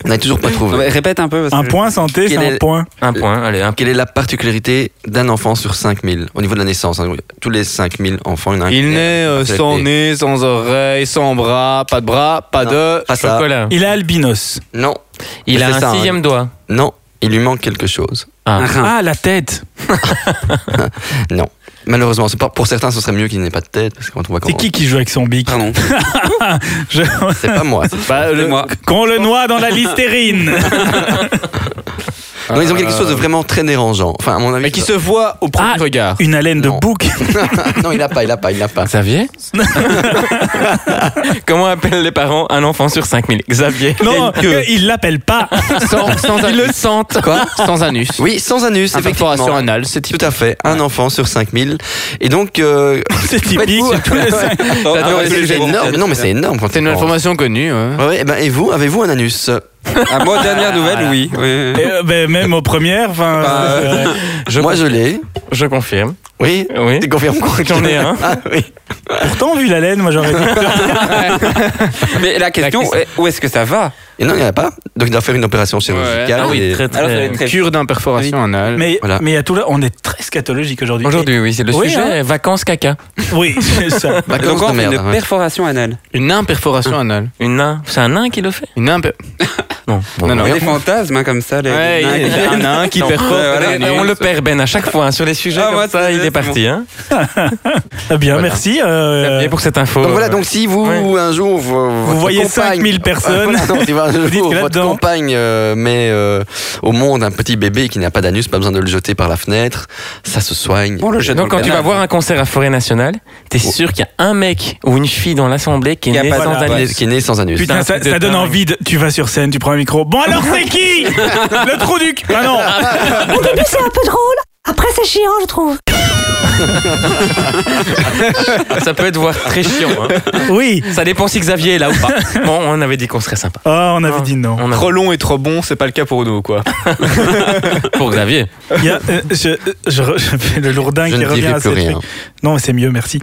S4: on n'a toujours pas
S6: Non, mais
S4: trouvé.
S6: répète un peu. parce
S2: Un
S6: que-
S2: point santé, c'est
S4: Quel est-
S2: un point.
S5: Un point, allez, un
S4: Quelle est la particularité d'un enfant sur 5000 au niveau de la naissance hein, Tous les 5000 enfants, il y en a un qui
S3: Il naît euh,
S4: c'est-
S3: sans nez, sans oreilles, sans bras, pas de bras, pas
S4: Non.
S3: de.
S4: Pas ça.
S5: chocolat.
S2: Il a albinos.
S4: Non,
S5: Il a
S4: c'est
S5: un
S4: ça, hein.
S5: sixième doigt.
S4: non, il lui manque quelque chose.
S6: Un rein.
S2: Ah, la tête.
S4: Non. Malheureusement, c'est pas- pour certains, ce serait mieux qu'il n'ait pas de tête parce que quand on voit
S2: C'est
S4: qu'on-
S2: qui qui joue avec son bic
S6: Pardon.
S2: Je-
S4: C'est pas moi. c'est-
S3: Bah, le-
S6: C'est moi.
S2: Qu'on le noie dans la
S4: <laughs>
S2: listérine.
S4: Non, ils ont quelque chose de vraiment très dérangeant. Enfin, à mon avis.
S3: Mais qui se voit au premier
S2: Ah.
S3: regard.
S2: Une haleine de
S4: Non. <laughs>
S2: bouc.
S4: non, il a pas, il a pas, il a pas.
S5: Xavier <laughs> Comment appellent les parents un enfant sur 5000 Xavier.
S2: Non,
S3: Il y a une
S2: il l'appelle
S4: <laughs>
S2: pas.
S3: <laughs>
S2: <laughs>
S3: Sans, sans anus. le sentent. Quoi Sans anus.
S4: Oui, sans anus,
S3: Perforation
S4: effectivement.
S3: anale, c'est
S4: Tout à fait, un enfant sur 5000. Et donc, euh,
S2: C'est typique.
S4: <laughs> Faites-vous-
S2: c'est tous les cinq.
S6: Attends,
S4: Ah non, mais
S6: attends,
S4: c'est
S6: attends,
S4: énorme. Non, mais c'est énorme quand
S3: C'est
S4: on
S3: une
S4: pense.
S3: information connue. ouais.
S4: Ouais, ouais, et ben, et vous, avez-vous un anus
S6: Ah,
S4: <laughs>
S6: moi, dernière nouvelle, oui. oui.
S2: Et, euh, ben, même aux premières, enfin.
S6: Bah,
S2: euh,
S4: Moi, je l'ai.
S5: Je confirme.
S4: Oui.
S5: Oui.
S4: Tu confirmes quoi
S5: J'en ai un.
S4: Ah oui.
S2: Pourtant, vu l'haleine, moi j'aurais
S4: <laughs>
S2: dit.
S6: Mais la question,
S5: question.
S6: est, où est-ce que ça va
S4: Et non, il n'y en a pas. Donc, il doit faire une opération chirurgicale.
S5: Ah oui,
S4: et-
S5: très
S6: Alors, ça va
S5: très.
S6: être très-
S3: Cure d'imperforation anale.
S2: Mais
S4: Voilà.
S2: mais il y a tout là. On est très scatologique aujourd'hui.
S5: Aujourd'hui, oui, hein. c'est le
S2: Oui,
S3: hein.
S5: sujet. Vacances caca.
S2: Et- Oui, <laughs> c'est ça.
S4: Vacances
S6: Donc, on
S4: de
S6: fait
S4: merde.
S6: une
S4: hein.
S6: perforation anale.
S3: Une imperforation anale.
S5: Une nain. C'est un nain qui le fait
S3: Une imper...
S5: Non.
S3: Non, non.
S6: Des fantasmes, hein, comme ça. Les,
S3: Ouais,
S6: les-
S3: il y a un nain qui
S5: Non.
S3: perfore.
S6: Ouais, voilà,
S3: un
S5: Eh,
S3: anus.
S5: on le perd Ben à chaque fois hein, sur les sujets
S6: Ah,
S5: comme
S6: moi,
S5: ça
S6: c'est-
S5: il est
S6: c'est
S5: parti hein.
S2: Eh bien, merci. euh,
S5: Xavier, pour cette info
S4: Donc voilà, donc si vous,
S5: Ouais.
S4: un jour, vous, votre
S2: voyez
S4: compagne-
S2: 5000 personnes,
S4: <laughs> Voilà, non, si un
S2: vous dites
S4: jour,
S2: que
S4: votre
S2: là-dedans-
S4: compagne euh, met euh, au monde un petit bébé qui n'a pas d'anus, pas besoin de le jeter par la fenêtre, ça se soigne.
S6: On le jette
S5: donc
S6: dans
S5: quand
S6: le
S5: tu vas
S6: canal.
S5: voir un concert à Forêt Nationale, t'es
S4: Oh.
S5: sûr qu'il y a un mec ou une fille dans l'assemblée qui
S6: Qui a
S5: est né
S6: pas
S5: sans
S6: d'enfant.
S5: anus.
S4: Qui est- qui est né sans anus.
S2: Putain,
S5: C'est un
S2: ça,
S5: truc de
S2: ça donne
S5: dingue.
S2: envie. de- Tu vas sur scène, tu prends un micro. Bon alors c'est qui Le trou du cul. Ah non.
S7: Au début, c'est un peu drôle. Après, c'est chiant, je trouve.
S5: Ça peut être voire très chiant. hein.
S2: Oui.
S5: Ça dépend si Xavier est là ou pas. Bon, on avait dit qu'on serait sympa.
S2: Ah, on avait dit non.
S5: On a
S3: Trop long et trop bon, c'est pas le cas pour nous, quoi.
S5: pour Xavier.
S2: Il y a, euh, je, euh, je re- je fais le lourdin
S4: Je
S2: qui
S4: ne
S2: revient
S4: dirai
S2: à
S4: plus
S2: ces
S4: rien.
S2: trucs. Non, c'est mieux, merci.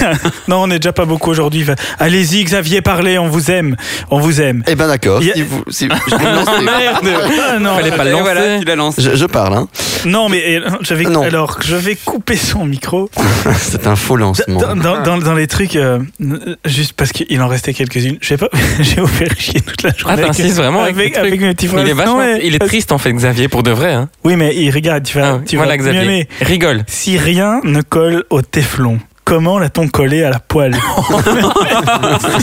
S2: <laughs> non, on n'est déjà pas beaucoup aujourd'hui. Enfin, Allez-y, Xavier, parlez, on vous aime. On vous aime.
S4: Eh ben d'accord.
S2: Il y a-
S4: Si vous, si- je, vais me lancer.
S2: <laughs> Ah, non,
S5: Fallait pas
S6: Et
S5: le lancer.
S6: voilà, tu la lances.
S4: Je- je parle, hein.
S2: non, mais euh, je vais,
S4: Non.
S2: alors je vais couper son micro.
S4: C'est un faux lancement.
S2: Dans, dans- dans- dans les trucs, euh, euh, juste parce qu'il en restait quelques-unes. Je sais pas, <laughs> j'ai ouvert chier toute la journée.
S5: Ah, t'insistes vraiment avec
S2: avec,
S5: tes trucs.
S2: avec mes petits frères.
S5: Il est vachement,
S2: Non, mais-
S5: il est triste en fait, Xavier, pour de vrai. Hein.
S2: Oui, mais il regarde, tu vas,
S5: Ah,
S2: tu
S5: voilà,
S2: vas
S5: Xavier.
S2: mieux aimer.
S5: Rigole.
S2: Si rien ne colle au téflon, comment l'a-t-on collé à la
S5: <laughs>
S2: poêle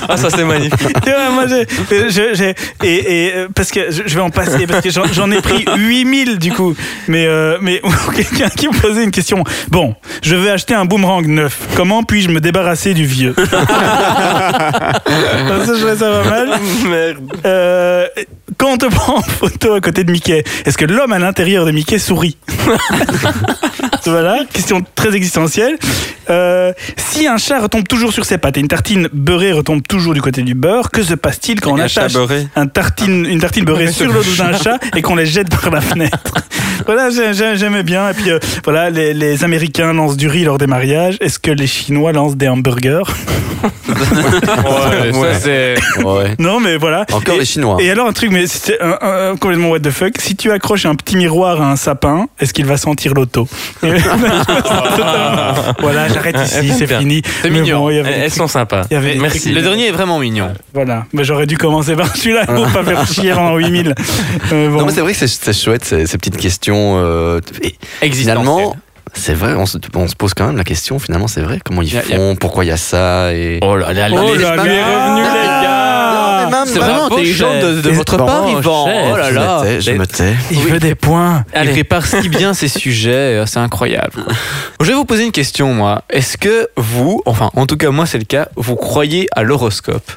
S5: Ah, ça c'est magnifique.
S2: <laughs> Tu vois, moi, je- je- je- et, et, euh, parce que je, je vais en passer, parce que j'en- j'en ai pris 8000 du coup. Mais, euh, mais <laughs> quelqu'un qui me posait une question. Bon, je veux acheter <laughs> un boomerang neuf. Comment puis-je me débarrasser du vieux Parce que je- trouvais ça pas mal.
S3: Merde.
S2: Euh, quand on te <laughs> prend en photo à côté de Mickey, est-ce que l'homme à l'intérieur de Mickey sourit <laughs> Voilà, question très existentielle. Euh, si un chat retombe toujours sur ses pattes et une tartine beurrée retombe toujours du côté du beurre, que se passe-t-il quand on
S3: Un chat
S2: attache
S3: beurré.
S2: un tartine, une tartine beurrée sur le dos d'un chat et qu'on les jette par la fenêtre. Voilà, j'ai- j'ai- j'aimais bien. Et puis euh, voilà, les, les Américains lancent du riz lors des mariages. Est-ce que les Chinois lancent des hamburgers
S3: <laughs> Ouais,
S4: Ouais.
S3: ça c'est.
S4: Ouais.
S2: Non, mais voilà.
S4: Encore
S2: Et-
S4: les Chinois.
S2: Et alors un truc, mais c'était un- un- un complètement what the fuck. Si tu accroches un petit miroir à un sapin, est-ce qu'il va sentir l'auto <laughs> Voilà, j'arrête ici, c'est
S5: bien.
S2: fini.
S5: C'est
S2: Mais
S5: mignon.
S2: bon, il y avait des
S5: Elles sont sympas.
S2: il y
S3: eh, <laughs>
S2: avait-
S5: Merci.
S3: Le dernier est vraiment mignon.
S2: Voilà, mais j'aurais dû commencer par celui-là pour pas faire chier en 8000. Euh, bon.
S4: Non, mais c'est vrai que c'est- c'est chouette ces, ces petites questions. euh, et finalement, c'est vrai, on se, on se pose quand même la question. Finalement, c'est vrai. Comment ils
S3: Y a- y a-
S4: font Pourquoi il y a ça et...
S5: Oh là là,
S2: Oh
S5: les-
S2: là
S4: là
S2: là
S4: Non, mais même-
S5: C'est vraiment
S3: Bravo,
S5: intelligent
S3: chef.
S5: de, de votre part, Yvan.
S4: Eh, Je
S5: Oh là
S4: me
S5: là.
S4: tais, Je
S5: Mais-
S4: me tais.
S2: Il veut des points.
S5: Allez.
S3: Il prépare si bien <laughs> ses sujets, euh, c'est incroyable. <laughs> quoi. Je vais vous poser une question, moi. Est-ce que vous, enfin, en tout cas, moi, c'est le cas, vous croyez à l'horoscope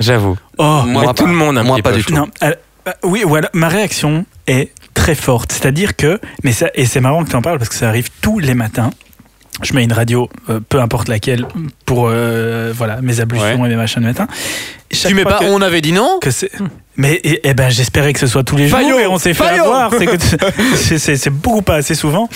S5: J'avoue.
S2: Oh,
S5: Moi,
S4: Moi,
S5: tout
S4: pas.
S5: le monde un
S4: Moi,
S5: petit
S4: pas
S5: peu.
S4: du tout.
S2: Non, elle- bah, oui, voilà, ma réaction est très forte. C'est-à-dire que, mais ça, et c'est marrant que tu en parles parce que ça arrive tous les matins. Je mets une radio, euh, peu importe laquelle, pour euh, voilà mes ablutions et mes machins le matin. Chaque
S3: Tu mets
S2: fois
S3: pas
S2: que-
S3: on avait dit non
S2: que c'est- Mais eh eh ben j'espérais que ce soit tous les jours
S3: Fayot
S2: et on s'est fait
S3: Fayot
S2: avoir. C'est
S3: <laughs>
S2: que c'est- c'est c'est beaucoup pas assez souvent.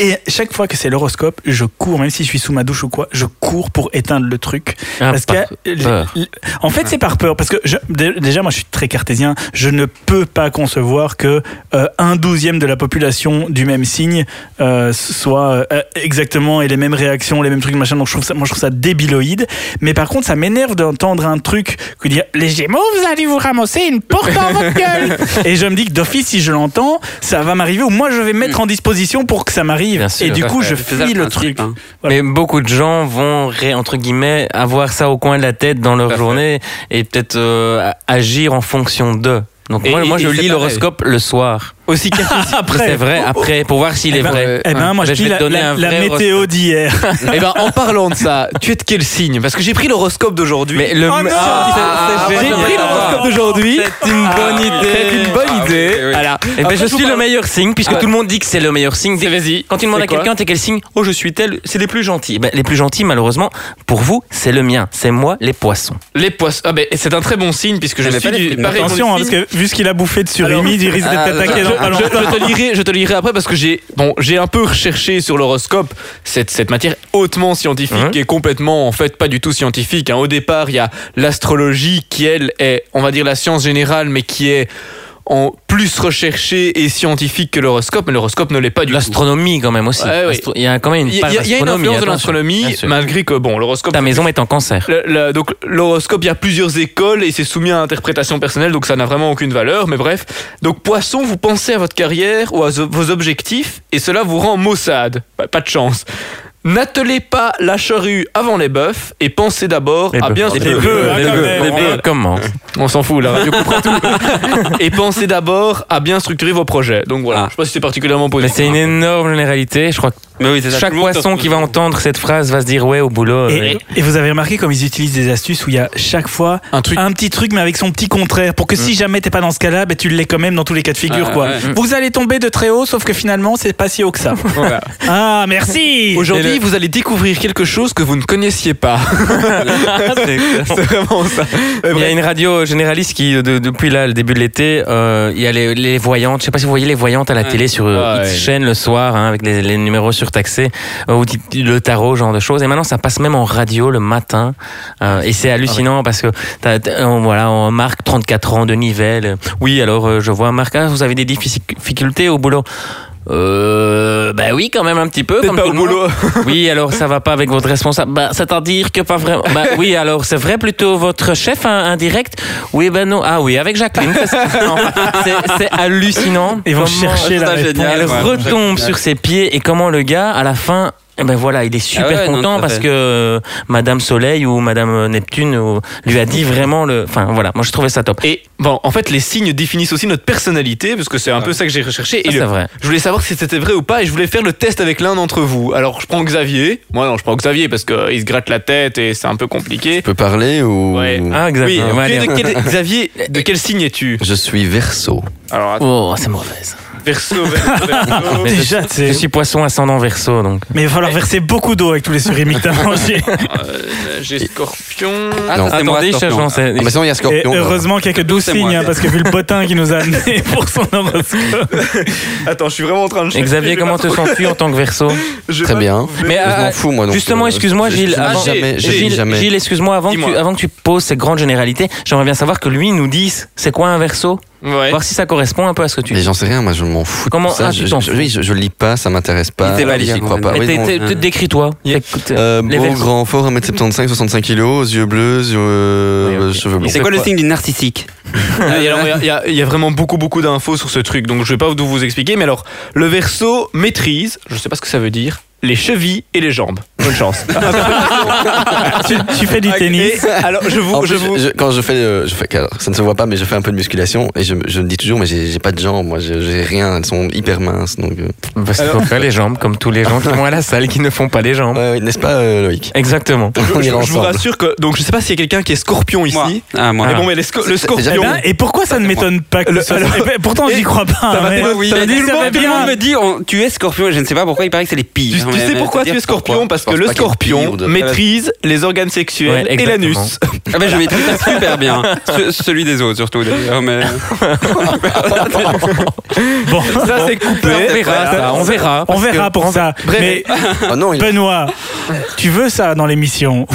S2: Et chaque fois que c'est l'horoscope, je cours, même si je suis sous ma douche ou quoi, je cours pour éteindre le truc.
S5: Ah,
S2: Parce
S5: par-
S2: que,
S5: peur.
S2: l- l- en fait, c'est par peur. Parce que je- dé- déjà, moi, je suis très cartésien. Je ne peux pas concevoir que euh, un douzième de la population du même signe euh, soit euh, exactement et les mêmes réactions, les mêmes trucs, machin. Donc, je trouve ça, moi, je trouve ça débiloïde. Mais par contre, ça m'énerve d'entendre un truc que dire les Gémeaux, vous allez vous ramasser une porte dans
S5: <laughs>
S2: votre gueule. et je me dis que d'office, si je l'entends, ça va m'arriver ou moi, je vais me mettre en disposition pour que ça m'arrive.
S5: Bien sûr.
S2: Et du coup, je
S6: C'est ça
S2: fuis le
S6: principe,
S2: truc.
S6: hein.
S5: Mais beaucoup de gens vont, ré- entre guillemets, avoir ça au coin de la tête dans leur journée et peut-être euh, agir en fonction d'eux. Donc
S3: Et-
S5: moi, moi
S3: et-
S5: je
S3: et c'est
S5: lis l'horoscope le soir.
S3: Aussi <laughs> cartésien.
S5: Après, c'est vrai, après, pour voir s'il
S2: Eh
S5: est
S2: ben,
S5: vrai.
S2: Ah, eh ben, moi, je
S5: Mais
S2: dis
S5: je vais
S2: la,
S5: te donner
S2: la-
S5: un
S2: la
S5: vrai
S2: météo d'hier.
S3: Eh ben, en parlant de ça, tu es de quel signe Parce que j'ai pris l'horoscope d'aujourd'hui.
S5: Euh, Mais le
S2: Oh non
S5: Ah,
S3: J'ai
S5: c'est- c'est génial.
S3: pris l'horoscope d'aujourd'hui. Ah.
S5: C'est
S2: Ah,
S5: une bonne idée.
S3: C'est une bonne idée. Voilà.
S5: Eh ben,
S3: Après,
S5: je
S3: je vous
S5: suis le
S3: parle-
S5: meilleur signe, puisque tout le monde dit que c'est le meilleur signe. Dès-
S3: vas-y.
S5: Quand tu demandes
S3: C'est
S5: à
S3: quoi
S5: quelqu'un, t'es quel signe Oh, je suis tel, c'est les plus gentils. Eh Ben, les plus gentils, malheureusement, pour vous, c'est le mien. C'est moi, les poissons.
S3: Les poissons. Ah ben, c'est un très bon signe puisque je
S4: Mais
S3: suis
S4: pas les
S3: du.
S4: fruits.
S3: pareil,
S2: Attention,
S3: mon
S2: hein, parce
S3: signe.
S2: que vu ce qu'il a bouffé de surimide, il risque d'être
S4: Ah,
S2: attaqué
S4: je-
S2: dans pas
S3: je,
S2: longtemps.
S3: je te lirai, je te lirai après parce que j'ai bon, j'ai un peu recherché sur l'horoscope cette, cette matière hautement scientifique
S5: Mhm.
S3: qui est complètement en fait pas du tout scientifique. hein. Au départ, il y a l'astrologie qui elle est, on va dire la science générale, mais qui est en plus recherchée et scientifique que l'horoscope, mais l'horoscope ne l'est pas du tout.
S5: L'astronomie, quand même, aussi.
S3: Ouais, oui.
S5: Astro- Il y a quand même une
S3: Il y,
S5: part
S3: a- il y a une
S5: d'astronomie,
S3: influence de
S5: attention.
S3: l'astronomie,
S5: Bien sûr.
S3: malgré que bon, l'horoscope
S5: Ta maison est en cancer.
S3: Le- le- donc l'horoscope, il y a plusieurs écoles et c'est soumis à interprétation personnelle, donc ça n'a vraiment aucune valeur. Mais bref, donc poisson, vous pensez à votre carrière ou à zo- vos objectifs et cela vous rend maussade. Bah, pas de chance. N'attelez pas la charrue avant les bœufs et pensez d'abord
S5: Les
S3: à
S5: bœufs.
S3: bien.
S5: Les
S3: se-
S5: bœufs,
S2: bœufs,
S5: les
S2: ah,
S5: bœufs.
S2: mais-
S5: On
S2: mais-
S5: recommence.
S3: On s'en fout, la radio comprend tout. <laughs> et pensez d'abord à bien structurer vos projets. Donc
S6: Ah.
S3: voilà, je sais pas si c'est particulièrement
S5: Mais
S3: positif.
S5: c'est une énorme généralité. Je crois que
S6: Mais oui, c'est ça,
S5: chaque
S6: tout le monde
S5: poisson
S6: pense-
S5: qui va entendre cette phrase va se dire ouais au boulot. euh,
S2: Et, et vous avez remarqué comme ils utilisent des astuces où il y a chaque fois
S3: Un
S5: Ah,
S3: truc.
S2: un petit truc mais avec son petit contraire pour que si jamais t'es pas dans ce cas-là, ben, tu l'es quand même dans tous les cas de figure.
S6: Ah,
S2: quoi.
S6: ouais.
S2: Vous allez tomber de très haut, sauf que finalement c'est pas si haut que ça.
S3: Voilà.
S2: ah merci.
S3: Aujourd'hui, vous allez découvrir quelque chose que vous ne connaissiez
S5: <laughs>
S3: pas. c'est vraiment ça. Mais
S5: Il y a
S3: bref.
S5: une radio généraliste qui, de- depuis là, le début de l'été, euh, il y a les, les voyantes. Je sais pas si vous voyez les voyantes à la télé sur euh,
S3: Ouais.
S5: X chaîne le soir, hein, avec les, les numéros surtaxés, euh, ou dit- le tarot, genre de choses. Et maintenant, ça passe même en radio le matin. Euh, et c'est
S3: Ah
S5: hallucinant parce que, t'as, t'as- on- voilà, on marque 34 ans de Nivelles. Oui, alors euh, je vois Marc, ah, vous avez des difficultés au boulot. Euh, bah oui, quand même un petit peu. Comme
S3: pas
S5: tout
S3: au
S5: le monde.
S3: boulot.
S5: <laughs> Oui, alors ça va pas avec votre responsable. Bah, c'est-à-dire que pas vraiment. Bah oui, alors c'est vrai plutôt votre chef hein, indirect. Oui, ben non. Ah oui, avec Jacqueline. parce que- non, C'est, c'est hallucinant.
S2: Ils vont
S5: Comment-
S2: chercher la
S6: ça,
S2: réponse.
S6: génial.
S5: Elle
S6: Ouais.
S5: retombe sur ses pieds et comment le gars, à la fin, Eh ben voilà, il est super
S6: Ah ouais, non,
S5: content
S6: tout à
S5: parce
S6: fait.
S5: que euh, Madame Soleil ou Madame Neptune ou- lui a dit vraiment le. Enfin voilà, moi je trouvais ça top.
S3: Et bon, en fait, les signes définissent aussi notre personnalité, parce que c'est un peu ça que j'ai recherché.
S5: Ah, Ça,
S3: et le-
S5: c'est vrai.
S3: Je voulais savoir si c'était vrai ou pas, et je voulais faire le test avec l'un d'entre vous. Alors, je prends Xavier. Moi, non, je prends Xavier parce qu'il se gratte la tête et c'est un peu compliqué.
S4: Tu peux parler ou.
S3: Ouais.
S5: Ah, Xavier,
S3: Oui,
S5: on va
S3: tu es
S5: aller-
S3: de
S5: <laughs>
S3: quel- Xavier, de quel signe es-tu
S4: Je suis verso.
S3: Alors, attends,
S5: Oh, c'est mauvaise.
S3: verso, verso, verso.
S5: <laughs> Mais je-
S2: Déjà,
S5: je,
S2: c'est.
S5: suis poisson ascendant verso, donc.
S2: Mais il va falloir verser beaucoup d'eau avec tous les surimi que t'as mangé.
S3: Euh, J'ai scorpion.
S4: Non.
S6: c'est moi,
S5: Attendez, je cherche
S6: Scorpion.
S5: dans ces-
S4: Ah, bah sinon, il y a
S2: Et
S4: Scorpion.
S2: heureusement qu'il n'y a que 12
S6: c'est moi.
S2: signes, hein, parce que vu le potin qui nous a amené pour son horoscope.
S3: Attends, je suis vraiment en train de chercher.
S5: Xavier, comment te sens-tu en tant que verso
S3: Je vais
S4: Très
S3: pas-
S4: bien.
S5: Mais
S4: Je
S5: euh,
S4: m'en fous, moi. donc,
S5: Justement,
S4: euh,
S5: excuse-moi,
S4: je-
S5: Gilles,
S4: je-
S5: avant-
S4: Jamais, je
S5: Gilles,
S4: dis jamais.
S5: Gilles, excuse-moi, avant, que tu-
S3: Dis-moi.
S5: avant que tu poses ces grandes généralités, j'aimerais bien savoir que lui nous dise c'est quoi un verso
S3: Ouais.
S5: Voir si ça correspond un peu à ce que tu
S4: Mais
S5: dis.
S4: j'en sais rien, moi je m'en fous. de
S5: Comment-
S4: ça,
S5: ah,
S4: je,
S5: tu t'en
S4: je-
S5: fous.
S4: oui, je, je lis pas, ça m'intéresse pas.
S6: sait pas lire,
S4: j'y crois
S6: quand
S4: pas.
S6: même.
S5: Mais
S4: Ah Oui,
S5: t'es-
S4: bon.
S5: t'es- t'es- Décris-toi. Écoute, euh,
S4: Euh,
S5: les
S4: beau,
S5: versos.
S4: grand, fort, 1m75, 65 kg, aux yeux bleus, yeux, euh,
S5: Oui, ok.
S4: cheveux blonds.
S6: C'est quoi le signe du narcissique
S3: Ah, et alors, Il y, a- il y a- il y a vraiment beaucoup beaucoup d'infos sur ce truc, donc je vais pas tout vous expliquer. Mais alors, le verso maîtrise, je sais pas ce que ça veut dire, les chevilles et les jambes. Bonne chance.
S2: tu, tu fais du tennis. Eh
S3: Et alors, je vous,
S4: En
S3: je
S4: plus,
S3: vous.
S4: je- quand je fais, euh, je fais, alors, ça ne se voit pas, mais je fais un peu de musculation et je, me- je me dis toujours, mais j'ai j'ai pas de jambes, moi, j'ai j'ai rien, elles sont hyper minces, donc. euh.
S5: Parce qu'il faut Bah, faire les jambes, comme tous les gens qui vont à la salle qui ne font pas les jambes.
S4: Ouais, ouais, n'est-ce pas, euh, Loïc
S5: Exactement.
S4: <laughs> On
S3: je-
S4: ira
S3: je vous
S4: ensemble.
S3: rassure que donc je sais pas s'il y a quelqu'un qui est scorpion ici.
S6: Moi. Ah, moi.
S3: Mais bon mais les sco- le
S4: c'est
S2: Eh
S3: scorpion.
S2: ben, et pourquoi ça ne m'étonne pas que
S3: Le-
S2: ça-
S3: alors-
S2: Eh ben, Pourtant, j'y crois pas. hein,
S3: va
S2: mais-
S3: pas- oui,
S2: Ça
S3: ça
S2: dit,
S3: va
S2: ça
S3: pas-
S2: va
S6: Tout le monde
S2: bien.
S6: me dit, on- tu es scorpion, et je ne sais pas pourquoi, il paraît que c'est les
S3: Tu,
S6: pires.
S3: tu
S6: Mais-
S3: sais
S6: mais-
S3: pourquoi tu
S6: c'est-à-dire
S3: es scorpion
S4: pourquoi
S3: Parce
S4: Je pense
S3: que le
S4: pas qu'il y ait de pire
S3: scorpion
S4: ou de-
S3: maîtrise les organes sexuels
S5: Ouais,
S3: et
S5: exactement.
S3: l'anus.
S6: Ah ben je maîtrise super bien. Ce- celui des autres surtout d'ailleurs, mais...
S2: Bon,
S3: Ça c'est
S5: On
S3: coupé.
S5: verra, ça, on verra.
S2: on verra pour ça. Mais
S4: Oh non, il-
S2: Benoît, tu veux ça dans l'émission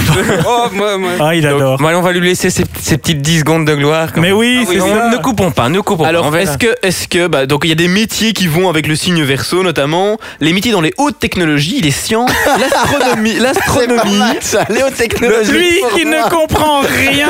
S6: Oh, moi, moi.
S2: Ah, il adore.
S5: Bon, allez, on va lui laisser ses, ses petites 10 secondes de gloire. quand
S2: Mais
S5: même.
S2: oui, c'est
S5: Non,
S2: ça.
S5: Ne coupons pas, ne coupons pas. on
S3: Alors,
S5: verra.
S3: est-ce que, est-ce que, bah, donc il y a des métiers qui vont avec le signe verso, notamment les métiers dans les hautes technologies, les
S4: <laughs>
S3: sciences, l'astronomie, l'astronomie.
S4: ça, Léo Technologie.
S2: Lui qui ne comprend
S5: <laughs>
S2: rien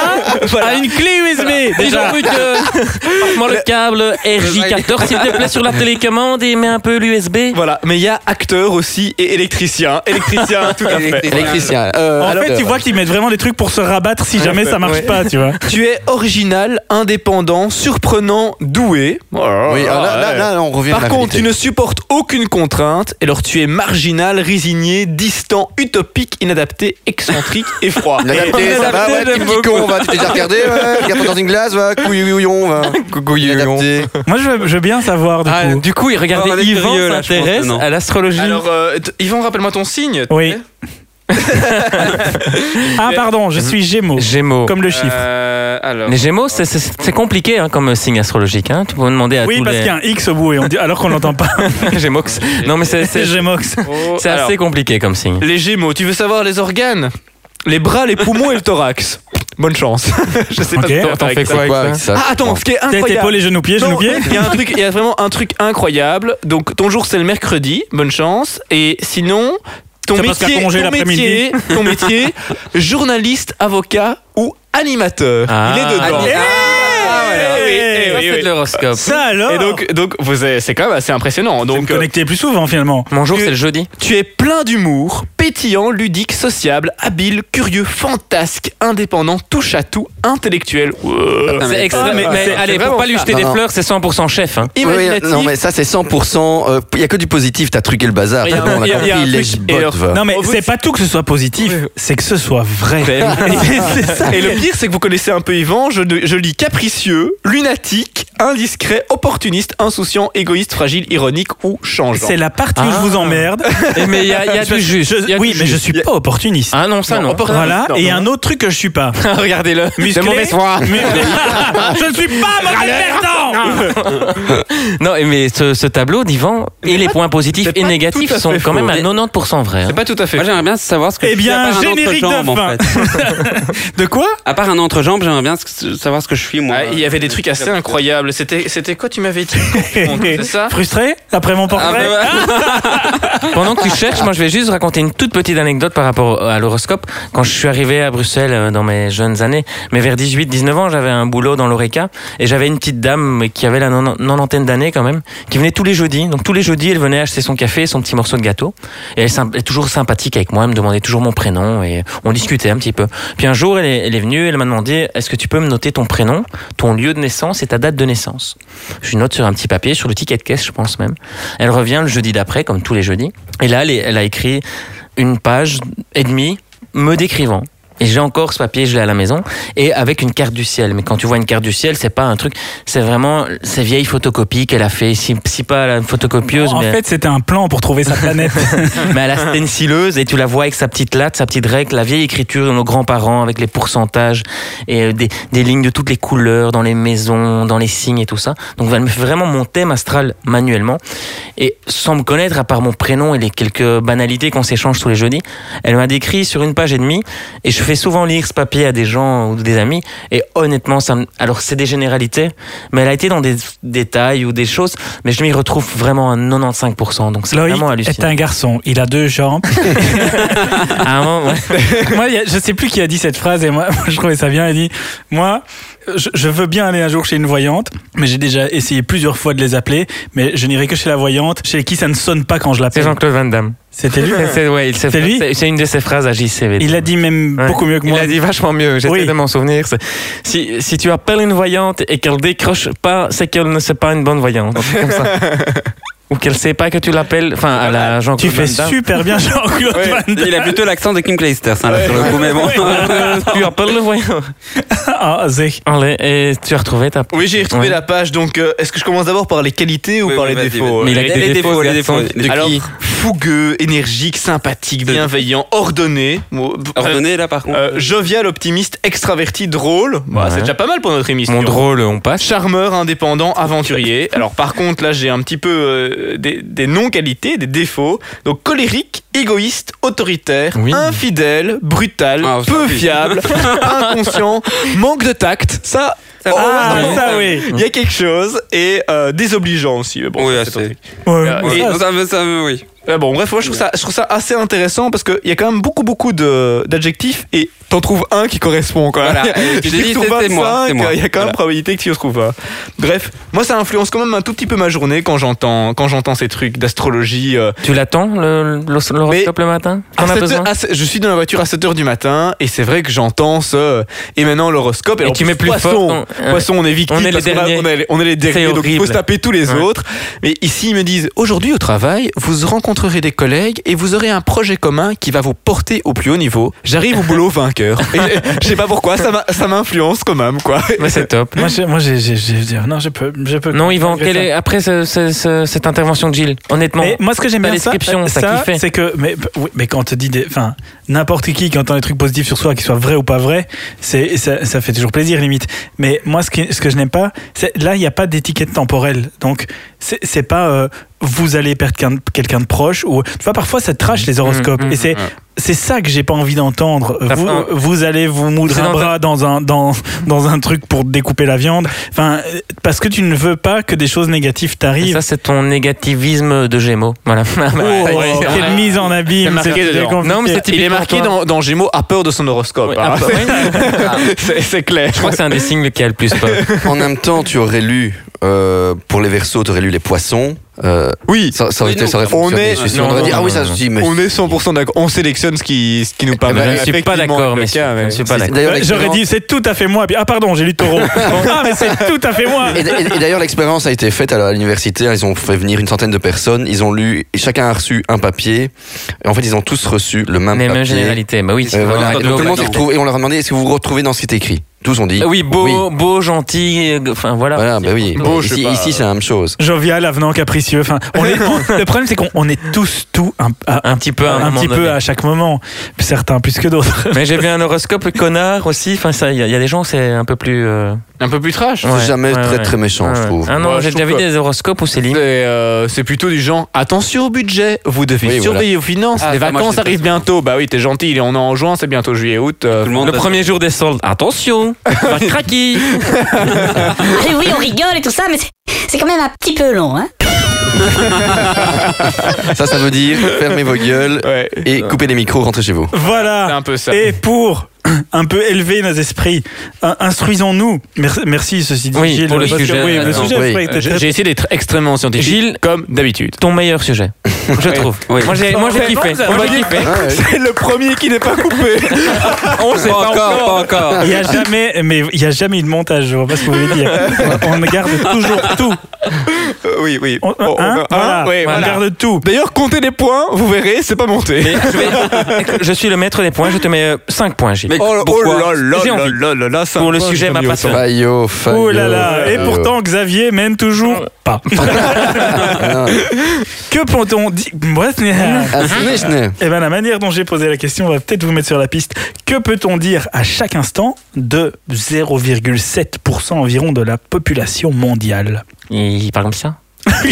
S3: Voilà.
S2: a une clé USB.
S5: Dis
S2: Déjà.
S5: donc,
S2: <laughs>
S5: que moi le câble RJ14 s'il te plaît sur la télécommande et mets un peu l'USB.
S3: Voilà, mais il y a acteur aussi et électricien. Électricien,
S4: <laughs>
S3: tout à fait.
S4: Électricien. euh,
S2: En
S4: alors-
S2: fait, tu vois qu'ils mettent vraiment des trucs pour se rabattre si jamais ça marche pas, tu vois.
S3: Tu es original, indépendant, surprenant, doué. Oh,
S4: Oui, ah, là, là,
S3: Ouais.
S4: là, on revient à
S3: Par
S4: la
S3: contre,
S4: vérité.
S3: tu ne supportes aucune contrainte, et alors tu es marginal, résigné, distant, utopique, inadapté, excentrique et
S4: <laughs>
S3: froid.
S4: L'inadapté, ça va, ouais, t'es petit con, va, tu t'es déjà regardé, ouais, regarde dans une glace, va, couillon,
S3: <laughs>
S4: va. Inadapté.
S2: Moi, je veux, je veux bien savoir du
S5: Ah,
S2: coup.
S5: du coup, il regardait
S6: Ah, on est
S5: Yvan
S6: curieux, là, je pense
S5: s'intéresse
S6: maintenant.
S5: à l'astrologie.
S3: Alors, euh, t- Yvan, rappelle-moi ton signe. <laughs>
S2: Oui. ah, pardon, je suis Gémeaux,
S5: Gémeaux.
S2: comme le chiffre.
S3: Euh, alors.
S5: Les Gémeaux, c'est- c'est c'est compliqué hein, comme signe astrologique. Hein. Tu peux demander à
S2: Oui,
S5: tous
S2: parce qu'il y a un X au bout et on dit alors qu'on l'entend pas.
S5: <laughs> les Gémox. Non, mais
S2: <laughs>
S5: c'est
S2: C'est
S5: c'est-
S2: Gémox.
S3: Oh,
S5: c'est
S3: alors,
S5: assez compliqué comme signe.
S3: Les Gémeaux, tu veux savoir les organes Les bras, les poumons et le thorax. Bonne chance. <laughs> Je sais
S2: Ok.
S3: pas.
S5: T'en- t'en fais
S3: avec ça.
S5: quoi
S4: Quoi, avec ça
S3: Ah attends, ce qui est
S2: Tête,
S3: incroyable.
S2: épaule et genoux pieds, genoux
S3: Non,
S2: pieds.
S3: Il y, a un truc- il y a vraiment un truc incroyable. Donc ton jour c'est le mercredi, bonne chance. Et sinon, ton
S2: Ça passe qu'à
S3: métier,
S2: congé
S3: ton
S2: l'après-midi.
S3: métier, ton métier, journaliste, avocat ou animateur.
S5: Ah.
S3: Il est dedans.
S5: Ah,
S3: voilà. Oui, eh
S5: Ça,
S3: oui,
S5: c'est
S3: oui.
S5: de
S2: <laughs>
S5: l'horoscope.
S2: Ça alors.
S3: Et donc, donc vous avez- c'est quand même assez impressionnant.
S2: donc
S3: Donc, euh,
S2: connecter plus souvent finalement.
S5: Mon jour,
S3: Tu-
S5: c'est le jeudi.
S3: tu es plein d'humour, pétillant, ludique, sociable, habile, curieux, fantasque, indépendant, touche à tout, intellectuel. Ouah.
S5: C'est excellent.
S2: Ah, mais-
S5: Mais,
S2: c'est-
S5: allez,
S3: c'est
S5: pour
S3: vraiment
S5: pas lui
S3: ça.
S5: jeter
S4: Non,
S5: des
S4: non.
S5: fleurs, c'est 100% chef. hein.
S4: Oui, oui, non, mais ça, c'est 100%. Il n'y euh, a que du positif, t'as truqué le bazar.
S3: Il y a-
S4: t'as- on a
S3: il y a- il y a un
S4: compris, les
S3: truc-
S4: bottes,
S3: et alors-
S4: va.
S2: Non mais
S3: Au bout
S2: c'est
S3: de-
S2: pas tout que ce soit positif, c'est que ce soit vrai. c'est ça.
S3: Et le pire, c'est que vous connaissez un peu Yvan. Je, je lis capricieux, lunatique, indiscret, opportuniste, insouciant, égoïste, fragile, ironique ou changeant.
S2: C'est la partie où je
S5: Ah.
S2: vous emmerde.
S5: Et Mais il y a, il y a du juste.
S2: Je-
S5: il y a
S2: oui,
S5: du
S2: mais je
S5: juste.
S2: suis pas opportuniste.
S5: Ah non, ça non.
S2: Voilà.
S3: non,
S2: et
S3: non.
S2: un autre truc que je suis pas.
S5: <laughs> Regardez-le.
S2: Musclé.
S5: De mauvaise foi.
S2: Mais- <laughs> je ne suis pas mauvais perdant. <laughs>
S5: Non, mais ce, ce tableau d'Yvan et les points positifs
S3: c'est
S5: et
S3: pas
S5: négatifs
S3: tout à fait
S5: sont quand
S3: faux.
S5: même à
S3: Mais-
S5: 90% vrais. hein.
S3: C'est pas tout à fait.
S6: Moi j'aimerais bien savoir ce que
S2: Eh
S6: je suis
S2: bien,
S6: à part un
S2: générique de
S6: entrejambe,
S2: fin.
S6: en fait.
S2: De quoi
S6: À part un entrejambe, j'aimerais bien s- savoir ce que je suis moi.
S3: Ah, Il y avait des trucs assez incroyables. C'était, c'était quoi tu m'avais dit <laughs> C'est ça
S2: Frustré après mon
S6: Ah,
S2: portrait
S6: bah,
S5: Pendant que tu cherches, moi je vais juste raconter une toute toute petite anecdote par rapport à l'horoscope. Quand je suis arrivé à Bruxelles euh, dans mes jeunes années, mais vers 18-19 ans, j'avais un boulot dans l'Oreca et j'avais une petite dame mais qui avait la non- nonantaine d'années quand même, qui venait tous les jeudis. Donc tous les jeudis, elle venait acheter son café et son petit morceau de gâteau. Et elle symp- est toujours sympathique avec moi, elle me demandait toujours mon prénom et on discutait un petit peu. Puis un jour, elle est, elle est venue, elle m'a demandé est-ce que tu peux me noter ton prénom, ton lieu de naissance et ta date de naissance Je note sur un petit papier, sur le ticket de caisse, je pense même. Elle revient le jeudi d'après, comme tous les jeudis. Et là, elle, est- elle a écrit une page et demie me décrivant. Et j'ai encore ce papier, je l'ai à la maison, et avec une carte du ciel. Mais quand tu vois une carte du ciel, c'est pas un truc, c'est vraiment ces vieilles photocopies qu'elle a fait, si, si pas la photocopieuse,
S2: En
S5: mais
S2: fait, c'était un plan pour trouver sa planète.
S5: mais à la stencileuse et tu la vois avec sa petite latte, sa petite règle, la vieille écriture de nos grands-parents avec les pourcentages et euh, des, des lignes de toutes les couleurs dans les maisons, dans les signes et tout ça. Donc elle me fait vraiment mon thème astral manuellement et sans me connaître à part mon prénom et les quelques banalités qu'on s'échange tous les jeudis, elle m'a décrit sur une page et demie et je fais souvent lire ce papier à des gens ou des amis et honnêtement ça me- alors c'est des généralités mais elle a été dans des détails ou des choses mais je m'y retrouve vraiment à 95% donc c'est
S2: Loïc
S5: vraiment
S2: est
S5: hallucinant.
S2: un garçon. Il a deux jambes.
S5: À un moment, ouais.
S2: moi, il y a- je sais plus qui a dit cette phrase et moi, <laughs> je trouvais ça bien. Il dit, moi, je, je veux bien aller un jour chez une voyante, mais j'ai déjà essayé plusieurs fois de les appeler, mais je n'irai que chez la voyante, chez qui ça ne sonne pas quand je
S5: C'est
S2: l'appelle.
S5: Jean-Claude Van Damme.
S2: C'était lui.
S5: <laughs> C'est ouais, il s'est-
S2: Ah. C'est lui
S5: c'est- c'est une de ses phrases à JCVD.
S2: Il a dit même
S5: Ouais.
S2: beaucoup mieux que
S5: Il
S2: moi.
S5: a dit vachement mieux, j'essaie
S2: Oui.
S5: de m'en souvenir. C'est- Si, si tu appelles une voyante et qu'elle décroche pas, c'est qu'elle ne sait pas une bonne voyante. un truc
S2: <laughs>
S5: comme ça. Ou qu'elle sait pas que tu l'appelles. Enfin, à la
S2: Ah, Tu
S5: Jean-Claude
S2: fais
S5: Van Damme.
S2: super bien Jean-Claude
S6: Ouais,
S2: Van Damme.
S6: il a plutôt l'accent de Kim Clijsters, hein, là, sur le coup, mais <laughs> bon.
S5: Euh, tu appelles
S2: <laughs>
S5: le voyant.
S2: Ah, zé.
S5: Allez, et tu as retrouvé ta.
S3: Oui, j'ai retrouvé
S5: Ouais.
S3: la page. Donc, euh, est-ce que je commence d'abord par les qualités ou
S6: Oui,
S3: par
S6: oui,
S3: les
S6: vas-y,
S3: défauts
S5: vas-y. Mais il a
S3: euh,
S5: que des
S3: les
S5: défauts,
S3: les
S5: les
S6: défauts. De
S3: Alors,
S6: qui
S3: fougueux, énergique, sympathique, bienveillant, ordonné. Mo-
S6: Ordonné, là, par contre.
S3: euh, jovial, optimiste, extraverti, drôle. Bah,
S5: Ouais.
S3: C'est déjà pas mal pour notre émission.
S5: Mon drôle, on passe.
S3: Charmeur,
S6: <laughs>
S3: indépendant, aventurier. Alors par contre, là j'ai un petit peu euh, des, des non-qualités, des défauts. Donc colérique, égoïste, autoritaire,
S5: Oui.
S3: infidèle, brutal,
S6: Ah, ça
S3: peu
S6: pue. <laughs>
S3: fiable, inconscient, manque de tact. Ça,
S6: Ça,
S3: Ah,
S6: oui.
S3: ça oui, il y a quelque chose. Et euh, désobligeant aussi. Mais bon,
S6: Oui,
S3: ça,
S6: assez.
S3: c'est un truc.
S2: Ouais,
S3: Ah,
S2: ouais.
S3: et-
S6: Oui, ça veut, ça veut, oui.
S3: Ouais, Euh, bon, bref, moi, je trouve, ça, je trouve ça assez intéressant parce qu'il y a quand même beaucoup, beaucoup de- d'adjectifs et t'en trouves un qui correspond. Quoi. <laughs>
S6: Voilà, et tu
S3: Je
S6: te dis,
S3: trouve
S6: c'est moi,
S3: 25,
S6: c'est moi.
S3: Il y a quand même
S6: Voilà.
S3: probabilité que tu en trouves un. Bref, moi, ça influence quand même un tout petit peu ma journée quand j'entends quand j'entends ces trucs d'astrologie. euh.
S5: Tu l'attends, le- le- l'horoscope le matin
S3: À
S5: T'en as
S3: sept
S5: besoin
S3: heures- à se- je suis dans la voiture à 7h du matin et c'est vrai que j'entends ce. euh, Et maintenant, l'horoscope.
S5: Et
S3: alors,
S5: tu mets plus
S3: poisson,
S5: fort. ton- euh,
S3: Poisson, on est victime.
S5: On est les
S3: parce qu'on a-
S5: derniers.
S3: On est les, on est les derniers, donc il faut
S5: horrible.
S3: se taper tous les
S5: Ouais.
S3: autres. Mais ici, ils me disent aujourd'hui au travail, vous rencontrerez des collègues et vous aurez un projet commun qui va vous porter au plus haut niveau. J'arrive au
S5: <laughs>
S3: boulot vainqueur. Et je- Je sais pas pourquoi, ça m'a- ça m'influence quand même, quoi.
S5: Mais c'est top.
S2: <laughs> Moi, j'ai- moi, j'ai, j'ai, j'ai- j'ai- non, je peux, je peux.
S5: Non, Yvan,
S2: malgré
S5: quelle
S2: ça.
S5: est, après ce- ce- ce- cette intervention de Gilles, honnêtement,
S2: Mais moi, ce que j'aime
S5: Ta
S2: bien ça,
S5: description, ça
S2: ça,
S5: kiffait.
S2: c'est que, mais, oui, mais quand on te dit des, enfin, n'importe qui qui entend des trucs positifs sur soi, qu'ils soient vrais ou pas vrais, c'est, ça, ça fait toujours plaisir, limite. Mais moi, ce que, ce que je n'aime pas, c'est, là, il n'y a pas d'étiquette temporelle. Donc, c'est, c'est pas, euh, vous allez perdre quelqu'un de- quelqu'un de proche ou, tu vois, parfois, ça trash les horoscopes.
S5: mmh,
S2: et c'est, c'est ça que j'ai pas envie d'entendre.
S5: Ça
S2: Vous,
S5: fait un-
S2: vous allez vous moudre
S5: C'est
S2: un
S5: dans
S2: bras dans un, dans, dans un truc pour découper la viande. Enfin, euh, parce que tu ne veux pas que des choses négatives
S5: Et
S2: t'arrivent.
S5: ça, c'est ton négativisme de Gémeaux. Voilà.
S2: Oh,
S5: <laughs> Ouais.
S2: quelle mise en
S3: C'est
S2: abîme,
S3: marqué
S2: c'est
S3: dedans.
S2: compliqué.
S5: Non, mais c'est
S3: Il est
S5: typiquement
S3: marqué
S5: toi.
S3: dans, dans Gémeaux à peur de son horoscope.
S5: Ouais,
S3: hein.
S5: ah, ouais.
S3: C'est c'est clair.
S5: Je crois que c'est un des signes qui a le plus peur.
S4: En même temps, tu aurais lu, euh, pour les versos, tu aurais lu les poissons. euh,
S3: Oui,
S4: ça, ça aurait,
S6: Mais
S4: été-
S6: non,
S4: ça aurait
S6: on
S4: fonctionné.
S3: est-
S4: je suis sûr.
S5: non,
S4: on aurait
S5: non,
S4: dit,
S5: non,
S4: ah oui, ça,
S5: non,
S4: je dis, mais.
S3: on est 100% d'accord. On sélectionne ce qui, ce qui nous paraît.
S5: ben, Je ne suis pas
S3: effectivement
S5: d'accord,
S3: le
S5: messieurs.
S3: cas, mais-
S5: Je ne suis pas d'accord.
S4: D'ailleurs,
S2: Euh, J'aurais dit, c'est tout à fait moi. Puis, Ah, pardon, j'ai lu
S5: <laughs>
S2: taureau. ah, mais c'est tout à fait moi.
S4: Et, d- et- et d'ailleurs, l'expérience a été faite à la- à l'université. hein. Ils ont fait venir une centaine de personnes. Ils ont lu, chacun a reçu un papier. Et en fait, ils ont tous reçu le même
S5: Mais
S4: papier.
S5: même généralité. Bah oui,
S4: Euh,
S2: Ah,
S4: voilà.
S5: c'est
S4: Et donc, tout le monde s'est
S5: global.
S4: retrouvé et on leur a demandé est-ce que vous vous retrouvez dans ce qui est écrit Tous ont dit.
S2: Ah
S5: Oui, beau, beau, gentil. euh, Enfin, voilà.
S4: Voilà, bah oui.
S3: Beau, je sais
S4: ici,
S3: pas.
S4: ici, c'est la même chose.
S2: Jovial, avenant, capricieux. Enfin, on est- on- le problème, c'est qu'on on est tous tout un, à-
S5: Un petit peu, à un
S2: un
S5: moment
S2: petit peu
S5: donné.
S2: à chaque moment. Certains plus que d'autres. <laughs>
S5: Mais j'ai vu un horoscope connard aussi. Enfin, ça, il y, a- il y a des gens, c'est un peu plus. euh,
S3: Un peu plus trash.
S5: ouais,
S4: c'est jamais
S5: ouais,
S4: très
S5: ouais.
S4: très méchant,
S5: Ah,
S4: je
S5: ouais.
S4: trouve.
S5: Ah non,
S3: Moi, je
S5: j'ai déjà
S3: trouve
S5: vu
S3: que-
S5: des horoscopes où c'est
S3: C'est
S5: limite.
S3: euh, c'est plutôt du genre attention au budget, vous devez
S4: Oui, voilà.
S3: surveiller vos finances,
S6: Ah,
S3: les
S6: ça, moi,
S3: vacances
S6: je déteste
S3: arrivent bientôt. Bah oui, t'es gentil, il est- on est en juin, c'est bientôt juillet, août. euh,
S6: Tout le monde
S5: Le
S6: passe-
S5: premier jour des soldes, attention, va craquer.
S7: Ah oui, on rigole et tout ça, mais c'est- c'est quand même un petit peu long, hein.
S4: Ça, ça veut dire fermez vos gueules
S3: Ouais.
S4: et
S2: Ah.
S4: coupez les micros, rentrez chez vous.
S3: C'est
S2: Voilà.
S3: un peu ça.
S2: Et pour un peu élever nos esprits, un- instruisons-nous. Merci, merci, ceci dit,
S5: Oui,
S2: Gilles,
S5: pour le
S2: parce que-
S5: sujet.
S2: oui, le
S5: Attends,
S2: sujet,
S4: oui.
S2: Fred, était
S3: J'ai essayé d'être extrêmement scientifique,
S5: Euh, Gilles-
S3: comme d'habitude.
S5: Ton meilleur sujet, je trouve.
S6: Oui.
S5: Moi, j'ai moi, j'ai
S2: Vraiment,
S5: kiffé.
S2: vous avez-
S5: On va
S2: Moi, j'ai-
S5: kiffer.
S4: <laughs>
S3: C'est le premier qui n'est pas coupé.
S5: On sait pas encore. Pas encore.
S2: Il n'y a jamais, mais il y a jamais eu de montage. Je vois pas ce que vous voulez dire. On garde toujours tout.
S3: oui, oui.
S2: On,
S3: Oh,
S2: hein,
S3: hein,
S2: voilà.
S3: ouais,
S2: on
S3: voilà.
S2: garde tout.
S3: D'ailleurs, comptez les points, vous verrez, c'est pas monté.
S5: Mais je, vais- Écoute, je suis le maître des points, je te mets 5 points, Gilles.
S3: Oh, oh
S5: Pourquoi
S3: là là
S5: J'ai
S3: là
S5: envie.
S3: là là là, ça
S5: Pour le
S3: va,
S5: sujet,
S3: j'ai
S5: ma
S3: mis au
S5: passion.
S3: centre.
S4: Faillot,
S2: Oh
S4: faillot,
S3: euh,
S2: là là. Et
S4: faillot.
S2: pourtant, Xavier mène toujours
S3: <laughs>
S2: pas.
S4: Ah,
S2: Que peut-on dire Bref, mais-
S4: ah, c'est Schnee.
S2: Eh ben la manière dont j'ai posé la question va peut-être vous mettre sur la piste. Que peut-on dire à chaque instant de 0,7% environ de la population mondiale
S5: Il parle comme ça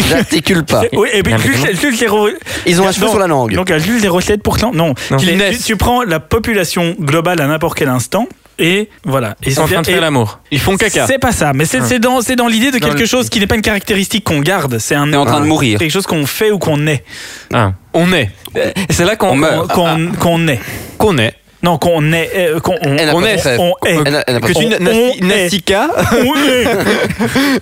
S4: J'articule pas.
S2: Oui, et puis
S5: Non, mais
S2: juste- juste zéro-
S4: Ils ont un cheveu
S2: Non.
S4: sur la langue.
S2: donc à juste 0,7%, non.
S5: Non.
S2: Tu-
S5: Qu'ils
S2: Tu,
S5: naissent.
S2: tu prends la population globale à n'importe quel instant et voilà. Ils
S5: Ils sont en train de faire l'amour.
S3: Ils font caca.
S2: C'est pas ça, mais c'est
S5: Ah.
S2: c'est dans, c'est dans l'idée de
S5: Dans
S2: quelque
S5: le-
S2: chose qui n'est pas une caractéristique qu'on garde, c'est un
S6: T'es en train de mourir.
S2: quelque chose qu'on fait ou qu'on est,
S5: Ah.
S3: On est.
S5: Et C'est là qu'on
S6: On meurt. Ah,
S2: qu'on qu'on est.
S3: Qu'on est.
S2: Non, qu'on est, euh, qu'on on,
S4: Elle a
S2: on
S4: pas de
S2: est,
S4: rêve.
S2: on est.
S4: Elle a- elle a pas
S3: Que
S4: de-
S3: tu
S2: On-
S3: na-
S2: on
S3: nasti-
S2: est.
S3: nastica
S2: On est.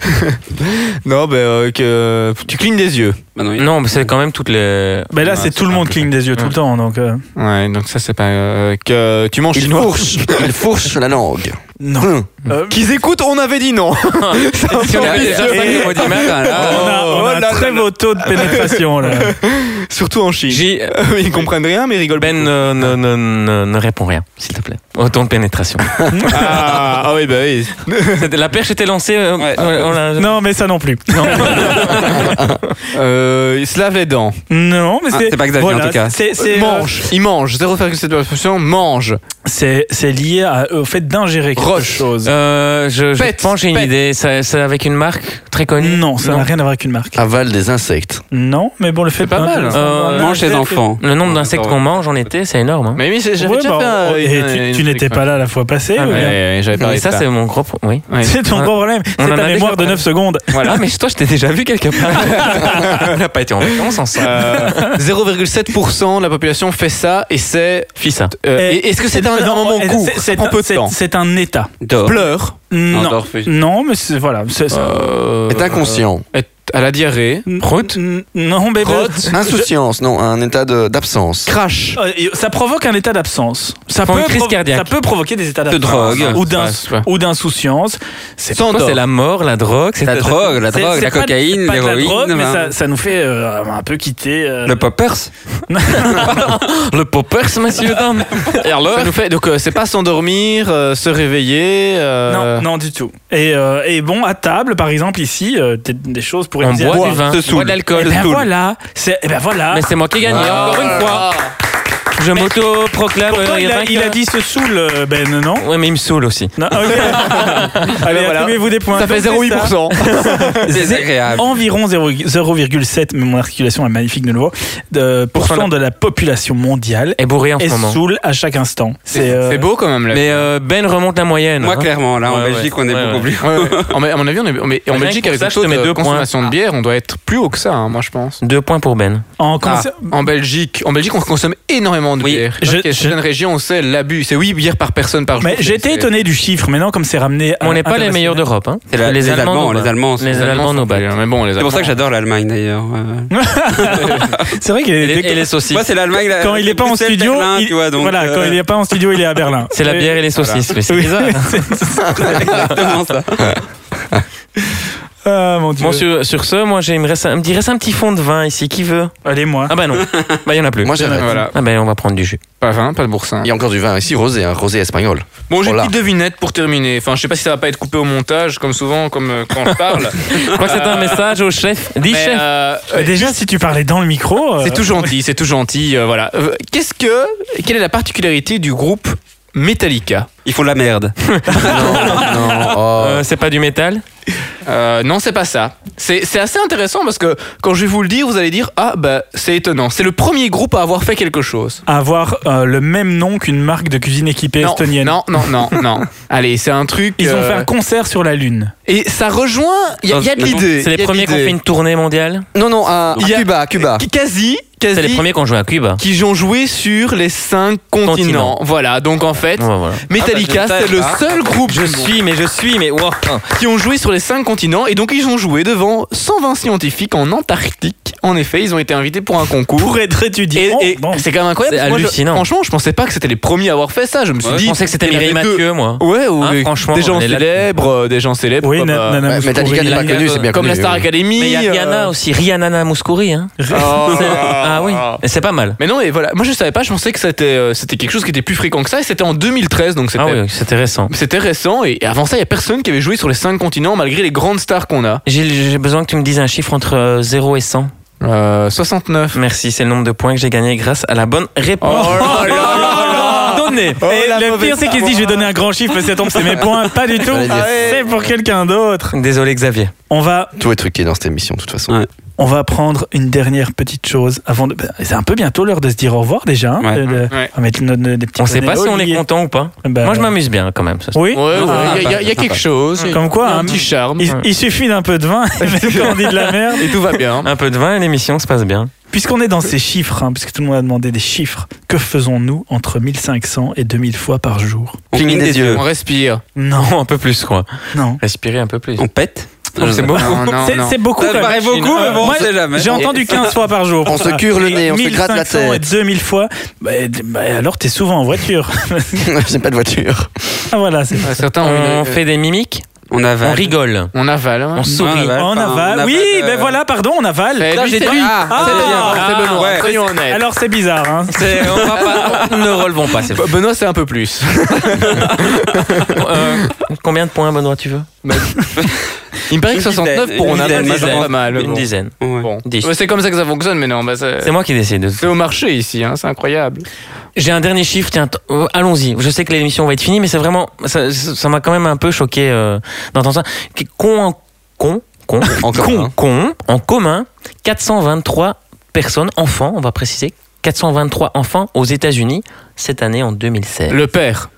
S3: <laughs> Non, ben euh, que tu clignes des yeux.
S6: Bah non, il-
S5: Non, mais c'est quand même toutes les.
S2: Ben là,
S3: Ouais,
S2: c'est tout le monde cligne des yeux tout le temps, donc. euh,
S3: Ouais, donc ça c'est pas euh, que tu manges
S4: Ils
S3: chinois.
S4: <laughs> fourchent. Ils fourchent sur la langue.
S2: Non. Euh,
S3: Qu'ils écoutent, on avait dit <laughs> non.
S5: Si on avait
S6: Et-
S5: déjà
S6: et-
S5: cinq
S6: et-
S5: mots du matin,
S2: on
S5: là.
S2: a, on a
S3: oh
S2: un
S3: là
S2: très
S3: là
S2: beau taux de pénétration là.
S3: Surtout en Chine.
S5: J'ai-
S3: Euh, <laughs> Ils comprennent rien, mais ils rigolent.
S5: Ben ne, ne, ne, ne- ne répond rien, s'il te plaît. Autant de <laughs> pénétration.
S3: beaucoup. Ah, ah oui, bah oui.
S5: C'était- la perche était lancée. euh,
S6: Ouais.
S5: on- on l'a-
S2: non, mais ça non plus. Non,
S3: Euh, ils se lavent les dents.
S2: Non, mais
S6: Ah,
S2: c'est.
S6: c'est pas Xavier, en tout cas.
S2: C'est c'est, euh,
S3: mange. Ils mangent. 0,7% mange.
S2: c'est- c'est lié à- au fait d'ingérer quelque
S3: Roche.
S2: chose.
S5: Euh, je, je
S3: Pète,
S5: pense que j'ai une
S3: pète.
S5: idée. Ça- C'est avec une marque très connue.
S2: Non, ça n'a rien à voir avec une marque.
S4: Avalent des insectes.
S2: Non, mais bon, le fait.
S3: pas
S2: d'un-
S3: mal.
S2: d'un-
S5: Euh,
S2: d'un-
S6: mange les
S2: d'un-
S6: enfants.
S5: Le nombre d'insectes qu'on mange en été, c'est énorme. hein.
S3: Mais oui, c'est- j'avais
S2: Ouais,
S3: déjà
S2: bah, on-
S3: fait. euh, une-
S2: et
S3: une-
S2: tu- tu
S3: une-
S2: n'étais pas là la fois passée.
S5: Ah,
S2: ou
S3: Ouais,
S2: bien
S3: ouais, j'avais parlé
S5: Et
S3: de
S5: ça, c'est mon gros. pro- Oui.
S3: <laughs> Ouais.
S2: C'est ton
S5: Ah.
S2: problème.
S5: On
S2: C'est
S5: en a
S2: ta
S5: déjà
S2: mémoire de
S5: parlé.
S2: 9 secondes.
S5: Voilà. mais toi, je t'ai déjà vu quelque part. on n'a pas été en vacances ensemble.
S3: Euh, 0,7% de la population fait ça et c'est.
S5: Fissa.
S3: euh,
S2: Eh,
S3: et- Est-ce que c'est
S2: Non,
S3: un moment
S2: c'est-
S3: court
S2: c'est-
S3: Ça
S2: C'est
S3: prend
S2: un-
S3: peu de
S2: c'est-
S3: temps.
S2: c'est un état.
S6: Dors.
S3: Pleure.
S6: Non,
S2: Non.
S6: dors, fais-
S2: Non, mais c'est voilà. c'est- c'est-
S3: Euh,
S4: Est inconscient.
S3: est à la diarrhée.
S2: Route Non, mais
S3: Route.
S4: Insouciance, non, un état de- d'absence.
S3: Crash.
S2: Euh, et ça provoque un état d'absence. Ça
S5: Prends
S2: peut
S5: une crise
S2: provo-
S5: cardiaque.
S2: Ça peut provoquer des états
S6: De
S2: d'absence.
S6: drogue.
S2: Ou d'ins-
S5: Ouais, c'est vrai.
S2: ou d'insouciance. C'est
S5: Toi, C'est la mort, la drogue, c'est
S6: La drogue, la
S2: c'est-
S6: drogue,
S2: c'est
S6: la
S2: pas-
S6: cocaïne,
S2: c'est pas de la
S6: l'héroïne.
S2: drogue, mais
S6: hein.
S2: ça, ça nous fait euh, un peu quitter. euh,
S6: Le poppers
S2: <laughs>
S5: Le poppers, monsieur dame. Et alors
S3: Ça nous fait, donc euh, c'est pas s'endormir, euh, se réveiller. euh,
S2: Non, non, du tout. Et, euh, et bon, à table, par exemple, ici, euh, des, des choses pour
S5: On boit du vin,
S6: se
S5: on boit
S6: saoule.
S5: de l'alcool.
S2: Et ben voilà, c'est, eh ben voilà.
S5: Mais c'est moi qui ai gagné,
S4: Ah.
S5: encore une fois. Je m'auto-proclame.
S2: Pourtant,
S5: euh,
S2: il, a,
S5: vainqueur.
S2: il a dit se saoule, euh, Ben, non
S5: Ouais, mais il me saoule aussi.
S2: Non, ok. Allez,
S3: voilà.
S2: attribuez-vous des points.
S3: Ça fait
S2: Donc, c'est
S3: 0,8%.
S2: hein.
S6: Désagréable.
S2: environ 0 0,7, mais mon articulation est magnifique de nouveau, de pourcent de la population mondiale
S5: Est bourré en ce
S2: est
S5: moment.
S2: saoule à chaque instant. C'est euh,
S3: <laughs> C'est beau quand même. Là.
S5: Mais euh, Ben remonte la moyenne.
S6: Moi,
S5: hein.
S6: clairement, là, en
S5: Ouais,
S6: Belgique,
S5: ouais.
S6: on est
S5: Ouais,
S6: beaucoup
S5: ouais.
S6: plus.
S2: <laughs>
S3: Ouais, ouais. en, en avis, on est, on est- en
S5: Rien
S3: Belgique
S5: que pour
S3: avec
S5: ça,
S3: une
S5: je te
S3: chose
S5: mets
S3: de
S5: deux points.
S3: consommation de bière, on doit être plus haut que ça, hein, moi je pense. Ah,
S5: Deux points pour Ben.
S2: en conser-
S3: En Belgique, en Belgique, on consomme énormément de
S6: Oui,
S3: bière.
S2: je-
S3: Dans certaines régions, on sait l'abus. C'est 8 bières par personne par jour.
S2: Mais j'étais étonné du chiffre, maintenant comme c'est ramené. à
S5: On n'est pas les
S2: l'international.
S5: meilleurs d'Europe. Hein.
S6: C'est la- les Allemands,
S5: nous
S6: les
S5: battent.
S6: Allemands sont-
S5: Les
S6: les
S5: Allemands
S6: Allemands
S5: nous battent.
S3: Mais bon, les
S6: C'est pour ça que
S3: Allemands-
S6: j'adore l'Allemagne, d'ailleurs. euh.
S2: C'est vrai qu'il
S5: Et les,
S2: est.
S5: et les saucisses.
S6: Moi, c'est l'Allemagne. la-
S2: Quand il n'est pas en
S6: Bruxelles,
S2: studio,
S6: Berlin,
S2: il-
S6: tu vois, donc,
S2: voilà,
S6: euh,
S2: quand il n'est pas en studio, il est à Berlin.
S5: C'est la bière et les saucisses. mais c'est
S2: Oui.
S5: bizarre.
S6: euh, <laughs> Exactement ça.
S2: <laughs> Ah mon dieu.
S5: Bon, sur, sur ce, moi, j'ai- il me reste, un- il me reste un petit fond de vin ici. Qui veut
S2: Allez moi.
S5: Ah bah non. Bah, il n'y en a plus.
S4: Moi j'arrête.
S3: Voilà,
S5: Ah ben, on va prendre du jus.
S3: pas vin, pas de boursin.
S4: Il y a encore du vin ici, rosé, hein, rosé espagnol.
S3: Bon, j'ai une
S4: Voilà.
S3: petite devinette pour terminer. Enfin, je sais pas si ça va pas être coupé au montage, comme souvent, comme euh, quand je parle.
S5: Je crois que c'est un message au chef. Dis
S3: Mais,
S5: chef.
S3: euh,
S2: Mais déjà, si tu parlais dans le micro, euh,
S3: C'est tout gentil, c'est tout gentil. euh, voilà. Euh, Qu'est-ce que, quelle est la particularité du groupe Metallica
S6: Ils font de la merde.
S4: Non, non, oh.
S5: Euh, c'est pas du métal
S3: Euh, non, c'est pas ça. C'est c'est assez intéressant parce que quand je vais vous le dire, vous allez dire Ah, bah, c'est étonnant. C'est le premier groupe à avoir fait quelque chose.
S2: Avoir euh, le même nom qu'une marque de cuisine équipée
S3: Non,
S2: estonienne.
S3: non, non, non,
S2: <laughs>
S3: non. Allez, c'est un truc.
S2: Ils ont
S3: euh,
S2: fait un concert sur la Lune.
S3: Et ça rejoint. Il y, a- il y a de
S6: Non,
S3: l'idée.
S5: C'est les
S3: il y a de
S5: premiers qui ont
S3: l'idée.
S5: fait une tournée mondiale
S4: Non, non, à, à
S3: Il y a-
S4: Cuba, à Cuba.
S3: Qui- Quasi, quasi.
S5: C'est les premiers qui ont joué à Cuba.
S3: qui ont joué sur les cinq continents.
S5: Continents.
S3: Voilà, donc en fait,
S5: Ouais, voilà.
S3: Metallica,
S6: Ah bah, je
S3: c'est le
S6: savais pas.
S3: seul groupe
S5: Je
S3: du monde
S5: suis, mais je suis, mais wow.
S3: qui ont joué sur les cinq continents et donc ils ont joué devant 120 scientifiques en Antarctique. En effet, ils ont été invités pour un concours.
S2: Pour être étudié.
S3: Et,
S2: Oh,
S3: et
S2: bon.
S3: c'est quand même incroyable.
S5: C'est
S3: parce que moi, je-
S5: hallucinant.
S3: franchement, je pensais pas que c'était les premiers à avoir fait ça. Je me suis
S5: Je
S3: dit.
S5: pensais que c'était
S3: il y en
S5: Mireille
S3: avait deux.
S5: Mathieu, moi.
S3: Ouais, ou
S5: Hein,
S3: des-
S5: franchement,
S3: des
S5: on
S3: gens
S5: est là-
S3: célèbres, euh, des gens célèbres.
S2: Oui,
S3: comme,
S2: Na- euh,
S3: euh,
S2: Nana
S4: Ouais, Metallica
S2: Mouskouri.
S4: n'est pas connu, c'est bien
S3: comme
S4: connu.
S3: la Star
S4: oui.
S3: Academy.
S5: Mais il y a
S3: euh,
S5: Rihanna aussi, Rihanna Mouskouri. Hein.
S3: Oh.
S5: C'est- Ah oui, Et c'est pas mal.
S3: Mais non, et voilà. Moi, je savais pas. Je pensais que c'était euh, c'était quelque chose qui était plus fréquent que ça. Et c'était en 2013, donc c'était
S5: Ah oui, c'était récent.
S3: C'était récent et et avant ça, il n'y a personne qui avait joué sur les 5 continents malgré les grandes stars qu'on a.
S5: Gilles, j'ai besoin que tu me dises un chiffre entre euh, 0 et 100.
S3: Euh, 69.
S5: Merci, c'est le nombre de points que j'ai gagné grâce à la bonne réponse.
S3: Oh là là
S2: <laughs> Donnez.
S3: Oh,
S2: et
S3: la
S2: le
S3: mauvaise
S2: pire, c'est qu'ils se disent, je vais donner un grand chiffre, mais ça tombe, c'est mes points. Pas du tout.
S4: J'allais dire.
S2: Ah ouais. C'est pour quelqu'un d'autre.
S5: Désolé Xavier.
S2: On va,
S4: Tout est truqué dans cette émission, de toute façon.
S6: Ouais.
S2: on va prendre une dernière petite chose avant de. bah, C'est un peu bientôt l'heure de se dire au revoir déjà. hein,
S6: Ouais.
S2: de- de-
S3: Ouais.
S2: On va mettre nos- nos- des petits
S5: On sait
S2: bonnets.
S5: pas si on est
S2: Olivier. Oh.
S5: content ou pas.
S2: Bah,
S5: Moi je m'amuse bien quand même. ça.
S2: Oui.
S3: Ouais, ouais, il
S5: Ah,
S3: y a- il y, a- il y a quelque chose.
S2: Comme quoi,
S3: Il y a un
S2: hein,
S3: petit charme.
S2: Il, il suffit d'un peu de
S3: <laughs>
S2: vin, <laughs> même quand on dit de la merde.
S3: Et tout va bien.
S5: Un peu de vin et l'émission se passe bien.
S2: Puisqu'on est dans ces chiffres, hein, puisque tout le monde a demandé des chiffres, que faisons-nous entre 1500 et 2000 fois par jour
S6: On
S4: Cligne
S6: cligne
S4: des
S6: des
S4: yeux.
S6: yeux.
S3: On respire.
S2: Non,
S5: Non, <laughs> un peu plus quoi.
S2: non.
S5: Respirer un peu plus.
S6: On pète.
S5: C'est
S6: Euh,
S5: beaucoup.
S2: <laughs>
S3: Non, non,
S2: C'est
S3: non.
S2: c'est beaucoup.
S6: Ça
S2: quand même.
S6: paraît beaucoup, mais bon,
S2: Moi,
S6: on sait jamais.
S2: J'ai entendu 15 fois par jour.
S4: On se cure le nez, on se gratte la
S2: 1500 et
S4: tête.
S2: 2000 fois, bah, bah, alors t'es souvent en voiture. <laughs>
S4: <laughs> J'ai pas de voiture.
S2: Ah, voilà, c'est
S3: Ouais, Certains ont
S5: Euh,
S2: euh,
S5: On
S3: une-
S5: fait des mimiques,
S6: On
S5: on
S6: avale.
S5: rigole,
S3: On avale. hein.
S5: on sourit.
S6: avale.
S2: En
S6: Enfin, on
S2: aval.
S6: avale,
S2: Oui,
S6: euh,
S2: ben voilà, pardon, on avale.
S3: Eh,
S6: Là,
S3: lui,
S6: j'ai
S3: c'est
S6: dit-
S3: lui.
S6: Ah,
S3: c'est
S2: ah,
S3: bien. C'est Benoît.
S6: ouais.
S3: Soyons honnêtes.
S2: Alors c'est bizarre. Hein.
S5: C'est- on va pas- ne relevons
S2: <laughs>
S5: pas. c'est-
S3: Benoît, c'est un peu plus.
S5: Euh, combien de points Benoît tu veux
S3: Il me paraît que
S6: Une dizaine,
S3: 69 pour
S6: une
S3: on avale,
S6: dizaine,
S3: c'est
S6: une
S3: pas mal. mais
S5: Une
S3: bon.
S5: dizaine.
S6: Ouais.
S3: Bon.
S5: Dix.
S3: Ouais, C'est comme ça que ça fonctionne, mais non. bah,
S5: C'est
S3: C'est
S5: moi qui décide.
S3: c'est au marché ici, hein, c'est incroyable.
S5: J'ai un dernier chiffre, tiens, t- euh, allons-y. Je sais que l'émission va être finie, mais c'est vraiment, ça ça- ça m'a quand même un peu choqué euh, d'entendre ça. Qu- Con, en- con, con,
S4: Encore
S5: con,
S4: un.
S5: con, en commun, 423 personnes, enfants, on va préciser, 423 enfants aux États-Unis cette année en 2016.
S3: Le père.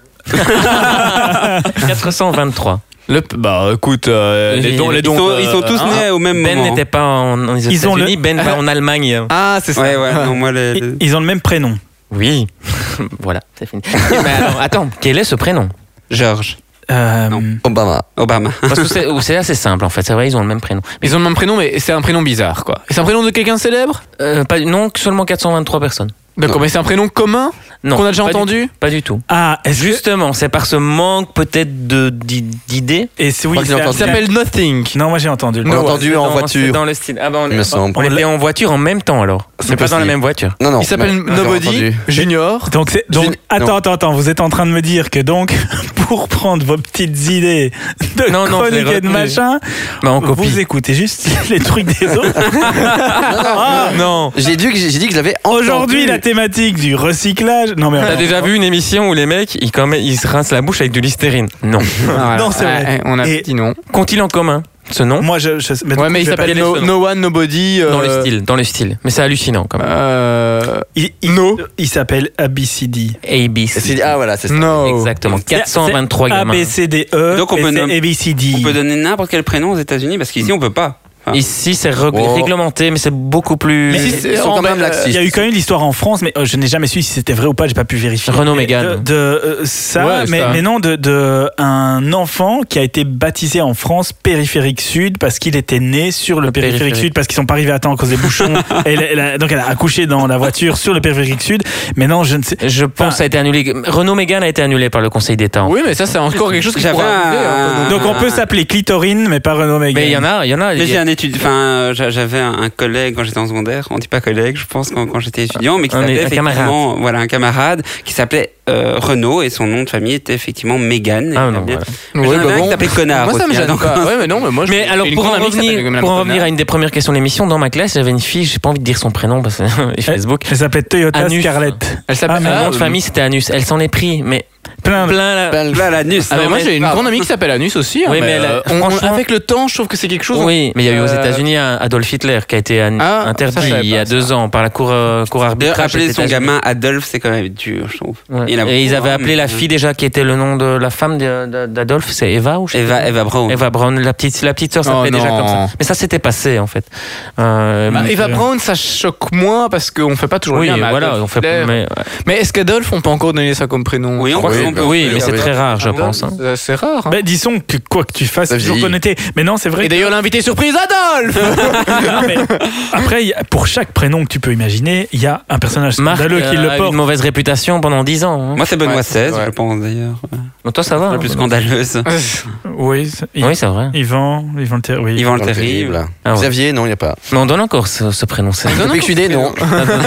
S5: 423.
S3: Le p- bah écoute, euh, les
S5: Ils-
S3: dons, les
S5: ils
S6: Ils
S3: dons.
S6: sont,
S3: euh,
S6: ils sont tous
S3: hein.
S6: nés au même
S5: Ben
S6: moment.
S5: n'était pas en, aux
S2: Ils ont
S5: États-Unis, Ben pas en Allemagne.
S3: Ah, c'est ça.
S6: Ouais,
S3: <laughs>
S6: ouais, non,
S2: <laughs>
S6: moi, les- les-
S2: Ils- Ils ont le même prénom.
S5: Oui. <laughs> voilà, c'est fini. Mais alors, ah. attends, quel est ce prénom
S6: George,
S2: Euh,
S6: Non.
S4: Obama.
S6: Obama.
S5: Parce que c'est- c'est assez simple en fait, c'est vrai, ils ont le même prénom.
S3: Ils ont le même prénom, mais c'est un prénom bizarre, quoi. C'est un prénom de quelqu'un de célèbre
S5: Euh, pas, non, que seulement 423 personnes.
S3: D'accord, mais c'est un prénom commun
S5: Non.
S3: qu'on a déjà
S5: pas du
S3: entendu
S5: tout, Pas du tout.
S2: Ah, est-ce que-
S5: Justement, c'est par ce manque peut-être de- d'i- d'idées.
S2: Et c'est oui,
S4: crois que j'ai
S2: c'est-
S4: entendu.
S3: Il s'appelle Nothing.
S2: Non, moi j'ai entendu.
S4: On l'a entendu
S5: C'est
S4: en
S5: dans- c'est
S4: voiture,
S5: Dans le style. Ah ben, on,
S4: il me semble.
S5: on était en voiture en même temps alors.
S4: C'est
S5: Mais pas dans la
S4: possible.
S5: même voiture.
S4: Non, non.
S3: Il s'appelle
S4: mais- j'ai
S3: Nobody
S4: entendu.
S3: Junior.
S2: Donc, c'est-
S4: Je-
S2: donc
S4: non.
S2: attends, attends, attends, vous êtes en train de me dire que donc, <laughs> pour prendre vos petites idées de
S5: Non, non, je
S2: chronique
S5: l'ai
S2: et de
S5: retenu.
S2: machin,
S5: Bah, en
S2: vous
S5: copie.
S2: écoutez juste <laughs> les trucs des autres. Ah,
S5: <laughs> Non.
S4: J'ai dit que j'ai dit que je l'avais entendu.
S2: Aujourd'hui, la thématique du recyclage. Non, mais
S5: T'as
S2: on-
S5: déjà vu une émission où les mecs, ils, quand même- ils se rincent la bouche avec du listerine Non.
S2: Non, c'est vrai.
S3: Ouais, On a
S2: Et-
S3: dit non.
S5: Qu'ont-ils en commun ce nom
S2: Moi, je. je mais
S3: Ouais, mais il
S2: je vais pas
S3: s'appelle
S2: dire-
S3: no, No One Nobody. euh,
S5: Dans le style, dans le style. Mais c'est hallucinant quand même.
S3: Euh,
S2: Il, il- il s'appelle ABCD.
S5: ABC.
S4: C'est- Ah voilà, c'est ça.
S3: no.
S5: Exactement.
S2: C'est-
S5: 423 gamins.
S2: ABCDE.
S6: Donc, on
S2: E et
S6: peut
S2: c'est
S6: nommer-
S2: ABCD.
S6: On peut donner n'importe quel prénom aux États-Unis parce
S5: Mm.
S6: qu'ici on peut pas. Ah.
S5: Ici, c'est reg-
S4: Oh.
S5: réglementé, mais c'est beaucoup plus.
S2: Mais
S4: Ils-
S2: si,
S4: Ils sont
S3: en-
S4: quand même
S3: euh,
S4: laxistes.
S2: Il y a eu quand même l'histoire en France, mais euh, je n'ai jamais su si c'était vrai ou pas, j'ai pas pu vérifier.
S5: Renaud
S2: Mais De,
S5: Mégane.
S2: de, euh, ça,
S3: Ouais,
S2: mais,
S3: ça.
S2: mais non, de, de un enfant qui a été baptisé en France périphérique sud parce qu'il était né sur le, périphérique,
S5: périphérique.
S2: sud parce qu'ils sont pas arrivés à temps à cause des
S5: <laughs>
S2: bouchons. Et elle- elle a- donc elle a accouché dans la voiture sur le périphérique sud. Mais non, je ne sais.
S5: Je pense
S2: Enfin-
S5: que ça a été annulé. Renault Mégane a été annulé par le Conseil d'État. hein.
S3: Oui, mais ça, c'est encore quelque chose qui
S6: J'avais
S3: pourrait arriver,
S6: un-
S3: hein.
S2: Donc on peut s'appeler clitorine, mais pas Renaud Mégane.
S5: Mais il y en a, il y en a.
S6: Mais
S5: il y
S6: j'ai
S5: a-
S6: un étude, enfin, euh, j'a- j'avais un, un collègue quand j'étais en secondaire, on dit pas collègue, je pense quand, quand j'étais étudiant, mais qui
S5: Un- un
S6: s'appelait
S5: camarade.
S6: effectivement, voilà, un camarade qui s'appelait euh, Renaud et son nom de famille était effectivement Megan.
S5: Ah non, voilà.
S6: Mais
S3: Ouais,
S6: j'en avais
S3: bah
S6: un
S3: bon.
S6: qui s'appelait Connard.
S3: Moi, ça me
S6: aussi, hein,
S3: gêne
S6: donc-
S3: pas. Ouais, mais non, mais moi,
S5: Ah, Mais
S3: j'ai
S5: alors,
S3: une
S5: pour
S3: grande
S5: en,
S3: amie qui s'appelle
S5: revenir,
S3: Madame
S5: pour en
S3: Connard.
S5: revenir à une des premières questions de l'émission, dans ma classe, j'avais une fille, j'ai pas envie de dire son prénom parce que <laughs> et
S2: Elle-
S5: Facebook.
S2: Elle s'appelait Toyota
S5: Anus.
S2: Scarlett.
S3: Elle
S2: Ah,
S3: s'appelle.
S2: mais
S5: Son
S3: Ah,
S5: nom de
S3: euh,
S5: famille, c'était Anus. Elle s'en est pris, mais
S2: plein.
S5: plein la...
S4: Plein
S6: <laughs>
S4: le-
S6: Là, l'anus.
S5: Ah,
S3: Ah,
S5: mais
S3: mais moi
S5: mais-
S3: j'ai une grande amie qui s'appelle Anus aussi. hein,
S5: Oui, mais elle a-
S3: euh, on- on-
S5: franchement-
S3: avec le temps, je trouve que c'est quelque chose.
S5: Oui, mais il y a eu aux
S3: Euh,
S5: États-Unis un Adolf Hitler qui a été an-
S3: Ah,
S5: interdit
S3: ça, je savais
S5: il y a
S3: pas, ça.
S5: deux ans par la cour, euh, cour
S6: De
S5: arbitrage.
S6: rappeler
S5: des
S6: son
S5: États-Unis.
S6: gamin Adolphe, c'est quand même dur, je trouve.
S5: Ouais.
S6: Il y en a
S5: Et ils
S6: beaucoup,
S5: avaient
S6: hein,
S5: appelé
S6: mais-
S5: la fille déjà qui était le nom de la femme de- de- d'Adolphe, c'est Eva ou je sais
S6: Eva,
S5: plus.
S6: Eva Brown.
S5: Eva Brown, la petite, la petite sœur s'appelait
S3: Oh
S5: déjà
S3: non.
S5: comme ça. Mais ça s'était passé en fait. Euh,
S3: Bah,
S5: mais-
S3: Eva Brown, ça choque moins parce qu'on fait pas toujours
S5: Oui,
S3: le lien, mais
S5: voilà,
S3: Adolf
S5: on fait.
S3: Hitler- Mais,
S5: Mais,
S3: est-ce qu'Adolphe, on peut encore donner ça comme prénom
S6: Oui, on
S3: Je crois
S6: peut,
S3: que
S6: on peut.
S5: oui, mais c'est
S3: Adolphe,
S5: très rare, je
S3: Adolphe,
S5: pense. hein.
S3: c'est- C'est rare. hein.
S2: Ben, disons que quoi que tu fasses,
S4: Ça
S2: toujours
S4: vieillit.
S2: connoté. Mais non, c'est vrai.
S3: Et d'ailleurs, l'invité surprise, Adolphe
S5: <laughs>
S2: Non, <laughs> mais après, il y a- pour chaque prénom que tu peux imaginer, il y a un personnage
S5: Marc
S2: scandaleux qui
S5: euh,
S2: le
S5: a eu
S2: porte.
S5: une mauvaise réputation pendant dix ans. hein.
S6: Moi, c'est Benoît
S3: Ouais, c'est
S6: XVI,
S3: vrai.
S6: je pense d'ailleurs.
S5: Mais toi, ça va.
S6: La
S5: hein,
S6: plus
S5: Benoît.
S6: scandaleuse.
S2: Oui, c'est- il-
S5: Oui, c'est vrai.
S2: Yvan, Yvan le Ter- oui.
S6: Yvan le
S4: Dans le
S6: Terrible.
S5: Ah ouais.
S4: Xavier, non, il n'y a pas.
S5: Mais on donne encore ce, ce prénom. c'est-
S4: Depuis que je suis né, non.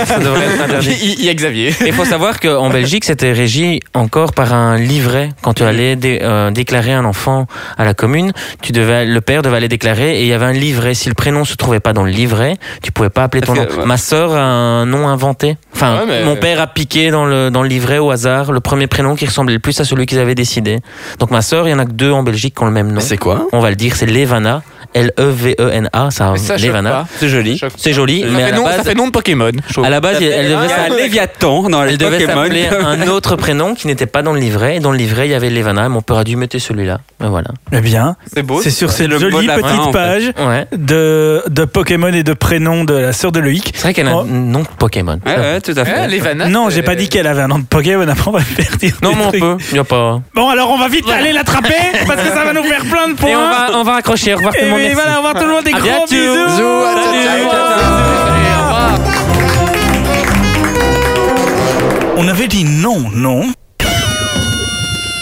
S5: ça devrait être interdit.
S3: Il il y a Xavier.
S5: Il faut savoir qu'en Belgique, c'était régi encore par un livret. Quand tu allais dé- euh, déclarer un enfant à la commune, tu devais, le père devait aller déclarer et il y avait un livret. Si le prénom se trouvait pas dans le livret, tu pouvais pas appeler ton
S6: Parce
S5: nom.
S6: que, ouais.
S5: Ma sœur a un nom inventé. Enfin,
S3: Ouais, mais-
S5: mon père a piqué dans le, dans le livret au hasard le premier prénom qui ressemblait le plus à celui qu'ils avaient décidé. Donc ma sœur, il y en a que deux en Belgique qui ont le même nom.
S4: Mais C'est quoi
S5: On va le dire, c'est Levana. E L-E-V-E-N-A, ça,
S3: Mais ça, je
S5: Levana.
S3: sais
S6: C'est joli.
S3: pas.
S5: C'est joli,
S3: Ça
S5: mais à
S3: fait
S5: la
S3: nom- ça
S5: base,
S3: fait nom de Pokémon. je trouve.
S5: à la base,
S6: Ça fait-
S5: elle devait
S6: Il y a un
S5: s'appeler
S6: Léviathan dans les
S5: elle Ah, devait
S6: Pokémon.
S5: <laughs> s'appeler un autre prénom qui n'était pas dans le livret. Et dans le livret, il y avait Levana. Et mon père a dû mettre celui-là. Ben voilà.
S2: Eh bien,
S6: <laughs> C'est beau.
S2: c'est sur cette
S6: le mot
S2: jolie
S6: de la fin, en
S2: petite
S6: fait.
S2: page
S5: Ouais.
S2: de, de Pokémon et de prénom de la sœur de Loïc.
S5: C'est vrai qu'elle a
S2: Oh.
S5: un nom de Pokémon.
S6: Ouais, ouais, tout à fait.
S3: Eh, les Vanna,
S2: Non,
S3: c'est-
S2: j'ai pas dit qu'elle avait un nom de Pokémon, après on va faire dire
S5: Non,
S2: des
S5: mais on
S2: trucs.
S5: peut. Il y a pas.
S2: Bon, alors on va vite aller
S5: <laughs>
S2: l'attraper, parce que ça va nous faire plein de points.
S5: Et on va, on va raccrocher. Au revoir tout
S2: Et
S5: le monde.
S2: oui,
S5: Merci.
S2: voilà, on va tout le monde des
S5: À
S2: gros
S5: bientôt.
S2: bisous.
S5: Bisous, à
S2: Salut.
S5: ciao, ciao, ciao.
S2: On avait dit non, non.
S3: On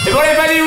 S3: les value